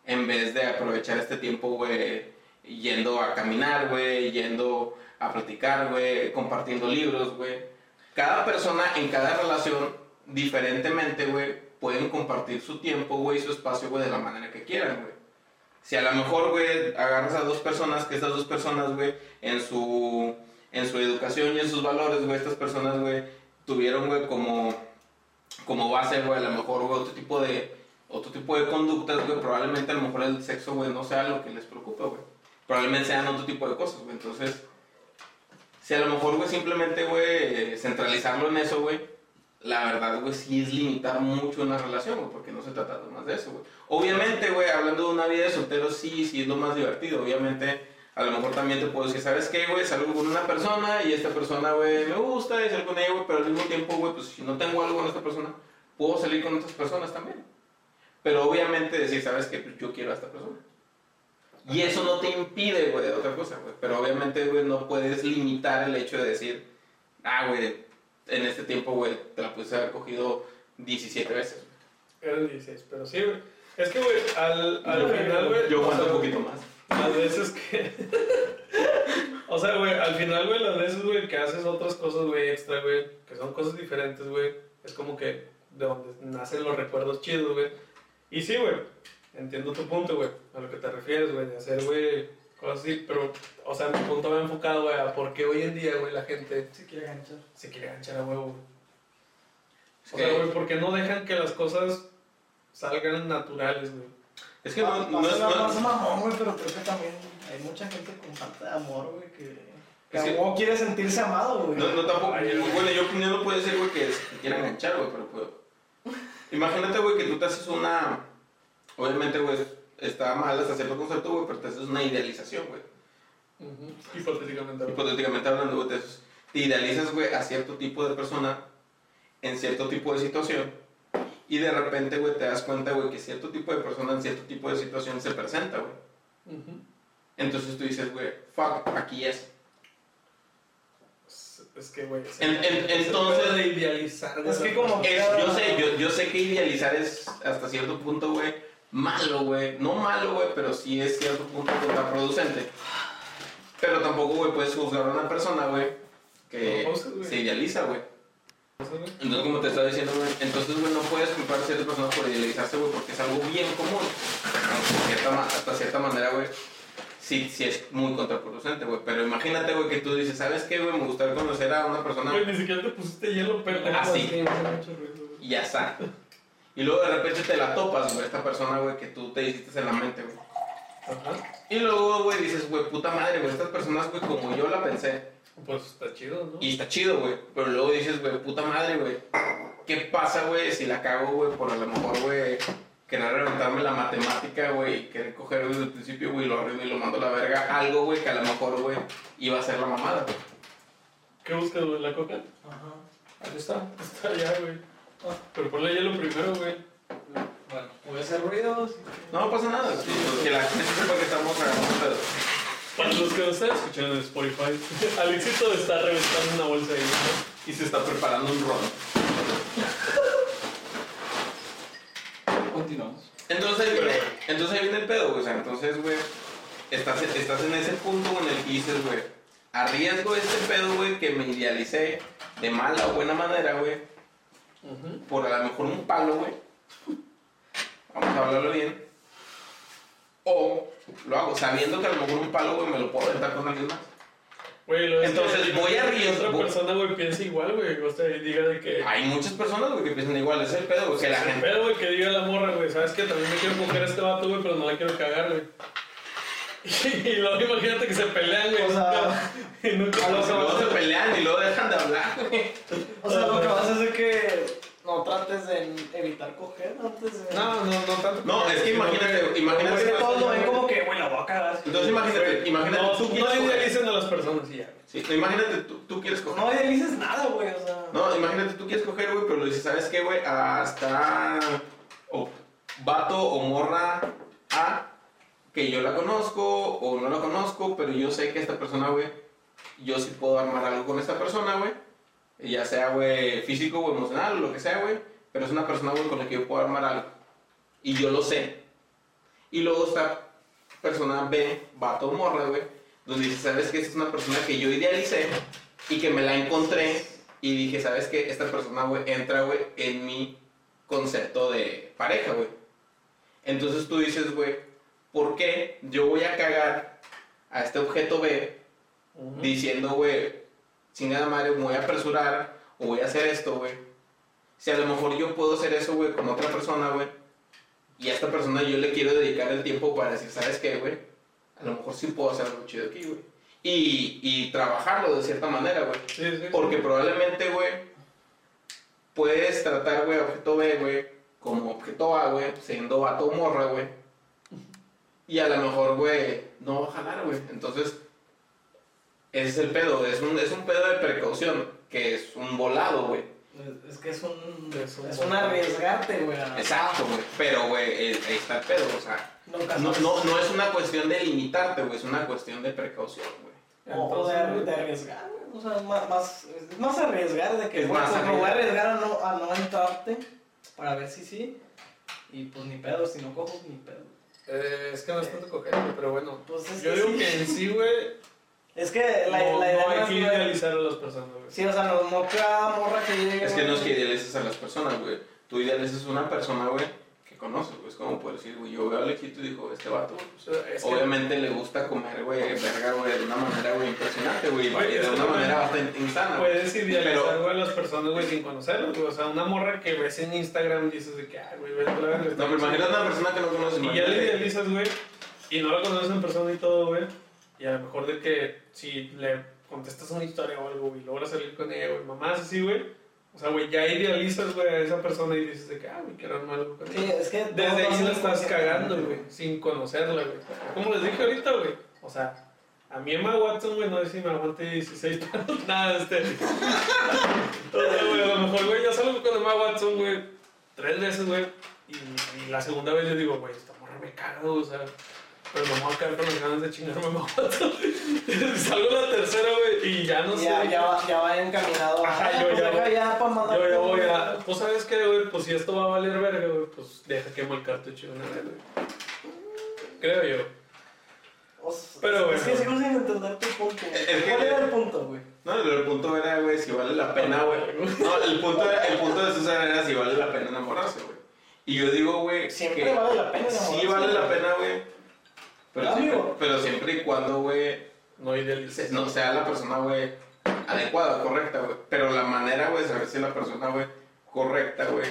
[SPEAKER 3] En vez de aprovechar este tiempo, güey, yendo a caminar, güey, yendo a platicar, güey, compartiendo libros, güey. Cada persona en cada relación, diferentemente, güey, pueden compartir su tiempo, güey, y su espacio, güey, de la manera que quieran, güey. Si a lo mejor, güey, agarras a dos personas, que estas dos personas, güey, en su, en su educación y en sus valores, güey, estas personas, güey, tuvieron, güey, como, como base, güey, a lo mejor, güey, otro tipo de, otro tipo de conductas, güey, probablemente a lo mejor el sexo, güey, no sea lo que les preocupa, güey. Probablemente sean otro tipo de cosas, güey. Entonces, si a lo mejor, güey, simplemente, güey, centralizarlo en eso, güey, la verdad, güey, sí es limitar mucho una relación, güey, porque no se trata nada más de eso, güey. Obviamente, güey, hablando de una vida de soltero, sí, sí es lo más divertido, obviamente. A lo mejor también te puedo decir, ¿sabes qué, güey? Salgo con una persona y esta persona, güey, me gusta y salgo con ella, güey, pero al mismo tiempo, güey, pues si no tengo algo con esta persona, puedo salir con otras personas también. Pero obviamente decir, ¿sabes qué? Pues yo quiero a esta persona. Y eso no te impide, güey, otra cosa, güey. Pero obviamente, güey, no puedes limitar el hecho de decir, ah, güey, en este tiempo, güey, te la pudiste haber cogido 17 veces.
[SPEAKER 2] Era el 16, pero sí, güey. Es que, güey, al, al final, güey.
[SPEAKER 3] Yo
[SPEAKER 2] o
[SPEAKER 3] aguanto
[SPEAKER 2] sea,
[SPEAKER 3] un poquito más.
[SPEAKER 2] Las veces que. o sea, güey, al final, güey, las veces, güey, que haces otras cosas, güey, extra, güey, que son cosas diferentes, güey, es como que de donde nacen los recuerdos chidos, güey. Y sí, güey, entiendo tu punto, güey, a lo que te refieres, güey, de hacer, güey, cosas así, pero, o sea, mi punto va enfocado, güey, a por qué hoy en día, güey, la gente
[SPEAKER 1] Se quiere ganchar.
[SPEAKER 2] se quiere ganchar a huevo, güey.
[SPEAKER 3] Es
[SPEAKER 2] O sea,
[SPEAKER 3] que,
[SPEAKER 2] güey, porque no dejan que las cosas salgan naturales, güey.
[SPEAKER 3] es que no, no
[SPEAKER 1] es
[SPEAKER 3] es...
[SPEAKER 1] nada más
[SPEAKER 3] No,
[SPEAKER 1] mamón, güey, pero creo que también hay mucha gente con falta de amor, güey, que... Que
[SPEAKER 3] Es
[SPEAKER 1] a
[SPEAKER 3] que-
[SPEAKER 1] huevo quiere sentirse amado, güey.
[SPEAKER 3] no, no tampoco...
[SPEAKER 2] Ay, güey.
[SPEAKER 3] Bueno, yo opinión no puede ser, güey, que se quiera enganchar, güey, pero pues... Imagínate, güey, que tú te haces una... Obviamente, güey, está mal hasta cierto concepto, güey, pero te haces una idealización, güey.
[SPEAKER 2] Hipotéticamente. güey.
[SPEAKER 3] Hipotéticamente hablando, güey, te, haces- te idealizas, güey, a cierto tipo de persona en cierto tipo de situación y de repente, güey, te das cuenta, güey, que cierto tipo de persona en cierto tipo de situación se presenta, güey.
[SPEAKER 2] Ujú.
[SPEAKER 3] Entonces tú dices, güey, fuck, aquí es.
[SPEAKER 2] Es es que, güey.
[SPEAKER 3] En- en-
[SPEAKER 2] ese
[SPEAKER 3] entonces-
[SPEAKER 2] pedo de idealizar. güey,
[SPEAKER 1] Es que
[SPEAKER 2] la
[SPEAKER 1] como-
[SPEAKER 3] Es- yo, sé, yo, yo sé que idealizar es hasta cierto punto, güey, malo, güey. No malo, güey, pero sí es cierto punto contraproducente. Pero tampoco, güey, puedes juzgar a una persona, güey, que
[SPEAKER 2] No juzgues, güey.
[SPEAKER 3] se idealiza, güey.
[SPEAKER 2] persona, güey.
[SPEAKER 3] Entonces, como te estaba diciendo, güey, entonces, güey, no puedes culpar a ciertas personas por idealizarse, güey, porque es algo bien común. Hasta cierta, ma- hasta cierta manera, güey, sí, sí es muy contraproducente, güey. Pero imagínate, güey, que tú dices, ¿sabes qué, güey? Me gustaría conocer a una persona
[SPEAKER 2] Güey, ni siquiera te pusiste hielo, pero. pues,
[SPEAKER 3] Ah, sí.
[SPEAKER 2] me hace mucho ruido, güey.
[SPEAKER 3] y ya está. Y luego de repente te la topas, güey, esta persona, güey, que tú te hiciste en la mente, güey.
[SPEAKER 2] Ajá.
[SPEAKER 3] Y luego, güey, dices, güey, puta madre, güey, estas personas, güey, como yo la pensé.
[SPEAKER 2] Pues está chido, ¿no?
[SPEAKER 3] Y está chido, güey. Pero luego dices, güey, puta madre, güey. ¿Qué pasa, güey, si la cago, güey, por a lo mejor, güey, querer reventarme la matemática, güey, y querer coger desde el principio, güey, lo arruino y lo mando a la verga? Algo, güey, que a lo mejor, güey, iba a ser la mamada, güey.
[SPEAKER 2] ¿Qué buscas, güey? ¿La coca?
[SPEAKER 1] Ajá.
[SPEAKER 2] Ahí está. Está allá, güey. Ah, pero ponle hielo primero, güey.
[SPEAKER 1] Bueno, voy a hacer ruidos.
[SPEAKER 3] No, no pasa nada, sí, que la gente sepa que estamos agarrando pedo.
[SPEAKER 2] Para los que no están escuchando en Spotify, Alexito está reventando una bolsa ahí, ¿no?
[SPEAKER 3] Y se está preparando un ron.
[SPEAKER 1] Continuamos.
[SPEAKER 3] Entonces ahí viene, entonces ahí viene el pedo, güey. O sea, entonces, güey, estás, estás en ese punto en el que dices, güey, arriesgo este pedo, güey, que me idealicé de mala o buena manera, güey,
[SPEAKER 2] Ujú.
[SPEAKER 3] por a lo mejor un palo, güey. Vamos a hablarlo bien. O lo hago sabiendo que a lo mejor un palo, güey, me lo puedo aventar con alguien más.
[SPEAKER 2] Güey, lo es que
[SPEAKER 3] Entonces, voy a
[SPEAKER 2] que Otra
[SPEAKER 3] riesgo.
[SPEAKER 2] persona, güey, piensa igual, güey. O sea, y diga de que.
[SPEAKER 3] Hay muchas personas, güey, que piensan igual, ese es el pedo, güey, que la gente...
[SPEAKER 2] Pero, güey, que diga la morra, güey, ¿sabes qué? También me quiero coger a este vato, güey, pero no la quiero cagar, güey. Y luego imagínate que se pelean, güey.
[SPEAKER 1] O sea,
[SPEAKER 2] nunca- y nunca
[SPEAKER 1] a
[SPEAKER 3] Y
[SPEAKER 1] los que
[SPEAKER 3] luego
[SPEAKER 1] vas
[SPEAKER 3] se
[SPEAKER 1] a-
[SPEAKER 3] pelean y luego dejan de hablar, güey.
[SPEAKER 1] O sea, lo que vas a hacer es que no trates de evitar coger antes de...
[SPEAKER 2] No, no, no tanto.
[SPEAKER 3] No, es que imagínate,
[SPEAKER 1] Pero
[SPEAKER 3] imagínate...
[SPEAKER 1] es que
[SPEAKER 3] güey,
[SPEAKER 1] todos lo ven como que, güey, la voy a cagar.
[SPEAKER 3] Entonces imagínate, imagínate,
[SPEAKER 2] No,
[SPEAKER 3] tú
[SPEAKER 2] tú
[SPEAKER 3] quieres
[SPEAKER 2] no
[SPEAKER 3] coger.
[SPEAKER 2] idealicen a las personas y ya.
[SPEAKER 3] Sí, no, imagínate, tú, tú quieres coger.
[SPEAKER 1] No idealices nada, güey, o sea...
[SPEAKER 3] No, imagínate, tú quieres coger, güey, pero lo dices, ¿sabes qué, güey? Hasta. O vato o morra A, que yo la conozco o no la conozco, pero yo sé que esta persona, güey, yo sí puedo armar algo con esta persona, güey. Ya sea, güey, físico o emocional o lo que sea, güey. Pero es una persona, güey, con la que yo puedo armar algo. Y yo lo sé. Y luego está persona B, vato morra, güey. Donde dice, ¿sabes qué? Esta es una persona que yo idealicé y que me la encontré. Y dije, ¿sabes qué? Esta persona, güey, entra, güey, en mi concepto de pareja, güey. Entonces tú dices, güey, ¿por qué yo voy a cagar a este objeto B diciendo, güey, chingada madre, me voy a apresurar o voy a hacer esto, güey. Si a lo mejor yo puedo hacer eso, güey, con otra persona, güey. Y a esta persona yo le quiero dedicar el tiempo para decir, ¿sabes qué, güey? A lo mejor sí puedo hacer algo chido aquí, güey. Y, y trabajarlo de cierta manera, güey.
[SPEAKER 2] Sí, sí.
[SPEAKER 3] Porque probablemente, güey, puedes tratar, güey, a objeto B, güey, como objeto A, güey, siendo vato o morra, güey. Y a lo mejor, güey, no va a jalar, güey. Entonces, ese es el pedo, es un, es un pedo de precaución, que es un volado, güey.
[SPEAKER 1] Es, es que es un.
[SPEAKER 2] Es un-
[SPEAKER 1] Es un arriesgarte, güey. a-
[SPEAKER 3] Exacto, güey. Pero, güey, el- ahí está el pedo, o sea.
[SPEAKER 1] No,
[SPEAKER 3] No, no, no es una cuestión de limitarte, güey, es una cuestión de precaución, güey.
[SPEAKER 1] Entonces, de, de arriesgar, güey, o sea, más, más, es más arriesgar de que
[SPEAKER 3] Es
[SPEAKER 1] bueno,
[SPEAKER 3] más
[SPEAKER 1] pues, me voy a arriesgar a no, a no entrarte para ver si sí. Y pues ni pedo, si no cojo, ni pedo.
[SPEAKER 4] Eh, es que no es tanto cojete, pero bueno.
[SPEAKER 1] Pues es
[SPEAKER 2] Yo
[SPEAKER 1] que
[SPEAKER 2] digo
[SPEAKER 1] sí.
[SPEAKER 2] que en sí, güey,
[SPEAKER 1] Es que la,
[SPEAKER 2] no,
[SPEAKER 1] la idea
[SPEAKER 2] no hay
[SPEAKER 1] más
[SPEAKER 2] que
[SPEAKER 1] no es-
[SPEAKER 2] idealizar a las personas, güey.
[SPEAKER 1] Sí, o sea, no, no cada morra que llegue.
[SPEAKER 3] Es que no es que
[SPEAKER 1] güey,
[SPEAKER 3] idealices a las personas, güey. Tú idealizas a una persona, güey, que conoces, güey. Es como puedes decir, güey, yo veo a Alejito y digo, este vato, güey,
[SPEAKER 4] o sea, es que-
[SPEAKER 3] Obviamente le gusta comer, güey, verga, güey, de una manera, güey, impresionante, güey,
[SPEAKER 2] Güey,
[SPEAKER 3] de
[SPEAKER 2] es
[SPEAKER 3] una
[SPEAKER 2] que,
[SPEAKER 3] manera
[SPEAKER 2] güey,
[SPEAKER 3] bastante insana. güey.
[SPEAKER 2] Puedes idealizar,
[SPEAKER 3] Pero-
[SPEAKER 2] güey, a las personas, güey, sin conocerlas, güey. O sea, una morra que ves en Instagram dices de que, ay, güey, vete a la verga.
[SPEAKER 3] No, pero imagínate una persona que no conoces,
[SPEAKER 2] Y ya la
[SPEAKER 3] imagínate.
[SPEAKER 2] idealizas, güey, y no la conoces en persona y todo, güey. Y a lo mejor de que si le contestas una historia o algo, güey, logras salir con ella, güey, mamás así, güey. O sea, güey, ya idealizas, güey, a esa persona y dices de que, ah, güey, quiero armar algo con ella.
[SPEAKER 1] Sí, es que. todo
[SPEAKER 2] Desde
[SPEAKER 1] va a
[SPEAKER 2] ahí
[SPEAKER 1] ser
[SPEAKER 2] la estás
[SPEAKER 1] inconsciente.
[SPEAKER 2] cagando, güey, sin conocerla, güey. Como les dije ahorita, güey, o sea, a mí Emma Watson, güey, no sé si me aguante 16 años, nada, este. O sea, güey, a lo mejor, güey, yo salgo con Emma Watson, güey, tres veces, güey, y, y la segunda vez yo digo, güey, esta morra me caga, o sea, pero no me voy a quedar con las ganas de chingarme a Emma Watson. salgo la tercera, güey, y ya no sé.
[SPEAKER 1] Ya, ya, va, ya va encaminado.
[SPEAKER 2] Ajá,
[SPEAKER 1] Ah,
[SPEAKER 2] yo
[SPEAKER 1] pues
[SPEAKER 2] ya
[SPEAKER 1] deja
[SPEAKER 2] voy-
[SPEAKER 1] ya para mandar.
[SPEAKER 2] Yo ya voy a. Pues sabes qué, güey, pues si esto va a valer verga, güey, pues deja quemo el cartucho de una vez, güey. Creo yo. Pero
[SPEAKER 1] Es que
[SPEAKER 2] bueno.
[SPEAKER 1] sigo sin entender tu punto. güey.
[SPEAKER 3] Es que-
[SPEAKER 1] ¿Cuál era el punto, güey?
[SPEAKER 3] No, pero el punto era, güey, si vale la pena, güey. No, el punto, era- el punto de César era si vale la pena enamorarse, güey. Y yo digo, güey,
[SPEAKER 1] Siempre
[SPEAKER 3] que
[SPEAKER 1] vale la pena
[SPEAKER 3] sí
[SPEAKER 1] enamorarse,
[SPEAKER 3] vale la
[SPEAKER 1] güey.
[SPEAKER 3] pena, güey. Pero,
[SPEAKER 1] Amigo.
[SPEAKER 3] siempre- pero siempre y cuando, güey,
[SPEAKER 2] No idealices.
[SPEAKER 3] se- no sea la persona, güey, adecuada, correcta, güey. Pero la manera, güey, de saber si es la persona, güey, correcta, güey,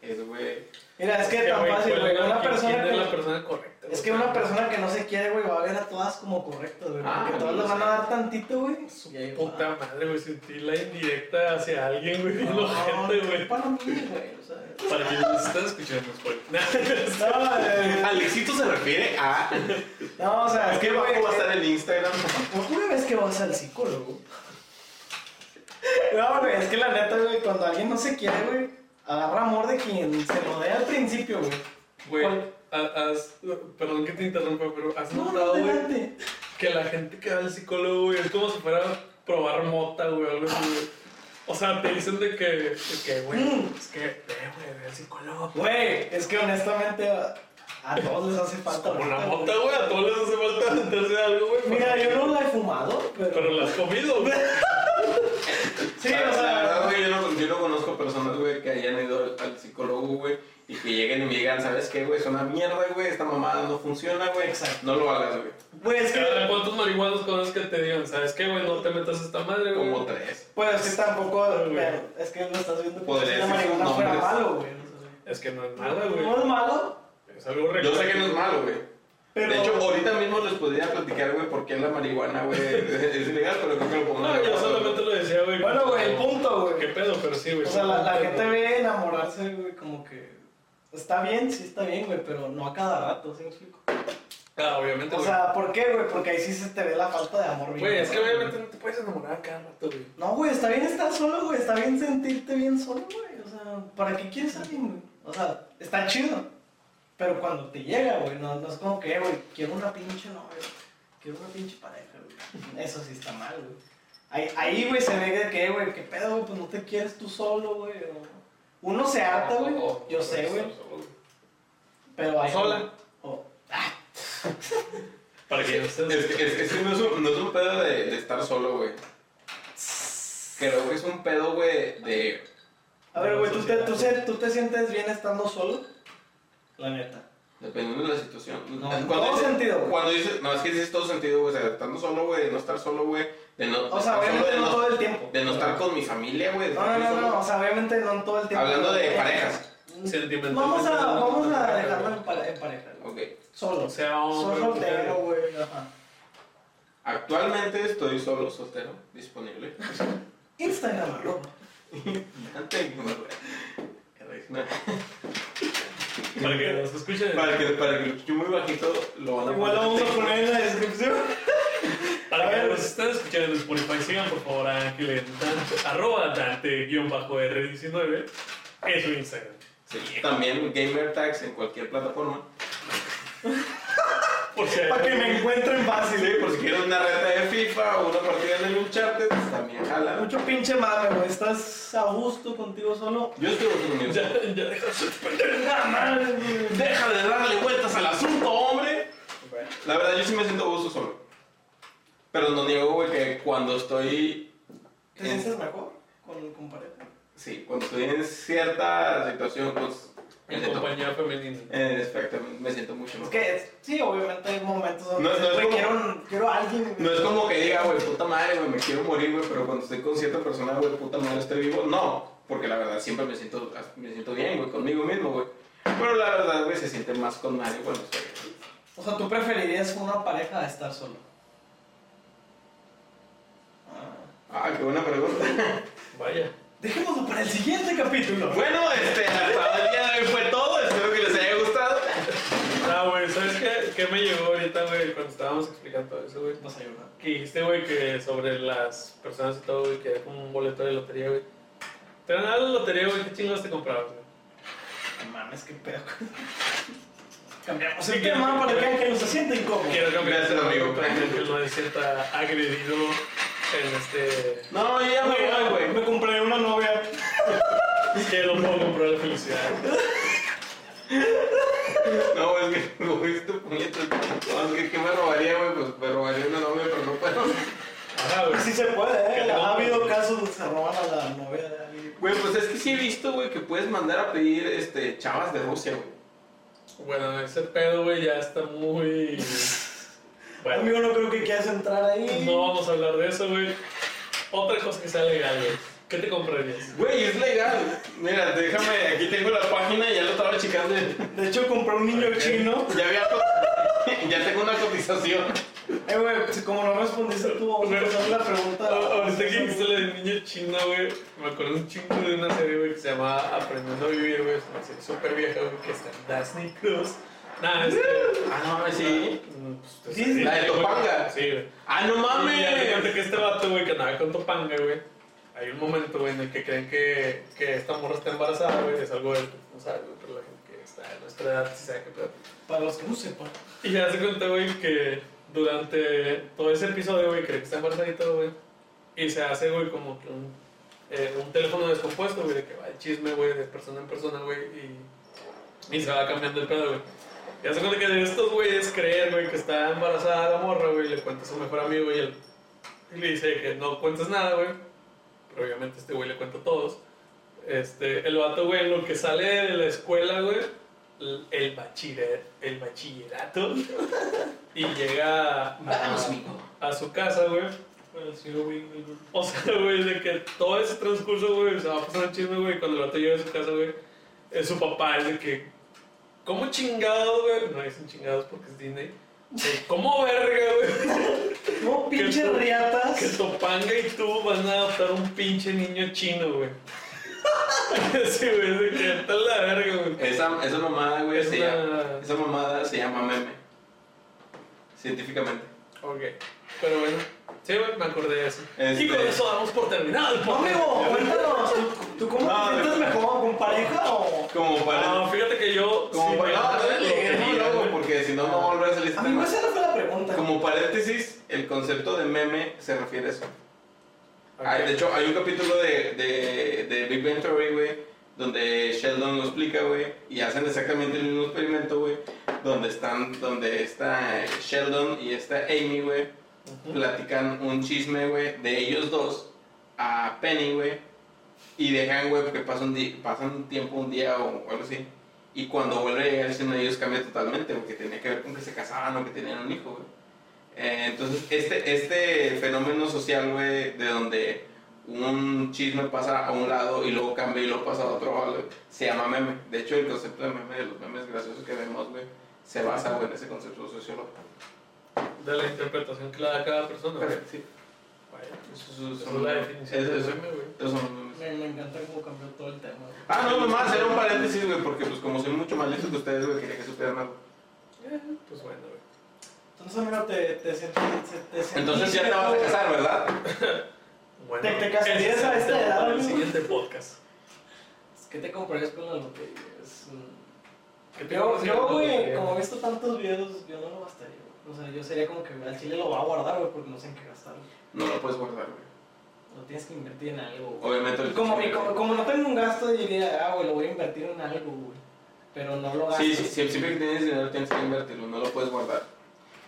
[SPEAKER 3] es, güey,
[SPEAKER 1] Mira, es que tan fácil, güey. Una persona
[SPEAKER 2] es la
[SPEAKER 1] que.
[SPEAKER 2] persona correcta?
[SPEAKER 1] Es
[SPEAKER 2] güey?
[SPEAKER 1] que una persona que no se quiere, güey, va a ver a todas como correctas, güey.
[SPEAKER 3] Ah,
[SPEAKER 1] porque todas
[SPEAKER 3] no
[SPEAKER 1] le van
[SPEAKER 3] sé.
[SPEAKER 1] a dar tantito, güey.
[SPEAKER 2] Su
[SPEAKER 1] y ahí va.
[SPEAKER 2] puta madre, güey, sentí la indirecta hacia alguien, güey,
[SPEAKER 1] No,
[SPEAKER 2] no, gente,
[SPEAKER 1] qué
[SPEAKER 2] güey.
[SPEAKER 1] Para mí, güey. O sea.
[SPEAKER 2] Para quienes nos están escuchando, güey.
[SPEAKER 1] No, eh,
[SPEAKER 3] Alexito se refiere a.
[SPEAKER 1] no, o sea, es que, güey.
[SPEAKER 3] ¿Cómo va a estar en Instagram?
[SPEAKER 1] ¿Por una vez que vas al psicólogo? No, güey, es que la neta, güey, cuando alguien no se quiere, güey, agarra amor de quien se rodea al principio, güey.
[SPEAKER 2] Güey, ha- has- perdón que te interrumpa, pero has
[SPEAKER 1] No,
[SPEAKER 2] notado,
[SPEAKER 1] no,
[SPEAKER 2] güey,
[SPEAKER 1] adelante.
[SPEAKER 2] que la gente que va al psicólogo, güey, es como si fuera a probar mota, güey, algo así, güey. O sea, te dicen de que, de que, güey,
[SPEAKER 1] Mm.
[SPEAKER 2] es que, ve, güey, ve al psicólogo.
[SPEAKER 1] Güey, es que honestamente a, a todos les hace falta.
[SPEAKER 2] Como la
[SPEAKER 1] ahorita, güey.
[SPEAKER 2] mota, güey, a todos les hace falta meterse algo, güey.
[SPEAKER 1] Mira,
[SPEAKER 2] para-
[SPEAKER 1] yo no la he fumado, pero.
[SPEAKER 2] Pero la has comido, güey.
[SPEAKER 1] Sí,
[SPEAKER 3] La-
[SPEAKER 1] o
[SPEAKER 3] La verdad,
[SPEAKER 1] sea.
[SPEAKER 3] güey, yo no, yo no conozco personas, güey, que hayan ido al, al psicólogo, güey, y que lleguen y me digan, ¿sabes qué, güey? Es una mierda, güey, esta mamada no funciona, güey.
[SPEAKER 1] Exacto.
[SPEAKER 3] No lo hagas, güey.
[SPEAKER 1] Güey, es
[SPEAKER 2] Cada-
[SPEAKER 1] que.
[SPEAKER 2] ¿Cuántos marihuanos conoces que te digan, sabes qué, güey? No te metas a esta madre, güey.
[SPEAKER 3] Como tres.
[SPEAKER 1] Pues es que tampoco.
[SPEAKER 2] Güey.
[SPEAKER 1] pero Es que lo estás viendo como
[SPEAKER 3] Podría
[SPEAKER 1] si la
[SPEAKER 3] decir sus
[SPEAKER 1] marihuana fuera
[SPEAKER 3] nombres.
[SPEAKER 1] malo, güey.
[SPEAKER 2] Es que no es nada,
[SPEAKER 1] No
[SPEAKER 2] güey.
[SPEAKER 1] es malo,
[SPEAKER 2] Es algo
[SPEAKER 3] Yo sé
[SPEAKER 2] recurrente.
[SPEAKER 3] que no es malo, güey.
[SPEAKER 1] pero.
[SPEAKER 3] De hecho, ahorita mismo les podría platicar, güey, por qué la marihuana, güey, es ilegal, pero creo que lo podemos
[SPEAKER 2] No,
[SPEAKER 3] dejar
[SPEAKER 2] yo
[SPEAKER 3] para
[SPEAKER 2] solamente lo decía, güey.
[SPEAKER 1] Bueno,
[SPEAKER 2] como-
[SPEAKER 1] güey, el punto, güey.
[SPEAKER 2] ¿Qué pedo? Pero sí, güey.
[SPEAKER 1] O sea, la, la gente ve enamorarse, güey, como que. Está bien, sí está bien, güey, pero no a cada rato, ¿sí me explico?
[SPEAKER 2] Ah, obviamente,
[SPEAKER 1] O
[SPEAKER 2] güey.
[SPEAKER 1] sea, ¿por qué, güey? Porque ahí sí se te ve la falta de amor, bien
[SPEAKER 2] Güey, es que
[SPEAKER 1] cabrón,
[SPEAKER 2] obviamente no te puedes enamorar cada rato, güey.
[SPEAKER 1] No, güey, está bien estar solo, güey, está bien sentirte bien solo, güey. O sea, ¿para qué quieres a alguien, güey? O sea, está chido. Pero cuando te llega, güey, no, no es como que, güey, quiero una pinche novia, quiero una pinche pareja, güey. Eso sí está mal, güey. Ahí, ahí, güey, se ve de que, "Eh, güey, qué pedo, güey, pues no te quieres tú solo, güey. o- Uno se harta, güey. Yo sé, güey. Pero hay.
[SPEAKER 2] Sola.
[SPEAKER 1] o- ah,
[SPEAKER 2] Para que
[SPEAKER 3] Es que, es, es que no, es un, no es un pedo de, de estar solo, güey. Creo que es un pedo, güey, de...
[SPEAKER 1] A ver, güey, ¿tú te, tú, se- ¿tú te sientes bien estando solo? La neta.
[SPEAKER 3] Dependiendo de la situación.
[SPEAKER 1] No, en todo sentido, güey.
[SPEAKER 3] Cuando dices... No, es que dices todo sentido, güey. O sea, estando solo, güey, de no estar solo, güey. De no,
[SPEAKER 1] O sea,
[SPEAKER 3] de estar solo,
[SPEAKER 1] obviamente
[SPEAKER 3] de
[SPEAKER 1] no
[SPEAKER 3] no,
[SPEAKER 1] todo el tiempo.
[SPEAKER 3] de no estar con mi familia, güey. de
[SPEAKER 1] No, no,
[SPEAKER 3] estar
[SPEAKER 1] no,
[SPEAKER 3] solo.
[SPEAKER 1] no, o sea, obviamente no todo el tiempo.
[SPEAKER 3] Hablando de
[SPEAKER 1] Eh,
[SPEAKER 3] parejas.
[SPEAKER 2] Sentimental.
[SPEAKER 1] Vamos a, vamos a dejarlo en pare- en pareja.
[SPEAKER 3] Ok.
[SPEAKER 1] güey. Solo.
[SPEAKER 2] O sea,
[SPEAKER 1] Solo
[SPEAKER 2] hombre,
[SPEAKER 1] soltero,
[SPEAKER 2] mujer.
[SPEAKER 1] güey. Ajá.
[SPEAKER 3] Actualmente estoy solo, soltero, disponible.
[SPEAKER 1] Instagram, arroba.
[SPEAKER 3] Antes, no, güey.
[SPEAKER 2] Para que nos escuchen.
[SPEAKER 3] Para que, para que lo escuche muy bajito, lo van a
[SPEAKER 1] Igual lo vamos a poner en la descripción.
[SPEAKER 2] Para
[SPEAKER 1] A
[SPEAKER 2] que
[SPEAKER 1] ver.
[SPEAKER 2] nos estén escuchando en Spotify, sigan por favor a Ángel en Dante- arroba Dante-R19 en su Instagram.
[SPEAKER 3] Sí, también gamer tags en cualquier plataforma.
[SPEAKER 2] Por si hay-
[SPEAKER 1] Para que me encuentren
[SPEAKER 3] Sí,
[SPEAKER 1] fácil.
[SPEAKER 3] eh,
[SPEAKER 1] ¿eh?
[SPEAKER 3] por si quieres una reta de FIFA o una partida de Uncharted, pues también jala.
[SPEAKER 1] Mucho pinche madre, güey. Estás a gusto contigo solo.
[SPEAKER 3] Yo estoy dormido.
[SPEAKER 2] Ya, ya deja de ser pendejo.
[SPEAKER 1] La madre, güey.
[SPEAKER 3] Deja de darle vueltas al asunto, hombre. La verdad, yo sí me siento a gusto solo. Pero no niego, güey, que cuando estoy.
[SPEAKER 1] ¿Te sientes mejor con, con pareja?
[SPEAKER 3] Sí, cuando estoy en cierta situación, pues. me
[SPEAKER 2] En
[SPEAKER 3] siento-
[SPEAKER 2] compañía femenina.
[SPEAKER 3] eh, Exactamente, me siento mucho
[SPEAKER 1] Es
[SPEAKER 3] mejor.
[SPEAKER 1] que es- sí, obviamente hay momentos donde
[SPEAKER 3] No, no es
[SPEAKER 1] güey,
[SPEAKER 3] como-
[SPEAKER 1] quiero, un- quiero a alguien. güey.
[SPEAKER 3] No es como que diga, güey, puta madre, güey, me quiero morir, güey, pero cuando estoy con cierta persona, güey, puta madre, estoy vivo. No, porque la verdad siempre me siento, me siento bien, güey, conmigo mismo, güey. Pero la verdad, güey, se siente más con madre cuando estoy.
[SPEAKER 1] O sea, ¿tú preferirías una pareja a estar solo? Ah.
[SPEAKER 3] Ah, qué buena pregunta.
[SPEAKER 2] Vaya.
[SPEAKER 1] Dejémoslo para el siguiente capítulo.
[SPEAKER 3] bueno, este, hasta el día de hoy fue todo. Espero que les haya gustado.
[SPEAKER 2] Ah, güey, ¿sabes qué? ¿Qué me llegó ahorita, güey, cuando estábamos explicando todo eso, güey?
[SPEAKER 1] Vas a llorar.
[SPEAKER 2] Que dijiste, güey, que sobre las personas y todo, güey, que era como un boleto de lotería, güey. Te ganaba la lotería, güey, ¿qué chingados te comprabas, güey?
[SPEAKER 1] No Mames, qué pedo. Cambiamos
[SPEAKER 2] Sí,
[SPEAKER 1] el
[SPEAKER 2] que-
[SPEAKER 1] tema para que vean que no se siente incómodo.
[SPEAKER 2] Quiero cambiar
[SPEAKER 3] Gracias, amigo.
[SPEAKER 2] para que él no se sienta agredido en este...
[SPEAKER 3] No, yo ya me voy, güey.
[SPEAKER 1] Me compré una novia.
[SPEAKER 2] Que no puedo comprar la felicidad.
[SPEAKER 3] No, es que, güey, es tu puñeta. No, es que, ¿qué me robaría, güey? Pues me robaría una novia, pero no puedo.
[SPEAKER 2] Ajá, güey.
[SPEAKER 1] Sí se puede,
[SPEAKER 2] Que
[SPEAKER 1] ¿eh?
[SPEAKER 2] te
[SPEAKER 1] Ha
[SPEAKER 2] compre.
[SPEAKER 1] habido casos donde se roban a la novia de alguien.
[SPEAKER 3] Güey, pues es que sí he visto, güey, que puedes mandar a pedir, este, chavas de Rusia, güey.
[SPEAKER 2] Bueno, ese pedo, güey, ya está muy... Bueno,
[SPEAKER 1] Amigo, no creo que quieras entrar ahí.
[SPEAKER 2] no vamos a hablar de eso, güey. Otra cosa que sea legal, güey. ¿Qué te comprarías?
[SPEAKER 3] Güey, es legal. Mira, déjame, aquí tengo la página, ya lo estaba checando.
[SPEAKER 1] De hecho, compré un niño chino.
[SPEAKER 3] Ya había co- ya tengo una cotización.
[SPEAKER 1] Eh, güey, si como no respondiste tú, vamos a hacer la pregunta.
[SPEAKER 2] Ahorita que dijiste la del niño chino, güey, me acuerdo un chingo de una serie, güey, que se llamaba Aprendiendo a Vivir, güey. Es una serie súper vieja, güey, que está en Disney Cruz. Nah, este...
[SPEAKER 3] Ah, no mames, sí.
[SPEAKER 2] Mm, pues, te-
[SPEAKER 1] Disney.
[SPEAKER 3] La de Topanga.
[SPEAKER 2] Sí, güey.
[SPEAKER 3] Ah, no
[SPEAKER 2] Y ya te cuenta
[SPEAKER 3] mames.
[SPEAKER 2] que este vato, güey, que andaba con Topanga, güey. Hay un momento, güey, en el que creen que, que esta morra está embarazada, güey. Es algo de. No sabes, güey, pero la gente que está de nuestra edad sí sabe qué pedo.
[SPEAKER 1] Para los que no sepan.
[SPEAKER 2] Y ya se cuenta, güey, que durante todo ese episodio, güey, cree que está embarazadita, güey. Y se hace, güey, como que un, eh, un teléfono descompuesto, güey, de que va el chisme, güey, de persona en persona, güey. Y, y se va cambiando el pedo, güey. Ya se cuenta que de estos güeyes creer, güey, que está embarazada la morra, güey, le cuenta a su mejor amigo y, él, y le dice que no cuentes nada, güey. Pero obviamente este güey le cuenta a todos. Este, el vato, güey, en lo que sale de la escuela, güey, l- el, bachiller, el bachillerato y llega a, a su casa, güey. O sea, güey, de que todo ese transcurso, güey, se va pasando chisme, güey. Cuando el vato llega a su casa, güey, eh, su papá es de que, ¿cómo chingados, güey? No dicen chingados porque es Disney. De, ¿Cómo verga, güey?
[SPEAKER 1] No, pinches
[SPEAKER 2] tú- Que
[SPEAKER 1] riatas.
[SPEAKER 2] Topanga y tú van a adoptar un pinche niño chino, güey. sí, güey, de que está la verga, güey.
[SPEAKER 3] Esa, esa mamada, güey,
[SPEAKER 2] Es
[SPEAKER 3] se
[SPEAKER 2] una-
[SPEAKER 3] llama, esa mamada se llama meme. Científicamente.
[SPEAKER 2] Ok, pero bueno. Sí, güey, me acordé de eso.
[SPEAKER 3] Este-
[SPEAKER 2] Y con eso damos por terminado el
[SPEAKER 1] No,
[SPEAKER 2] podcast.
[SPEAKER 1] amigo, cuéntanos. ¿Tú, tú cómo
[SPEAKER 3] No,
[SPEAKER 1] te sientes
[SPEAKER 3] no.
[SPEAKER 1] mejor? ¿Con pareja o.?
[SPEAKER 3] Como para...
[SPEAKER 2] No, fíjate que yo.
[SPEAKER 3] Como
[SPEAKER 2] Ah, sí, güey,
[SPEAKER 3] para... No, no,
[SPEAKER 2] lo
[SPEAKER 3] dale,
[SPEAKER 2] quería,
[SPEAKER 3] no, luego,
[SPEAKER 2] güey.
[SPEAKER 3] porque si no, no volverás a salir este
[SPEAKER 1] A mí
[SPEAKER 3] tema.
[SPEAKER 1] esa no fue la pregunta.
[SPEAKER 3] Como paréntesis, el concepto de meme se refiere a eso. Ay, de hecho, hay un capítulo de, de, de Big Bang Theory, güey, donde Sheldon lo explica, güey, y hacen exactamente el mismo experimento, güey, donde están, donde está Sheldon y está Amy, güey, platican un chisme, güey, de ellos dos a Penny, güey, y dejan, güey, porque pasan un, di- pasan un tiempo, un día o o algo así, y cuando vuelve a llegar el chisme de ellos cambia totalmente, porque tenía que ver con que se casaban o que tenían un hijo, güey. Eh, entonces, este, este fenómeno social, güey, de donde un chisme pasa a un lado y luego cambia y luego pasa a otro lado, güey, se llama meme. De hecho, el concepto de meme, de los memes graciosos que vemos, güey, se basa, güey, en ese concepto sociológico.
[SPEAKER 2] De la interpretación que le da cada persona, güey.
[SPEAKER 3] Sí.
[SPEAKER 2] Vaya, pues,
[SPEAKER 3] Eso es-
[SPEAKER 2] esa es la definición
[SPEAKER 3] eso-
[SPEAKER 2] de
[SPEAKER 3] eso-
[SPEAKER 2] meme, güey.
[SPEAKER 3] esos son los memes.
[SPEAKER 1] Me, me encanta cómo cambió todo el tema. güey.
[SPEAKER 3] Ah, no, nomás era un paréntesis, güey, porque pues como soy mucho más listo que ustedes, güey, quería que supieran algo.
[SPEAKER 2] Pues bueno, güey.
[SPEAKER 1] Entonces, amigo, te, te sentí. se- te sentí
[SPEAKER 3] Entonces ya te vas a casar, ¿verdad?
[SPEAKER 2] Bueno,
[SPEAKER 1] Te- te casarías
[SPEAKER 2] ese es
[SPEAKER 1] a esta
[SPEAKER 2] el tema
[SPEAKER 1] edad,
[SPEAKER 2] para el
[SPEAKER 1] güey.
[SPEAKER 2] siguiente podcast.
[SPEAKER 1] ¿Qué te comprarías con la lotería? Es un-
[SPEAKER 2] ¿Qué te
[SPEAKER 1] Yo,
[SPEAKER 2] parece
[SPEAKER 1] yo,
[SPEAKER 2] la
[SPEAKER 1] güey,
[SPEAKER 2] lotería?
[SPEAKER 1] como he visto tantos videos, yo no lo gastaría, güey. O sea, yo sería como que al chile lo va a guardar, güey, porque no sé en qué gastarlo.
[SPEAKER 3] No lo puedes guardar, güey.
[SPEAKER 1] Lo tienes que invertir en algo, güey.
[SPEAKER 3] Obviamente. el-
[SPEAKER 1] Como, y como, como no tengo un gasto, diría, ah, güey, lo voy a invertir en algo, güey. Pero no lo gasto.
[SPEAKER 3] Sí, sí, sí, siempre que tienes dinero tienes que invertirlo, no lo puedes guardar.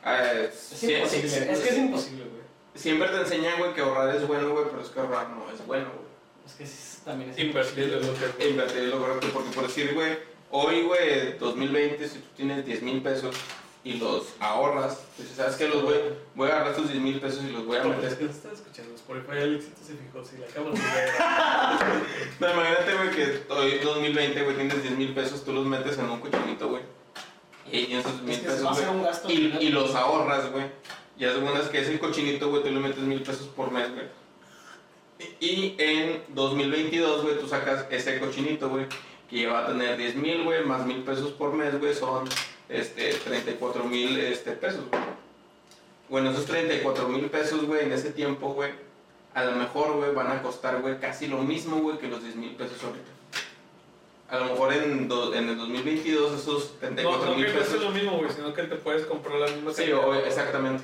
[SPEAKER 3] Eh,
[SPEAKER 1] Es
[SPEAKER 3] sie-
[SPEAKER 1] imposible,
[SPEAKER 3] sie-
[SPEAKER 1] es que es imposible, güey.
[SPEAKER 3] Siempre te enseñan, güey, que ahorrar es bueno, güey, pero es que ahorrar no es bueno, güey.
[SPEAKER 1] Es que sí, también es
[SPEAKER 2] Invertirlo en
[SPEAKER 1] imposible.
[SPEAKER 2] lo que
[SPEAKER 3] E Invertir es lo correcto, porque por decir, güey, hoy, güey, 2020, si tú tienes 10 mil pesos y los ahorras, pues sabes que los voy, voy a agarrar estos 10 mil pesos y los voy a
[SPEAKER 2] Como es
[SPEAKER 3] meter.
[SPEAKER 2] que nos están escuchando Spotify, Alexito se fijó, si la cámara se ve.
[SPEAKER 3] No, imagínate, güey, que hoy 2020, güey, tienes 10 mil pesos, tú los metes en un cochinito, güey. Y ahí tienes esos
[SPEAKER 1] Es
[SPEAKER 3] mil
[SPEAKER 1] que se va a
[SPEAKER 3] pesos,
[SPEAKER 1] hacer
[SPEAKER 3] güey.
[SPEAKER 1] un gasto.
[SPEAKER 3] Y,
[SPEAKER 1] final.
[SPEAKER 3] y los ahorras, güey. Y haz de cuenta que es el cochinito, güey, tú le metes mil pesos por mes, güey. Y- Y en 2022, güey, tú sacas ese cochinito, güey, que ya va a tener 10 mil, güey, más mil pesos por mes, güey, son este, 34 mil este, pesos, güey. Bueno, esos 34 mil pesos, güey, en ese tiempo, güey, a lo mejor, güey, van a costar, güey, casi lo mismo, güey, que los 10 mil pesos ahorita. A lo mejor en, do- en el 2022 esos
[SPEAKER 2] No,
[SPEAKER 3] 34
[SPEAKER 2] no
[SPEAKER 3] mil
[SPEAKER 2] que
[SPEAKER 3] pesos...
[SPEAKER 2] es lo mismo, güey, sino que te puedes comprar la misma
[SPEAKER 3] Sí,
[SPEAKER 2] calidad.
[SPEAKER 3] o- exactamente.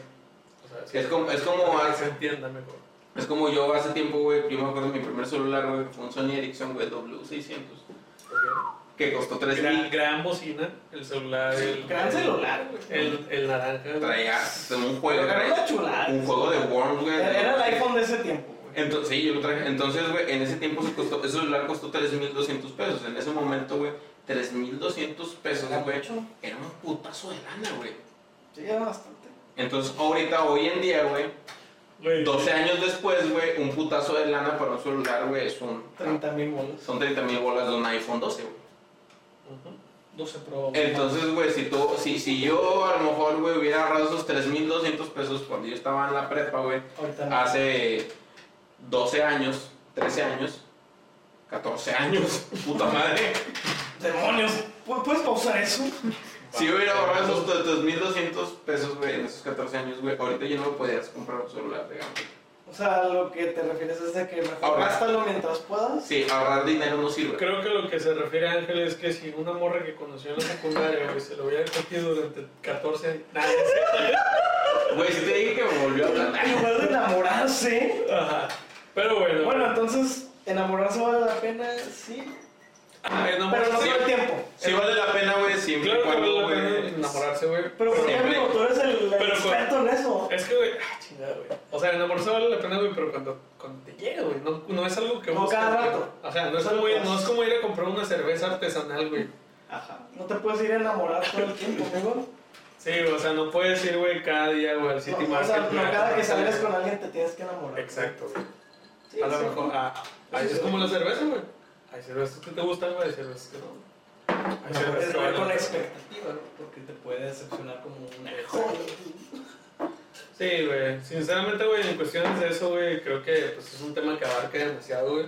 [SPEAKER 2] O sea,
[SPEAKER 3] Es como- es como
[SPEAKER 2] para que
[SPEAKER 3] hace-
[SPEAKER 2] se entienda mejor.
[SPEAKER 3] Es como yo hace tiempo, güey, yo me acuerdo de mi primer celular, güey, que fue un Sony Ericsson, güey, W600,
[SPEAKER 2] Ok.
[SPEAKER 3] que costó 3
[SPEAKER 2] Pues, Gran,
[SPEAKER 3] mil.
[SPEAKER 2] gran bocina, el celular, el,
[SPEAKER 1] Gran celular, güey.
[SPEAKER 2] el, el naranja.
[SPEAKER 3] Traía un juego,
[SPEAKER 1] Pero era
[SPEAKER 3] traía
[SPEAKER 1] una chulada.
[SPEAKER 3] un juego de Worms, güey.
[SPEAKER 1] Era era el iPhone de ese tiempo, güey.
[SPEAKER 3] Entonces, sí, yo lo traje. Entonces, güey, en ese tiempo se costó, ese celular costó 3.200 pesos. En ese momento, güey, 3.200 pesos,
[SPEAKER 1] Era
[SPEAKER 3] güey,
[SPEAKER 1] mucho.
[SPEAKER 3] era un putazo de lana, güey.
[SPEAKER 1] Sí, era bastante.
[SPEAKER 3] Entonces, ahorita, hoy en día, güey,
[SPEAKER 2] Güey,
[SPEAKER 3] 12 años después, güey, un putazo de lana para un celular, güey, es un...
[SPEAKER 1] 30 mil bolas.
[SPEAKER 3] Son 30 mil bolas de un iPhone 12, güey.
[SPEAKER 2] Ujú.
[SPEAKER 1] 12 Pro.
[SPEAKER 3] Entonces, güey, si, tú, si, si yo a lo mejor, güey, hubiera ahorrado esos 3.200 pesos cuando yo estaba en la prepa, güey,
[SPEAKER 1] Ahorita no.
[SPEAKER 3] hace 12 años, 13 años, 14 años, puta madre.
[SPEAKER 1] ¡Demonios! ¿pu- ¿Puedes pausar eso?
[SPEAKER 3] Si yo hubiera ahorrado esos 3.200 pesos, güey, en esos 14 años, güey, ahorita yo no me podías comprar un celular, digamos.
[SPEAKER 1] O sea, lo que te refieres es de que mejor
[SPEAKER 3] Ahorrar.
[SPEAKER 1] gástalo mientras puedas.
[SPEAKER 3] Sí, ahorrar dinero no sirve.
[SPEAKER 2] Creo que lo que se refiere Ángel es que si una morra que conoció en la secundaria güey, se lo hubiera cogido durante 14 años. Nah, es cierto.
[SPEAKER 3] Güey, si te dije que me volvió a hablar.
[SPEAKER 1] En lugar de enamorarse.
[SPEAKER 2] Ajá. Pero bueno,
[SPEAKER 1] Bueno, entonces, enamorarse vale la pena, sí.
[SPEAKER 2] ah,
[SPEAKER 1] Pero no
[SPEAKER 2] enamorarse.
[SPEAKER 1] todo el tiempo.
[SPEAKER 3] Sí vale la pena, güey, siempre y
[SPEAKER 2] Claro que
[SPEAKER 3] cuando,
[SPEAKER 2] vale
[SPEAKER 3] güey...
[SPEAKER 2] la pena enamorarse, güey.
[SPEAKER 1] Pero ¿por qué,
[SPEAKER 3] Siempre.
[SPEAKER 1] amigo? Tú eres el, el
[SPEAKER 2] Pero con-
[SPEAKER 1] experto en eso.
[SPEAKER 2] Es que, güey, ah, chingada, güey. O sea, enamorarse vale la pena, güey, pero cuando, cuando te llega, güey, no, no es algo que
[SPEAKER 1] No,
[SPEAKER 2] buscas,
[SPEAKER 1] cada
[SPEAKER 2] güey.
[SPEAKER 1] rato.
[SPEAKER 2] O sea, no es, como ir, no es como ir a comprar una cerveza artesanal, güey.
[SPEAKER 1] Ajá. No te puedes ir a enamorar todo el tiempo, amigo.
[SPEAKER 2] Sí, güey, o sea, no puedes ir, güey, cada día, güey, al City
[SPEAKER 1] No, o
[SPEAKER 2] Market.
[SPEAKER 1] sea, no
[SPEAKER 2] güey, a
[SPEAKER 1] cada que
[SPEAKER 2] comprarte-
[SPEAKER 1] salgas con alguien te tienes que enamorar.
[SPEAKER 2] Exacto, güey.
[SPEAKER 1] Sí,
[SPEAKER 2] a lo
[SPEAKER 1] sí.
[SPEAKER 2] mejor, ah, ah,
[SPEAKER 1] Sí,
[SPEAKER 2] es
[SPEAKER 1] sí.
[SPEAKER 2] como la cerveza, güey. Hay cervezas que te gustan, güey, hay cervezas que no. Hay
[SPEAKER 1] No,
[SPEAKER 2] cervezas
[SPEAKER 1] es
[SPEAKER 2] que
[SPEAKER 1] ver
[SPEAKER 2] valen la
[SPEAKER 1] con la
[SPEAKER 2] pena.
[SPEAKER 1] expectativa, ¿no? porque te puede decepcionar como un hijo.
[SPEAKER 2] Sí, güey. Sinceramente, güey, en cuestiones de eso, güey, creo que pues, es un tema que abarca demasiado, güey.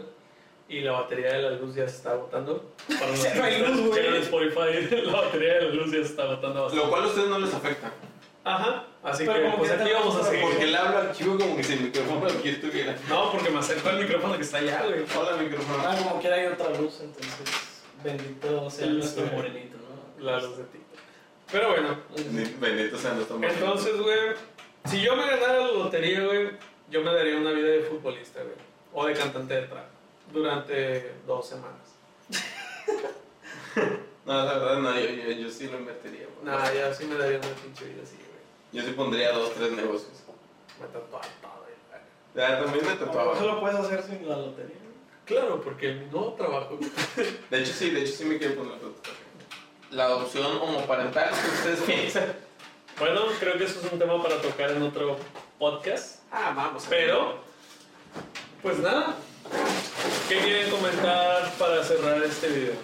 [SPEAKER 2] Y la batería de la luz ya se está agotando. Para los
[SPEAKER 1] Ya no hay
[SPEAKER 2] que
[SPEAKER 1] luz,
[SPEAKER 2] están
[SPEAKER 1] güey.
[SPEAKER 2] escuchando en Spotify, la batería de la luz ya se está agotando bastante.
[SPEAKER 3] Lo cual a ustedes no les afecta.
[SPEAKER 2] Ajá. Así
[SPEAKER 1] Pero
[SPEAKER 2] que,
[SPEAKER 1] como
[SPEAKER 2] pues
[SPEAKER 1] que
[SPEAKER 2] aquí
[SPEAKER 1] te-
[SPEAKER 2] vamos a seguir.
[SPEAKER 3] Porque le hablo al chico como que si el micrófono aquí estuviera.
[SPEAKER 2] No, porque me acerco al micrófono que está allá, güey.
[SPEAKER 3] Hola, micrófono.
[SPEAKER 1] Ah, como quiera hay otra luz, entonces bendito sea
[SPEAKER 2] Sí,
[SPEAKER 1] nuestro
[SPEAKER 2] sí.
[SPEAKER 1] morenito, ¿no?
[SPEAKER 2] La luz de ti. Pero bueno,
[SPEAKER 3] Bendito sea nuestro amor.
[SPEAKER 2] entonces, güey, si yo me ganara la lotería, güey, yo me daría una vida de futbolista, güey. o de cantante de trap durante dos semanas.
[SPEAKER 3] No, la verdad, no, yo, yo, yo sí lo invertiría. güey.
[SPEAKER 2] Nada, ya sí me daría una pinche vida así, güey.
[SPEAKER 3] Yo sí pondría dos, tres negocios.
[SPEAKER 2] Me tatuaba todo, güey.
[SPEAKER 3] Ya, también me
[SPEAKER 1] Pero Eso
[SPEAKER 3] tatuaba.
[SPEAKER 1] lo puedes hacer sin la lotería.
[SPEAKER 2] Claro, porque mi nuevo trabajo.
[SPEAKER 3] De hecho, sí, de hecho, sí me quiero poner tatuaje. La adopción homoparental, ¿qué ustedes piensan?
[SPEAKER 2] Bueno, creo que eso es un tema para tocar en otro podcast.
[SPEAKER 4] Ah, vamos.
[SPEAKER 2] Pero, pues nada. ¿Qué quieren comentar para cerrar este video?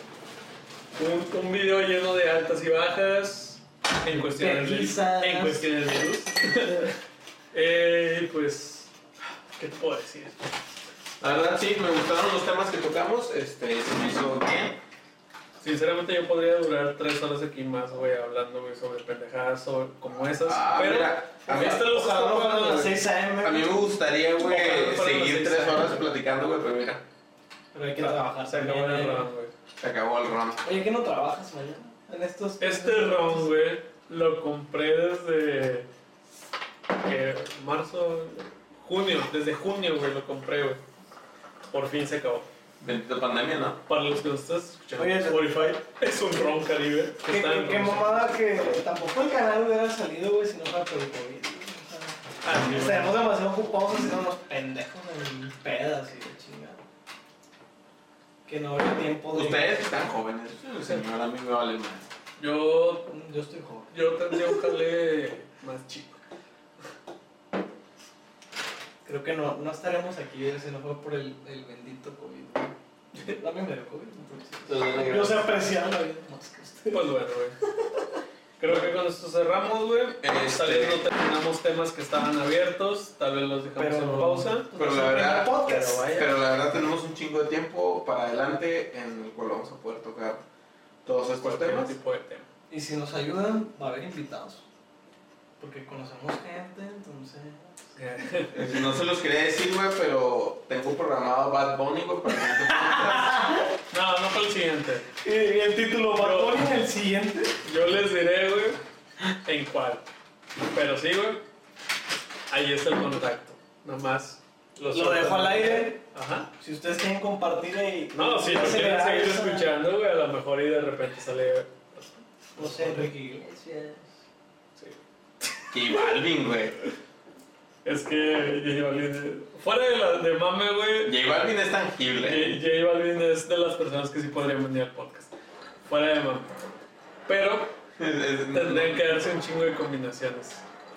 [SPEAKER 2] Un, un video lleno de altas y bajas en cuestiones
[SPEAKER 1] Pellizas.
[SPEAKER 2] de, en cuestiones de luz. Eh, pues, ¿qué te puedo decir?
[SPEAKER 3] La verdad, sí, me gustaron los temas que tocamos. Este, se me hizo bien.
[SPEAKER 2] Sinceramente yo podría durar tres horas aquí más, güey, hablando güey, sobre pendejadas sobre- como esas.
[SPEAKER 3] Ah,
[SPEAKER 2] pero
[SPEAKER 3] mira, a mí-
[SPEAKER 2] este lo
[SPEAKER 1] Ojalá
[SPEAKER 2] saco
[SPEAKER 1] fueran
[SPEAKER 2] para-
[SPEAKER 1] las 6 AM.
[SPEAKER 3] A mí me gustaría, güey,
[SPEAKER 2] Ojalá fueran las
[SPEAKER 3] seguir
[SPEAKER 2] seis
[SPEAKER 3] tres
[SPEAKER 2] años.
[SPEAKER 3] horas platicando, güey, pero mira,
[SPEAKER 1] Pero hay que trabajar.
[SPEAKER 2] Se acabó
[SPEAKER 1] también,
[SPEAKER 2] el
[SPEAKER 1] eh.
[SPEAKER 2] round, güey.
[SPEAKER 3] se acabó el round.
[SPEAKER 1] Oye, ¿qué no trabajas mañana? En estos.
[SPEAKER 2] Este round, güey, lo compré desde que marzo, junio, desde junio, güey, lo compré, güey. Por fin se acabó.
[SPEAKER 3] Bendita pandemia, ¿no?
[SPEAKER 2] Para los que nos están escuchando,
[SPEAKER 1] Oye,
[SPEAKER 2] en Spotify es un round caribe. que
[SPEAKER 1] Qué,
[SPEAKER 2] está en
[SPEAKER 1] qué- qué
[SPEAKER 2] Round.
[SPEAKER 1] mamada que tampoco el canal hubiera salido, güey, si no fuera por el COVID. O
[SPEAKER 2] Ah, sí,
[SPEAKER 1] sea,
[SPEAKER 2] güey.
[SPEAKER 1] Estaríamos demasiado ocupados haciendo unos pendejos en pedas y de chingada. Que no habría tiempo de.
[SPEAKER 3] Ustedes que están jóvenes, señor, a mí me vale más.
[SPEAKER 2] Yo,
[SPEAKER 1] Yo estoy joven.
[SPEAKER 2] yo tendría un jale más chico.
[SPEAKER 1] Creo que no, no estaremos aquí eh, si no fuera por el, el bendito COVID. A mí me dio COVID, entonces. Yo sé apreciar la vida más que usted.
[SPEAKER 2] Pues bueno, güey. Creo que con esto cerramos, güey.
[SPEAKER 3] Este-
[SPEAKER 2] Tal vez no terminamos temas que estaban abiertos, tal vez los dejamos
[SPEAKER 1] Pero-
[SPEAKER 2] en pausa.
[SPEAKER 3] Pero la
[SPEAKER 1] Es el
[SPEAKER 3] verdad-
[SPEAKER 1] primer podcast.
[SPEAKER 2] pero vaya.
[SPEAKER 3] Pero la verdad tenemos un chingo de tiempo para adelante en el cual vamos a poder tocar todos estos
[SPEAKER 2] Cualquier
[SPEAKER 3] temas.
[SPEAKER 2] tipo de tema.
[SPEAKER 1] Y si nos ayudan, va a haber invitados. Porque conocemos gente, entonces.
[SPEAKER 3] Eh, No se los quería decir, güey, pero tengo programado Bad Bunny, güey, para el siguiente podcast.
[SPEAKER 2] No, no para el siguiente.
[SPEAKER 1] Y el título
[SPEAKER 2] Bad Bunny
[SPEAKER 1] en el siguiente.
[SPEAKER 2] Yo les diré, güey, en cuál. Pero sí, güey, ahí está el contacto. Nada más. los-
[SPEAKER 1] Lo dejo al aire.
[SPEAKER 2] Ajá.
[SPEAKER 1] Si ustedes quieren compartir y.
[SPEAKER 2] No, si lo quieren
[SPEAKER 1] acelerar
[SPEAKER 2] seguir
[SPEAKER 1] esa-
[SPEAKER 2] escuchando, güey, a lo mejor y de repente sale.
[SPEAKER 1] No sé, Enrique Iglesias.
[SPEAKER 2] Sí.
[SPEAKER 3] Y Balvin, güey.
[SPEAKER 2] Es que J Balvin. Fuera de, la, de mame, güey.
[SPEAKER 3] J Balvin es tangible.
[SPEAKER 2] J J Balvin es de las personas que sí podrían venir al podcast. Fuera de mame. Pero
[SPEAKER 3] Es- es-
[SPEAKER 2] tendrían que darse un chingo de combinaciones.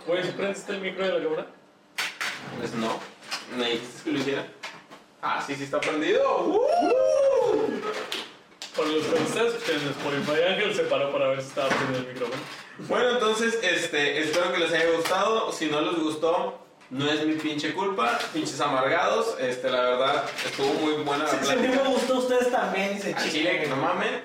[SPEAKER 2] Güey, ¿sí prendiste el micro de la cámara?
[SPEAKER 3] Pues no. ¿Me dijiste que lo hiciera? Ah, sí, sí está prendido. ¡Uh!
[SPEAKER 2] Por los que ustedes escuchan en Spotify, Ángel se paró para ver si estaba prendido el micrófono.
[SPEAKER 3] Bueno, entonces, este, espero que les haya gustado. Si no les gustó, no es mi pinche culpa. Pinches amargados. Este, la verdad, estuvo muy buena la
[SPEAKER 1] Si, si a mí
[SPEAKER 3] plática.
[SPEAKER 1] me gustó, ustedes también. Y se
[SPEAKER 3] Ah, Al
[SPEAKER 1] chile
[SPEAKER 3] chile, que no mamen.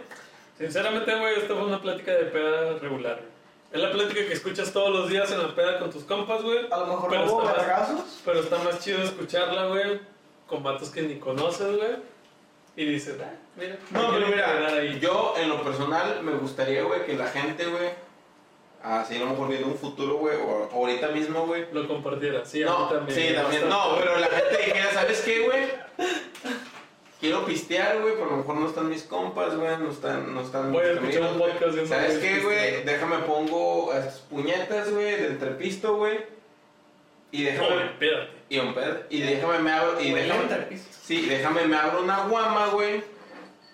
[SPEAKER 2] Sinceramente, güey, esta fue una plática de peda regular. güey. Es la plática que escuchas todos los días en la peda con tus compas, güey.
[SPEAKER 1] A lo mejor
[SPEAKER 2] Pero
[SPEAKER 1] no hubo
[SPEAKER 2] está más-
[SPEAKER 1] vergazos.
[SPEAKER 2] Pero está más chido escucharla, güey, con vatos que ni conoces, güey. Y dices, ah, mira.
[SPEAKER 3] No,
[SPEAKER 2] me
[SPEAKER 3] pero
[SPEAKER 2] quiero quedar
[SPEAKER 3] mira,
[SPEAKER 2] ahí.
[SPEAKER 3] yo en lo personal me gustaría, güey, que la gente, güey, así a lo mejor viendo un futuro, güey, o ahorita mismo, güey.
[SPEAKER 2] Lo compartiera, sí, a
[SPEAKER 3] No,
[SPEAKER 2] mí también.
[SPEAKER 3] sí,
[SPEAKER 2] me
[SPEAKER 3] también.
[SPEAKER 2] gusta.
[SPEAKER 3] No, pero la gente dijera, ¿sabes qué, güey? Quiero pistear, güey, pero a lo mejor no están mis compas, güey, no están, no están
[SPEAKER 2] Voy a
[SPEAKER 3] mis
[SPEAKER 2] escuchar un
[SPEAKER 3] güey.
[SPEAKER 2] podcast de un
[SPEAKER 3] ¿Sabes
[SPEAKER 2] güey
[SPEAKER 3] qué, güey?
[SPEAKER 2] pisteando.
[SPEAKER 3] Déjame pongo a estas puñetas, güey, de entrepisto, güey. Y
[SPEAKER 2] Joder,
[SPEAKER 3] déjame...
[SPEAKER 2] espérate.
[SPEAKER 3] Y un pedo. Y déjame me abro... Y
[SPEAKER 1] Huele a
[SPEAKER 3] déjame...
[SPEAKER 1] entrepiso.
[SPEAKER 3] Sí, déjame me abro una guama, güey.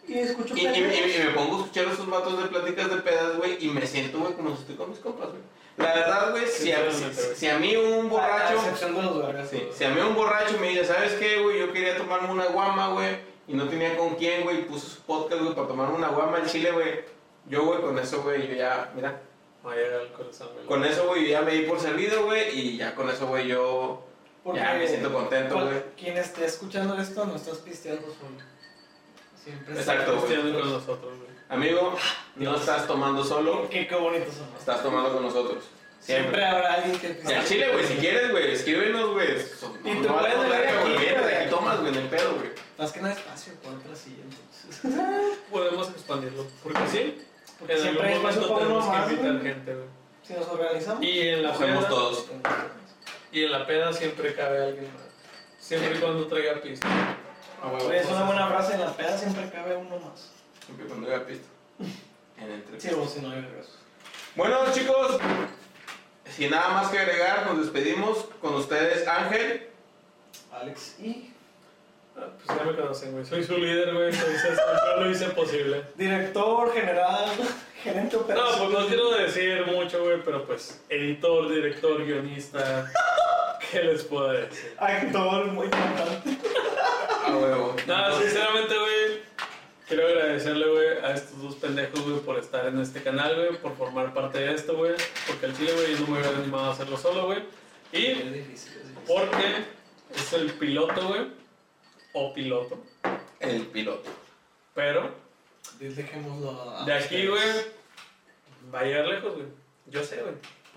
[SPEAKER 1] Y escucho
[SPEAKER 3] Y, y- y- y me pongo a escuchar a esos vatos de pláticas de pedas, güey, y me siento, güey, como si estoy con mis compas, güey. La verdad, güey, si, a- si,
[SPEAKER 2] Sinceramente, güey.
[SPEAKER 3] si a mí un
[SPEAKER 1] A
[SPEAKER 3] borracho...
[SPEAKER 1] excepción de los vergazos.
[SPEAKER 3] Sí, si a mí un borracho me dice, ¿sabes qué, güey? Yo quería tomarme una guama, güey, y no tenía con quién, güey, y puso su podcast, güey, para tomarme una guama al chile, güey. Yo, güey, con eso, güey, yo ya, mira,
[SPEAKER 2] No llega el corazón, güey.
[SPEAKER 3] con eso, güey, yo ya me di por servido, güey, y ya con eso, güey, yo ya me siento contento,
[SPEAKER 1] cual-
[SPEAKER 3] güey.
[SPEAKER 1] Quien esté escuchando esto no estás pisteando solo. Siempre estás
[SPEAKER 3] Exacto, güey.
[SPEAKER 2] Cristiano
[SPEAKER 1] pisteando
[SPEAKER 2] con
[SPEAKER 1] con los-
[SPEAKER 2] nosotros, güey.
[SPEAKER 3] Amigo, no estás tomando solo,
[SPEAKER 1] Qué, qué bonitos son.
[SPEAKER 3] estás tomando con nosotros.
[SPEAKER 1] Siempre habrá alguien que
[SPEAKER 3] Y al chile, güey, si quieres, güey, escríbenos, güey.
[SPEAKER 1] Y
[SPEAKER 3] No
[SPEAKER 1] te
[SPEAKER 3] vale
[SPEAKER 1] pueden leer
[SPEAKER 3] verga, güey.
[SPEAKER 1] aquí,
[SPEAKER 3] Vienes de
[SPEAKER 1] güey.
[SPEAKER 3] aquí, tomas, güey, en el pedo, güey.
[SPEAKER 1] Más que nada espacio contra sí, entonces.
[SPEAKER 2] Podemos expandirlo. Porque sí,
[SPEAKER 1] Porque
[SPEAKER 2] en
[SPEAKER 1] siempre
[SPEAKER 2] algún
[SPEAKER 1] hay espacio
[SPEAKER 2] momento
[SPEAKER 1] para uno
[SPEAKER 2] tenemos
[SPEAKER 1] más,
[SPEAKER 2] que invitar
[SPEAKER 1] güey.
[SPEAKER 2] gente, güey.
[SPEAKER 1] Si nos organizamos.
[SPEAKER 2] Y en la
[SPEAKER 3] Cogemos
[SPEAKER 2] peda,
[SPEAKER 3] todos.
[SPEAKER 2] y en la peda siempre cabe alguien más. Siempre y cuando traiga pista.
[SPEAKER 3] Ah, huevo,
[SPEAKER 1] Güey, Es una
[SPEAKER 3] pues,
[SPEAKER 1] buena frase, en las pedas siempre cabe uno más.
[SPEAKER 3] Siempre y cuando haya pista. En entre
[SPEAKER 1] Sí, o si no hay vergas.
[SPEAKER 3] Bueno, chicos, sin nada más que agregar, nos despedimos con ustedes, Ángel.
[SPEAKER 1] Alex y
[SPEAKER 2] Ah, Pues ya me conocen, güey. Soy su líder, güey. Soy César. Yo lo hice posible.
[SPEAKER 1] director general, gerente
[SPEAKER 2] No, pues
[SPEAKER 1] operativo.
[SPEAKER 2] no quiero decir mucho, güey, pero pues editor, director, guionista. ¿Qué les puedo decir?
[SPEAKER 1] Actor muy importante.
[SPEAKER 3] A huevo.
[SPEAKER 2] Nada, sinceramente, güey. Quiero agradecerle, güey, a estos dos pendejos, güey, por estar en este canal, güey, por formar parte de esto, güey. Porque al chile, güey, yo no me hubiera animado a hacerlo solo, güey. Y
[SPEAKER 1] Es difícil, es difícil.
[SPEAKER 2] Porque es el piloto, güey. O piloto.
[SPEAKER 3] El piloto.
[SPEAKER 2] Pero
[SPEAKER 1] Dejémoslo a-
[SPEAKER 2] de aquí, güey, va a llegar lejos, güey. Yo sé, güey.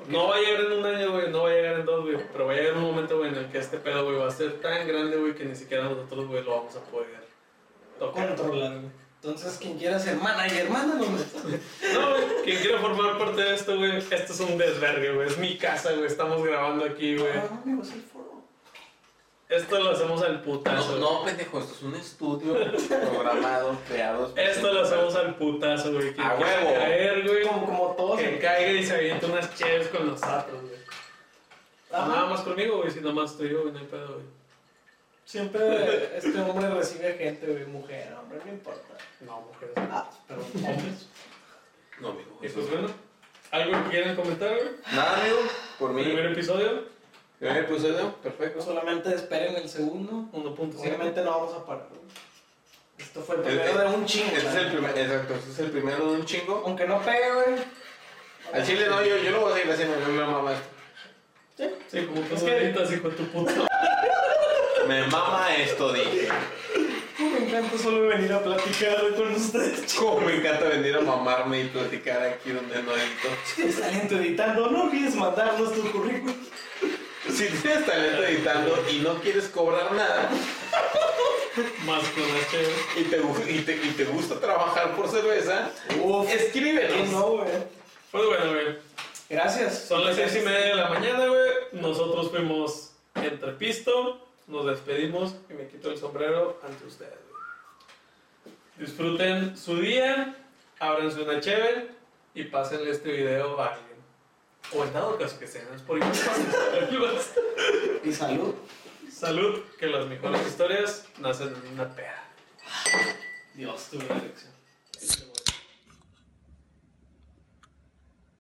[SPEAKER 2] No va a llegar en un año, güey. No va a llegar en dos, güey. Pero va a llegar un momento, güey, en el que este pedo, güey, va a ser tan grande, güey, que ni siquiera nosotros, güey, lo vamos a poder tocar.
[SPEAKER 1] Controlar, güey. Entonces, quien quiera ser manager, mándalo. güey.
[SPEAKER 2] No, güey. Quien quiera formar parte de esto, güey, esto es un desvergue, güey. Es mi casa, güey. Estamos grabando aquí, güey.
[SPEAKER 1] Ah, amigo, es el foro.
[SPEAKER 2] Esto lo hacemos al
[SPEAKER 3] No,
[SPEAKER 2] putazo. güey.
[SPEAKER 3] no, pendejo, esto es un estudio programado, creado.
[SPEAKER 2] Esto lo hacemos al putazo, güey. Quien
[SPEAKER 3] A
[SPEAKER 2] quiera
[SPEAKER 3] huevo.
[SPEAKER 2] caer, güey.
[SPEAKER 1] Como, como todos.
[SPEAKER 2] Que
[SPEAKER 1] en-
[SPEAKER 2] caiga y se aviente unas chaves con los atos, güey.
[SPEAKER 1] Ajá.
[SPEAKER 2] Nada más conmigo, güey, si nada más estoy yo, güey, no hay pedo, güey.
[SPEAKER 1] Siempre este hombre recibe gente, güey, mujer, hombre, no importa.
[SPEAKER 2] No, mujeres.
[SPEAKER 1] Ah, pero hombres.
[SPEAKER 3] No, amigo.
[SPEAKER 2] Y
[SPEAKER 3] eso
[SPEAKER 2] pues
[SPEAKER 3] es-
[SPEAKER 2] bueno, ¿algo que quieran comentar, güey?
[SPEAKER 3] Nada, amigo, por mí.
[SPEAKER 2] Primer episodio,
[SPEAKER 3] Primer episodio, perfecto.
[SPEAKER 1] Solamente esperen el segundo.
[SPEAKER 2] 1.7.
[SPEAKER 1] Obviamente no vamos a parar. güey. Esto fue el
[SPEAKER 3] Este-
[SPEAKER 1] primero de un chingo.
[SPEAKER 3] Este es el
[SPEAKER 1] la
[SPEAKER 3] primer,
[SPEAKER 1] neta.
[SPEAKER 3] exacto, este es el primero de un chingo.
[SPEAKER 1] Aunque no pegue, güey.
[SPEAKER 3] Al chile no, yo, yo lo voy a seguir haciendo, a mí me mama esto.
[SPEAKER 2] Sí, como tú
[SPEAKER 1] Es que-
[SPEAKER 2] solitas, hijo de tu puta.
[SPEAKER 3] Me mama esto, dije.
[SPEAKER 1] Me encanta solo venir a platicar con ustedes.
[SPEAKER 3] Como me encanta venir a mamarme y platicar aquí donde no edito.
[SPEAKER 1] Tienes talento editando, no olvides mandarnos tu currículum.
[SPEAKER 3] Si tienes talento editando y no quieres cobrar nada
[SPEAKER 2] Más con las chaves.
[SPEAKER 3] y te, gu- y te, y te gusta trabajar por cerveza,
[SPEAKER 1] Uf, que
[SPEAKER 3] escríbenos.
[SPEAKER 1] no, güey.
[SPEAKER 2] Pues bueno, güey,
[SPEAKER 1] Gracias.
[SPEAKER 2] son las 6 y media de la mañana, güey. Nosotros fuimos entre pisto, nos despedimos y me quito el sombrero ante ustedes, güey. Disfruten su día, ábranse una chévere y pásenle este video a alguien. O en dado caso que sean, es por igual.
[SPEAKER 1] Y salud.
[SPEAKER 2] Salud, que las mejores historias nacen en una peda.
[SPEAKER 1] Dios, tuve la elección.